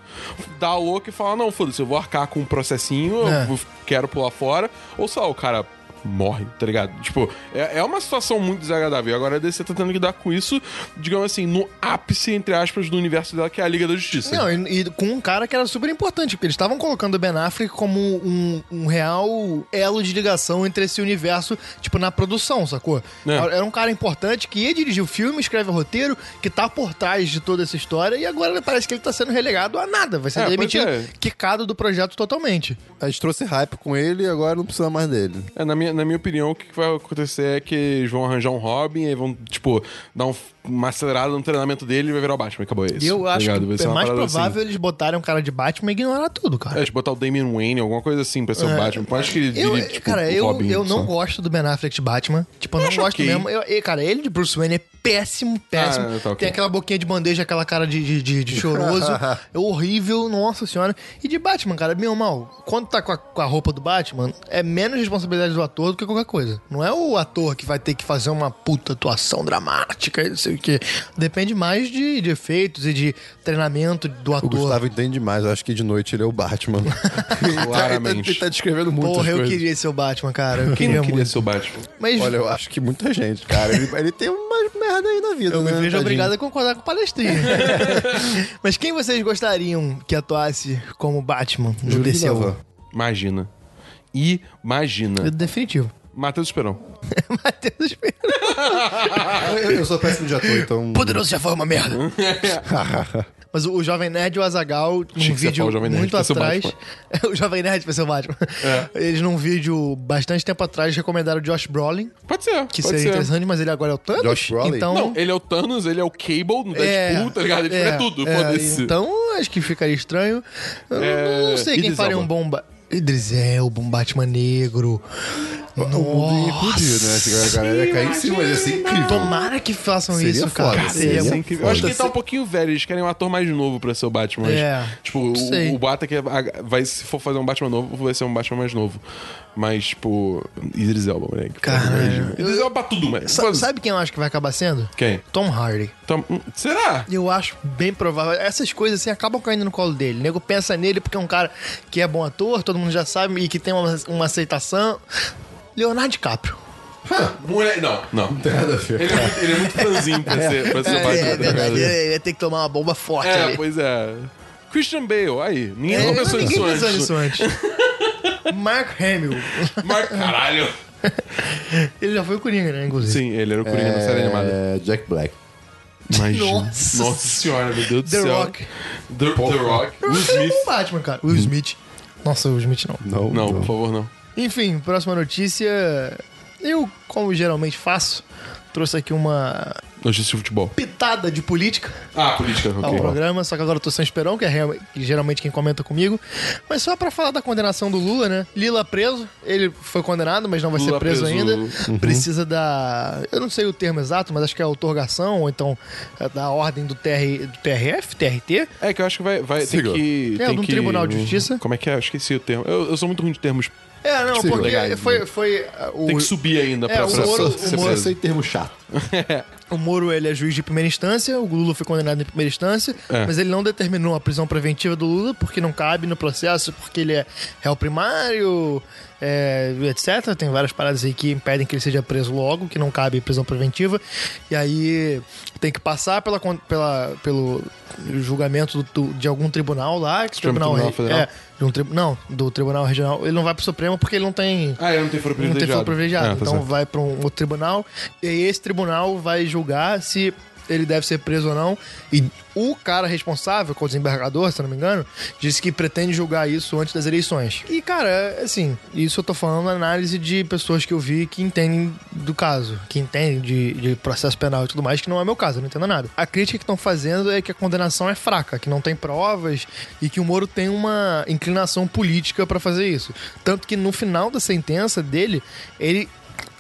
S2: dá a louca e fala, não, foda-se, eu vou arcar com um processinho,
S3: É.
S2: eu vou- quero pular fora, ou só o cara morre, tá ligado? Tipo, é, é uma situação muito desagradável. Agora a DC tá tendo que lidar com isso, digamos assim, no ápice, entre aspas, do universo dela, que é a Liga da Justiça.
S3: Não, e, e com um cara que era super importante, porque eles estavam colocando o Ben Affleck como um, um real elo de ligação entre esse universo, tipo, na produção, sacou?
S2: É.
S3: Era um cara importante que ia dirigir o filme, escreve o roteiro, que tá por trás de toda essa história, e agora parece que ele tá sendo relegado a nada. Vai ser
S2: É, pois
S3: demitido,
S2: é.
S3: quicado do projeto totalmente.
S4: A gente trouxe hype com ele e agora não precisa mais dele.
S2: É, na, minha, na minha opinião, o que que vai acontecer é que eles vão arranjar um Robin e vão, tipo, dar um, uma acelerada no treinamento dele e vai virar o Batman. Acabou isso.
S3: E eu
S2: tá
S3: acho
S2: ligado? Vai
S3: que
S2: ser
S3: é
S2: uma
S3: mais
S2: parada
S3: provável eles botarem um cara de Batman e ignorar tudo, cara.
S2: Assim. É, tipo, botar o Damian Wayne, alguma coisa assim, pra ser
S3: É.
S2: o Batman. Eu acho que ele
S3: Eu,
S2: vire, tipo,
S3: cara,
S2: o
S3: eu,
S2: Robin,
S3: eu não
S2: sabe?
S3: gosto do Ben Affleck de Batman. Tipo, eu não
S2: acho
S3: gosto
S2: ok.
S3: mesmo. Eu, e, cara, ele de Bruce Wayne é péssimo, péssimo.
S2: Ah, tá ok.
S3: Tem aquela boquinha de bandeja, aquela cara de, de, de- de
S2: <laughs>
S3: choroso. é horrível, nossa senhora. E de Batman, cara, meu mal, quando tá com a, com a roupa do Batman, é menos responsabilidade do ator do que qualquer coisa. Não é o ator que vai ter que fazer uma puta atuação dramática e não sei o quê. Depende mais de, de efeitos e de treinamento do
S4: O
S3: ator.
S4: Gustavo entende mais, eu acho que de noite ele é
S3: <laughs>
S4: o Batman. Ele tá- Ele tá,
S2: Claramente.
S4: ele tá descrevendo muitas
S3: Porra, eu
S4: coisas.
S3: queria ser o Batman, cara. Eu
S2: <laughs> Quem
S3: queria
S2: não queria
S3: muito.
S2: ser o Batman?
S3: Mas
S4: Olha, eu acho que muita gente, cara. Ele, ele tem umas merda aí na vida,
S3: Eu me
S4: né?
S3: vejo
S4: tadinho?
S3: obrigado
S4: <laughs>
S3: a concordar com o palestrino. <laughs> Mas quem vocês gostariam que atuasse como Batman no
S4: Juro que
S3: DCU?
S4: não, vó.
S2: Imagina. Imagina.
S3: Definitivo. <laughs>
S2: Matheus Esperão.
S3: Matheus Pereira.
S4: Ah, Eu, eu sou péssimo de ator,
S3: <laughs>
S4: então...
S3: Poderoso já foi uma merda. Mas o, o Jovem Nerd e o Azagal,
S2: Tinha
S3: num
S2: que ser
S3: vídeo
S2: o Jovem Nerd
S3: muito
S2: pra ser o
S3: atrás. <laughs> o Jovem Nerd vai ser o Batman. Eles, num vídeo bastante tempo atrás, recomendaram o Josh Brolin,
S2: Pode ser.
S3: que
S2: pode
S3: seria
S2: ser.
S3: interessante, mas ele agora é o Thanos.
S4: Josh Brolin?
S3: Então,
S2: Não, ele é o Thanos, ele é o Cable no Deadpool, tá ligado? Ele é, tudo.
S3: é,
S2: Foda-se.
S3: Então, acho que ficaria estranho. Eu
S2: É,
S3: não sei quem
S2: Idris
S3: faria
S2: Elba.
S3: um bomba. Idris Elba, um Batman negro.
S4: O mundo ia explodir, né? Esse cara, cara ia cair em cima, ia ser incrível.
S3: Tomara que façam
S4: Seria
S3: isso,
S4: foda,
S3: cara.
S4: seria assim.
S3: Seria
S4: foda.
S3: muito
S2: Eu acho que ele tá
S4: Foda-se.
S2: um pouquinho velho, eles querem um ator mais novo pra ser o Batman.
S3: É,
S2: tipo,
S3: sei.
S2: o, o Bata que vai, se for fazer um Batman novo, vai ser um Batman mais novo. Mas, tipo, Idris Elba, moleque.
S3: Caralho.
S2: Idris Elba tudo, mas.
S3: Sa- Sabe quem eu acho que vai acabar sendo?
S2: Quem?
S3: Tom Hardy.
S2: Então, hum, será?
S3: Eu acho bem provável. Essas coisas assim acabam caindo no colo dele. O nego pensa nele porque é um cara que é bom ator, todo mundo já sabe, e que tem uma, uma aceitação. Leonardo DiCaprio.
S2: Moleque, não, não.
S4: Nada a ver.
S2: Ele é muito, ele é muito fãzinho pra ser, pra
S3: É,
S2: ser o Batman. tá ligado?
S3: Ele ia ter que tomar uma bomba forte
S2: É,
S3: ali.
S2: pois é. Christian Bale, aí. Ninguém
S3: É,
S2: pensou
S3: ninguém
S2: nisso
S3: pensou
S2: antes.
S3: nisso antes. Mark Hamill.
S2: Mas, caralho.
S3: Ele já foi o Coringa, né, inclusive?
S2: Sim, ele era o Coringa na série animada.
S4: É, Jack Black.
S2: Imagina.
S3: Nossa.
S2: Nossa senhora, meu Deus do
S3: The
S2: céu.
S3: Rock.
S2: The, The Rock. Will
S3: Ele é
S2: Smith.
S3: um Batman, cara. Will Smith. Nossa, Will Smith não.
S4: Não,
S2: Não,
S4: não.
S2: por favor, não.
S3: Enfim, próxima notícia. Eu, como geralmente faço, trouxe aqui uma
S2: Notícia de futebol.
S3: pitada de política
S2: Ah, política,
S3: ao
S2: ok.
S3: Tá um programa, só que agora eu tô sem Esperão, que é real- que geralmente quem comenta comigo. Mas só pra falar da condenação do Lula, né? Lila preso, ele foi condenado, mas não vai
S2: Lula
S3: ser preso,
S2: preso.
S3: ainda. Precisa da. Eu não sei o termo exato, mas acho que é outorgação, ou então é da ordem do, TR, do TRF, TRT.
S2: É que eu acho que vai, vai ter
S4: Siga.
S2: que.
S3: É,
S2: tem
S3: de um
S2: que-
S3: tribunal de justiça.
S2: Como é que é? Eu esqueci o termo. Eu, eu sou muito ruim de termos.
S3: É, não,
S4: Sim,
S3: porque
S4: legais,
S3: foi. foi ah, o,
S2: Tem que subir ainda
S3: É,
S2: pra,
S3: o
S2: pra
S3: Moro-
S2: ser
S3: o
S2: preso.
S3: Moro
S4: Eu sei termo chato.
S3: O Moro, ele é juiz de primeira instância, o Lula foi condenado em primeira instância,
S2: É.
S3: mas ele não determinou a prisão preventiva do Lula porque não cabe no processo, porque ele é réu primário, é, etc. Tem várias paradas aí que impedem que ele seja preso logo, que não cabe prisão preventiva. E aí tem que passar pela, con- pela- pelo julgamento do- do- de algum tribunal lá, que o
S2: Supremo Tribunal
S3: tribunal, re-
S2: Federal?
S3: é, de um tri- não, do Tribunal Regional. Ele não vai pro Supremo porque ele não tem
S2: Ah, eu não tenho foro
S3: não tem
S2: privilegiado.
S3: foro privilegiado.
S2: É, tá
S3: então
S2: certo.
S3: vai para um outro tribunal e aí esse tribunal vai julgar se ele deve ser preso ou não. E o cara responsável, que é o desembargador, se eu não me engano, disse que pretende julgar isso antes das eleições. E, cara, assim, isso eu tô falando na análise de pessoas que eu vi que entendem do caso, que entendem de, de processo penal e tudo mais, que não é meu caso, eu não entendo nada. A crítica que estão fazendo é que a condenação é fraca, que não tem provas e que o Moro tem uma inclinação política pra fazer isso. Tanto que no final da sentença dele, ele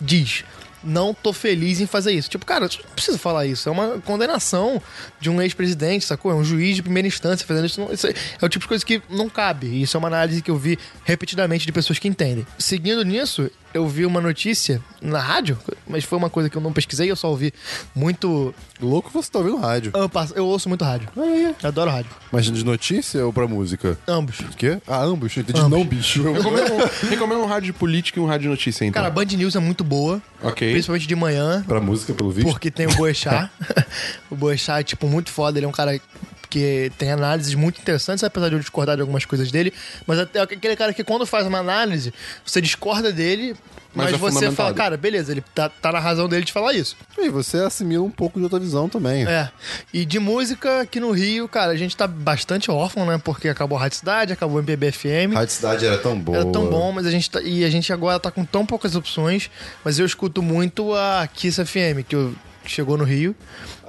S3: diz. Não tô feliz em fazer isso. Tipo, cara, não precisa falar isso. É uma condenação de um ex-presidente, sacou? É um juiz de primeira instância fazendo isso. Não- isso é é o tipo de coisa que não cabe. E isso é uma análise que eu vi repetidamente de pessoas que entendem. Seguindo nisso, eu vi uma notícia na rádio, mas foi uma coisa que eu não pesquisei, eu só ouvi muito.
S4: Louco você tá ouvindo rádio.
S3: Eu passo- eu ouço muito rádio. Eu adoro rádio.
S4: Mas de notícia ou pra música?
S3: Ambos.
S4: O quê? Ah, ambos. Eu Entendi.
S3: Ambos.
S4: Não, bicho. Eu-
S2: Recomendo um rádio de política e um rádio de notícia, então.
S3: Cara, a Band News é muito boa,
S2: ok.
S3: principalmente de manhã.
S4: Pra música, pelo visto.
S3: Porque tem o Boechat. <laughs> o Boechat é, tipo, muito foda. Ele é um cara que tem análises muito interessantes, apesar de eu discordar de algumas coisas dele. Mas é aquele cara que quando faz uma análise, você discorda dele,
S2: Mas
S3: mas,
S2: é
S3: você
S2: fundamentado.
S3: fala, cara, beleza, ele tá, tá na razão dele de falar isso.
S4: E você assimila um pouco de outra visão também.
S3: É. E de música, aqui no Rio, cara, a gente tá bastante órfão, né? Porque acabou a Rádio Cidade, acabou o MPB FM.
S4: Rádio Cidade era tão boa.
S3: Era É tão bom, mas a gente tá- e a gente agora tá com tão poucas opções, mas eu escuto muito a Kiss FM, que, eu- que chegou no Rio,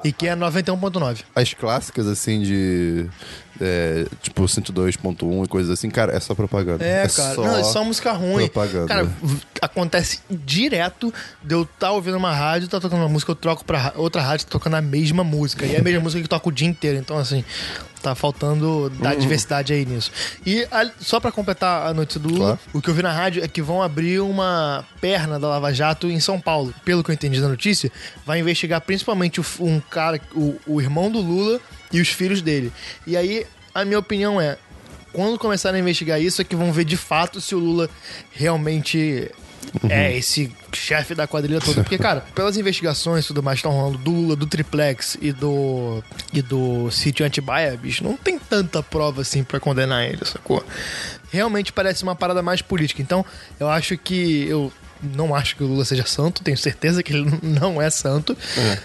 S3: e que é 91.9.
S4: As clássicas, assim, de... é, tipo, 102.1 e coisas assim. Cara, é só propaganda.
S3: É, cara.
S4: Só...
S3: Não, é só música ruim.
S4: propaganda.
S3: Cara, v- acontece direto de eu estar ouvindo uma rádio, tá tocando uma música, eu troco pra ra- outra rádio, tá tocando a mesma música. E é a mesma música que toca o dia inteiro. Então, assim, tá faltando da
S4: Uhum.
S3: diversidade aí nisso. E a- só pra completar a notícia do Lula,
S4: Claro.
S3: o que eu vi na rádio é que vão abrir uma perna da Lava Jato em São Paulo. Pelo que eu entendi da notícia, vai investigar principalmente o f- um cara, o- o irmão do Lula e os filhos dele. E aí, a minha opinião é, quando começarem a investigar isso, é que vão ver de fato se o Lula realmente é esse chefe da quadrilha toda. Porque, cara, pelas investigações e tudo mais que estão rolando do Lula, do Triplex e do. e do sítio Antibaia, bicho, não tem tanta prova assim pra condenar ele, sacou? Realmente parece uma parada mais política. Então, eu acho que. Eu não acho que o Lula seja santo, tenho certeza que ele <laughs> não é santo.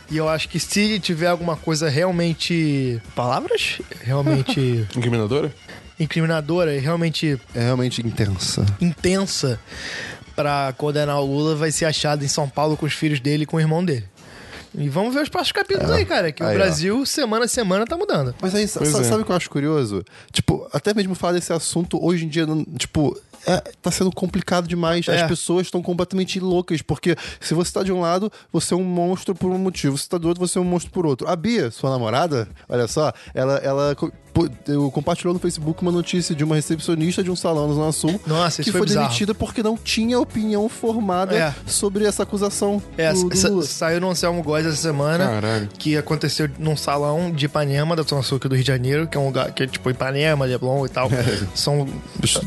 S3: E eu acho que se tiver alguma coisa realmente. Palavras? Realmente
S2: Incriminadora?
S3: incriminadora e realmente
S4: É realmente intensa.
S3: intensa pra condenar o Lula vai ser achado em São Paulo com os filhos dele e com o irmão dele. E vamos ver os próximos capítulos aí, cara, que
S4: É. Aí,
S3: o
S4: ó.
S3: Brasil, semana a semana, tá mudando.
S4: Mas aí, sa-
S2: Pois
S4: sa-
S2: é.
S4: sabe o que eu acho curioso? Tipo, até mesmo falar desse assunto hoje em dia, não- tipo, é, tá sendo complicado demais.
S3: É.
S4: As pessoas estão completamente loucas, porque se você tá de um lado, você é um monstro por um motivo. Se tá do outro, você é um monstro por outro. A Bia, sua namorada, olha só, ela, ela co- pô- eu- compartilhou no Facebook uma notícia de uma recepcionista de um salão na Zona Sul
S3: Nossa, isso
S4: que
S3: foi
S4: foi,
S3: bizarro.
S4: demitida porque não tinha opinião formada
S3: É.
S4: sobre essa acusação
S3: É,
S4: do, do
S3: sa-
S4: Lula.
S3: saiu no Anselmo Góes essa semana
S2: Caralho.
S3: que aconteceu num salão de Ipanema, da Zona Sul aqui do Rio de Janeiro, que é um lugar que é tipo Ipanema, Leblon e
S4: <laughs>
S3: tal.
S4: É.
S3: São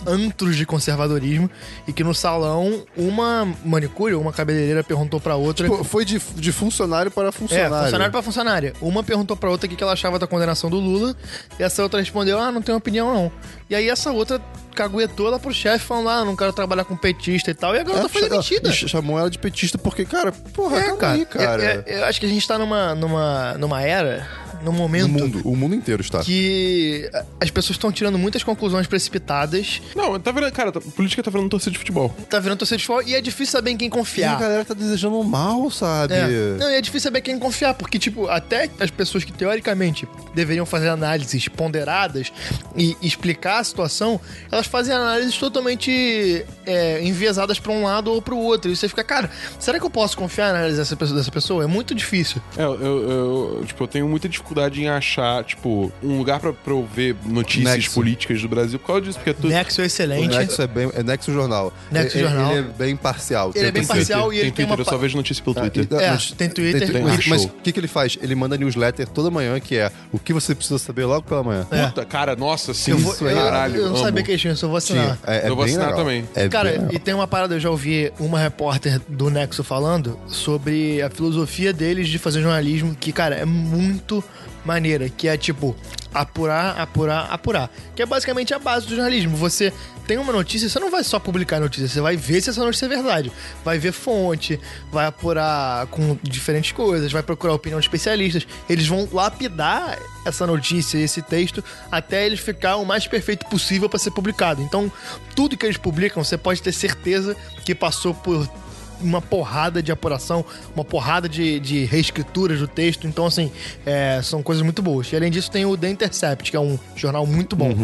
S3: antros de conservadorismo. E que no salão, uma manicure, ou uma cabeleireira perguntou pra outra.
S4: Pô, Tipo, Foi de, de funcionário para
S3: É,
S4: funcionário.
S3: funcionário pra funcionária. Uma perguntou pra outra o que que ela achava da condenação do Lula, e essa outra respondeu, ah, não tenho opinião não. E aí essa outra caguetou ela pro chefe, falando, ah, não quero trabalhar com petista e tal, e a garota
S4: É,
S3: foi
S4: cha-
S3: demitida.
S4: ch- Chamou ela de petista porque, cara, porra,
S3: tá É,
S4: calma
S3: cara.
S4: aí, cara.
S3: É, é, eu acho que a gente tá numa, numa, numa era, num momento
S4: O mundo, o mundo inteiro está.
S3: é, que a- as pessoas estão tirando muitas conclusões precipitadas,
S2: Não, tá virando. Cara, tá- política tá virando torcida de futebol.
S3: tá virando torcida de futebol, e é difícil saber em quem
S4: E a
S3: confiar.
S4: galera tá desejando o mal, sabe?
S3: É. Não, e é difícil saber quem confiar, porque, tipo, até as pessoas que teoricamente deveriam fazer análises ponderadas e explicar a situação, elas fazem análises totalmente é, enviesadas pra um lado ou pro outro. E você fica, cara, será que eu posso confiar na análise dessa pessoa? Dessa pessoa? É muito difícil.
S2: É, eu, eu- eu, tipo, eu tenho muita dificuldade em achar, tipo, um lugar pra, pra eu ver notícias
S4: Nexo.
S2: políticas do Brasil por causa disso, porque é tudo.
S3: Nexo é
S4: O
S3: excelente.
S4: Nexo é bem. É Nexo Jornal.
S3: Nexo
S4: Ele-
S3: Jornal.
S4: Ele é bem parcial.
S3: Ele é bem
S4: Tem- tem-
S3: parcial e
S2: tem
S3: ele tem
S2: Twitter,
S3: uma
S2: eu só vejo notícia pelo Twitter.
S4: Ah,
S3: É, tem Twitter, tem
S4: mas-
S2: Twitter.
S4: Mas o que, que ele faz? Ele manda newsletter toda manhã, que é o que você precisa saber logo pela manhã.
S3: É.
S2: Puta, cara, nossa, sim,
S3: Eu, vou,
S2: isso
S3: eu,
S2: é caralho.
S3: eu não
S2: amo.
S3: sabia que tinha, só vou assinar.
S4: É, é
S2: Eu vou
S4: bem
S2: assinar
S4: legal.
S2: também.
S4: É bem
S3: Cara,
S4: legal.
S3: e tem uma parada, eu já ouvi uma repórter do Nexo falando sobre a filosofia deles de fazer jornalismo, que, cara, é muito maneira, que é tipo apurar, apurar, apurar. Que é basicamente a base do jornalismo. Você tem uma notícia, você não vai só publicar a notícia, você vai ver se essa notícia é verdade. Vai ver fonte, vai apurar com diferentes coisas, vai procurar opinião de especialistas. Eles vão lapidar essa notícia, esse texto, até ele ficar o mais perfeito possível para ser publicado. Então, tudo que eles publicam, você pode ter certeza que passou por uma porrada de apuração, uma porrada de, de reescrituras do texto. Então, assim, é, são coisas muito boas. E além disso, tem o The Intercept, que é um jornal muito bom.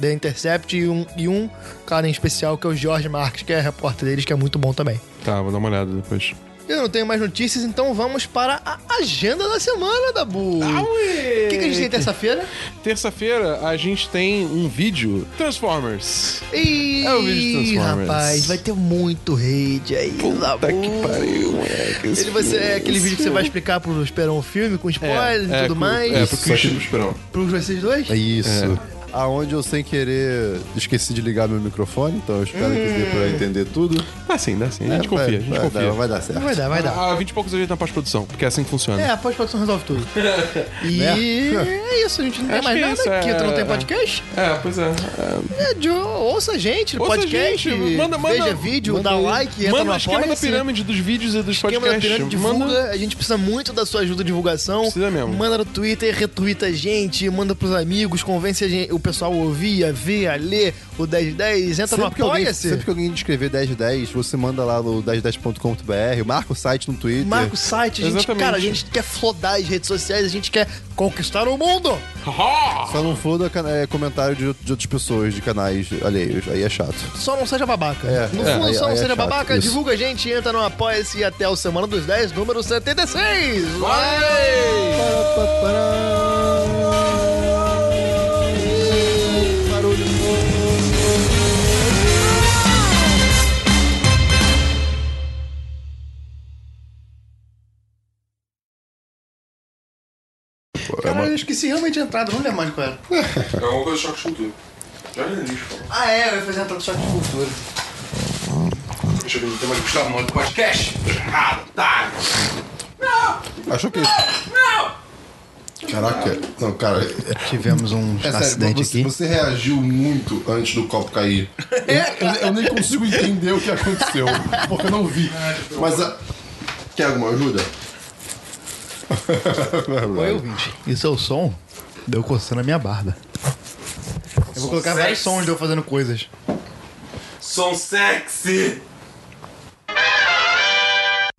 S3: The Intercept e um, e um cara em especial, que é o Jorge Marques, que é repórter deles, que é muito bom também.
S2: Tá, vou dar uma olhada depois.
S3: Eu não tenho mais notícias, então vamos para a agenda da semana, Dabu. O que, que a gente tem terça-feira?
S2: Terça-feira a gente tem um vídeo Transformers.
S3: Ih,
S2: É o vídeo de Transformers.
S3: rapaz, vai ter muito hate aí, Dabu.
S2: Puta que pariu, moleque.
S3: Ele vai ser aquele vídeo que você vai explicar pro Esperão o filme, com spoiler e
S2: é,
S3: tudo
S2: com-
S3: mais.
S2: É, pro Cristiano Esperão.
S3: Pros vocês dois?
S4: É isso. Aonde eu sem querer esqueci de ligar meu microfone, então eu espero que dê
S3: Hum.
S4: pra entender tudo.
S2: Ah, sim, dá sim. A gente
S4: É,
S2: confia,
S4: vai-
S2: a gente
S4: vai
S2: confia.
S4: Dar, vai dar certo.
S3: Vai dar, vai dar.
S2: Ah, 20 e poucos a gente na pós-produção, porque é assim que funciona.
S3: É, a pós-produção resolve
S2: <laughs>
S3: tudo. e é isso, a gente não tem
S2: Né? Acho
S3: mais
S2: que é
S3: nada
S2: isso,
S3: aqui.
S2: é-
S3: Tu não
S2: é.
S3: tem podcast?
S2: É, pois é.
S3: É, Joe, ouça a gente,
S2: Ouça a
S3: podcast.
S2: gente, manda- manda-
S3: veja vídeo,
S2: manda
S3: dá
S2: aí.
S3: like, entra
S2: Manda
S3: no
S2: o esquema da
S3: Apoia-se.
S2: pirâmide dos vídeos e dos
S3: Esquema da
S2: podcasts.
S3: pirâmide, divulga.
S2: Manda-
S3: A gente precisa muito da sua ajuda de divulgação.
S2: Precisa mesmo.
S3: Manda no Twitter, retuita a gente, manda pros amigos, convence a gente- o pessoal a ouvir, a ver, a ler o 1010. Entra
S4: Sempre que,
S3: no
S4: alguém,
S3: Apoia-se.
S4: sempre que alguém escrever 1010, você manda lá no 1010.com.br, marca o site no Twitter.
S3: Marca o site, a gente,
S2: Exatamente.
S3: cara, a gente quer flodar as redes sociais, a gente quer conquistar o mundo.
S4: Só não foda can- é, comentário de, de outras pessoas, de canais alheios. Aí é chato.
S3: Só não seja babaca.
S4: É,
S3: no
S4: é,
S3: fundo,
S4: aí-
S3: só não
S4: aí é
S3: seja
S4: chato,
S3: babaca.
S4: isso.
S3: Divulga a gente, entra no Apoia-se e até o Semana dos 10, número 76. Vai! Caralho, eu esqueci realmente de entrada, não lembro mais qual era.
S2: É alguma coisa choque cultura. Já me lixo.
S3: Ah, é, vai fazer a entrada do choque de cultura.
S2: Deixa eu ver, não tem mais um Gustavo no podcast. Errado, tá.
S4: Achou que.
S9: Caraca, não, cara,
S10: Tivemos um
S9: é sério,
S10: acidente
S9: você,
S10: aqui.
S9: você reagiu muito antes do copo cair. Eu, eu nem consigo entender o que aconteceu, porque eu não vi. Mas a... Quer alguma ajuda?
S10: Oi, ouvinte. Isso é o som? Deu coçando a minha barba.
S3: Eu vou colocar vários sons de eu fazendo coisas.
S9: Vamos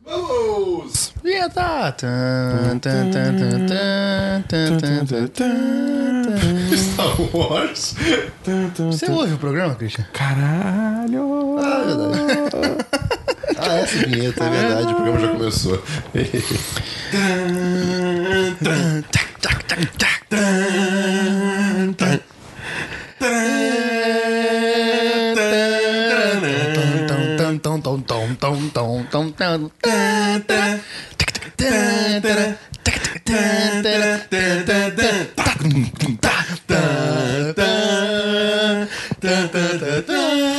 S4: Blues!
S3: Vinheta! Tan, tan, tan, tan, tan, tan, tan, tan, tan.
S4: Star Wars.
S3: Você ouve o programa, Christian?
S11: Caralho!
S4: Ah, é verdade. Ah, essa vinheta, é verdade, o programa já começou.
S3: Tom, tom, tom, tom, tom, tom, tom, tom.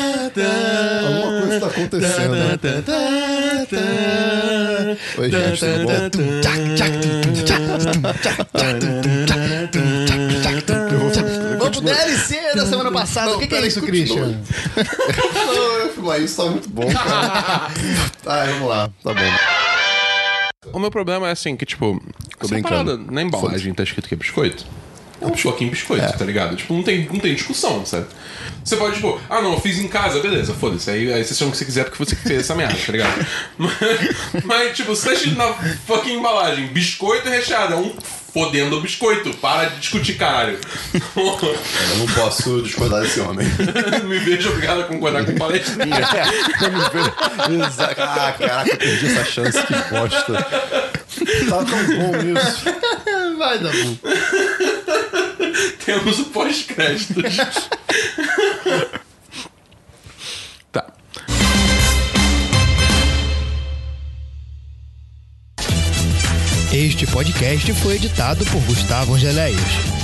S4: Alguma coisa tá acontecendo. né? Oi, gente, tudo bom?
S3: Vamos pro DLC da semana passada. O que, que é isso, Christian?
S4: Eu fico lá, isso tá muito bom, cara. Tá, vamos lá, tá bom.
S2: O meu problema é assim, que tipo, essa
S4: brincando.
S2: parada na embalagem tá escrito que é biscoito. É um choquinho biscoito, tá ligado? Tipo, não tem, não tem discussão, sabe? Você pode, tipo, ah não, eu fiz em casa, beleza, foda-se. Aí, aí você chama o que você quiser porque você que fez essa merda, tá ligado? <laughs> Mas, mas, tipo, se tá escrito na fucking embalagem, biscoito recheado, é um fodendo biscoito. Para de discutir, caralho. <laughs>
S4: Eu não posso discordar desse homem.
S2: Me vejo obrigado a concordar com palestrinha.
S4: Exa- Ah, caraca, eu perdi essa chance, que bosta. Tá tão bom isso.
S3: Vai, Dabu.
S2: <laughs> Temos o pós-créditos. tá.
S12: Este podcast foi editado por Gustavo Angeléias.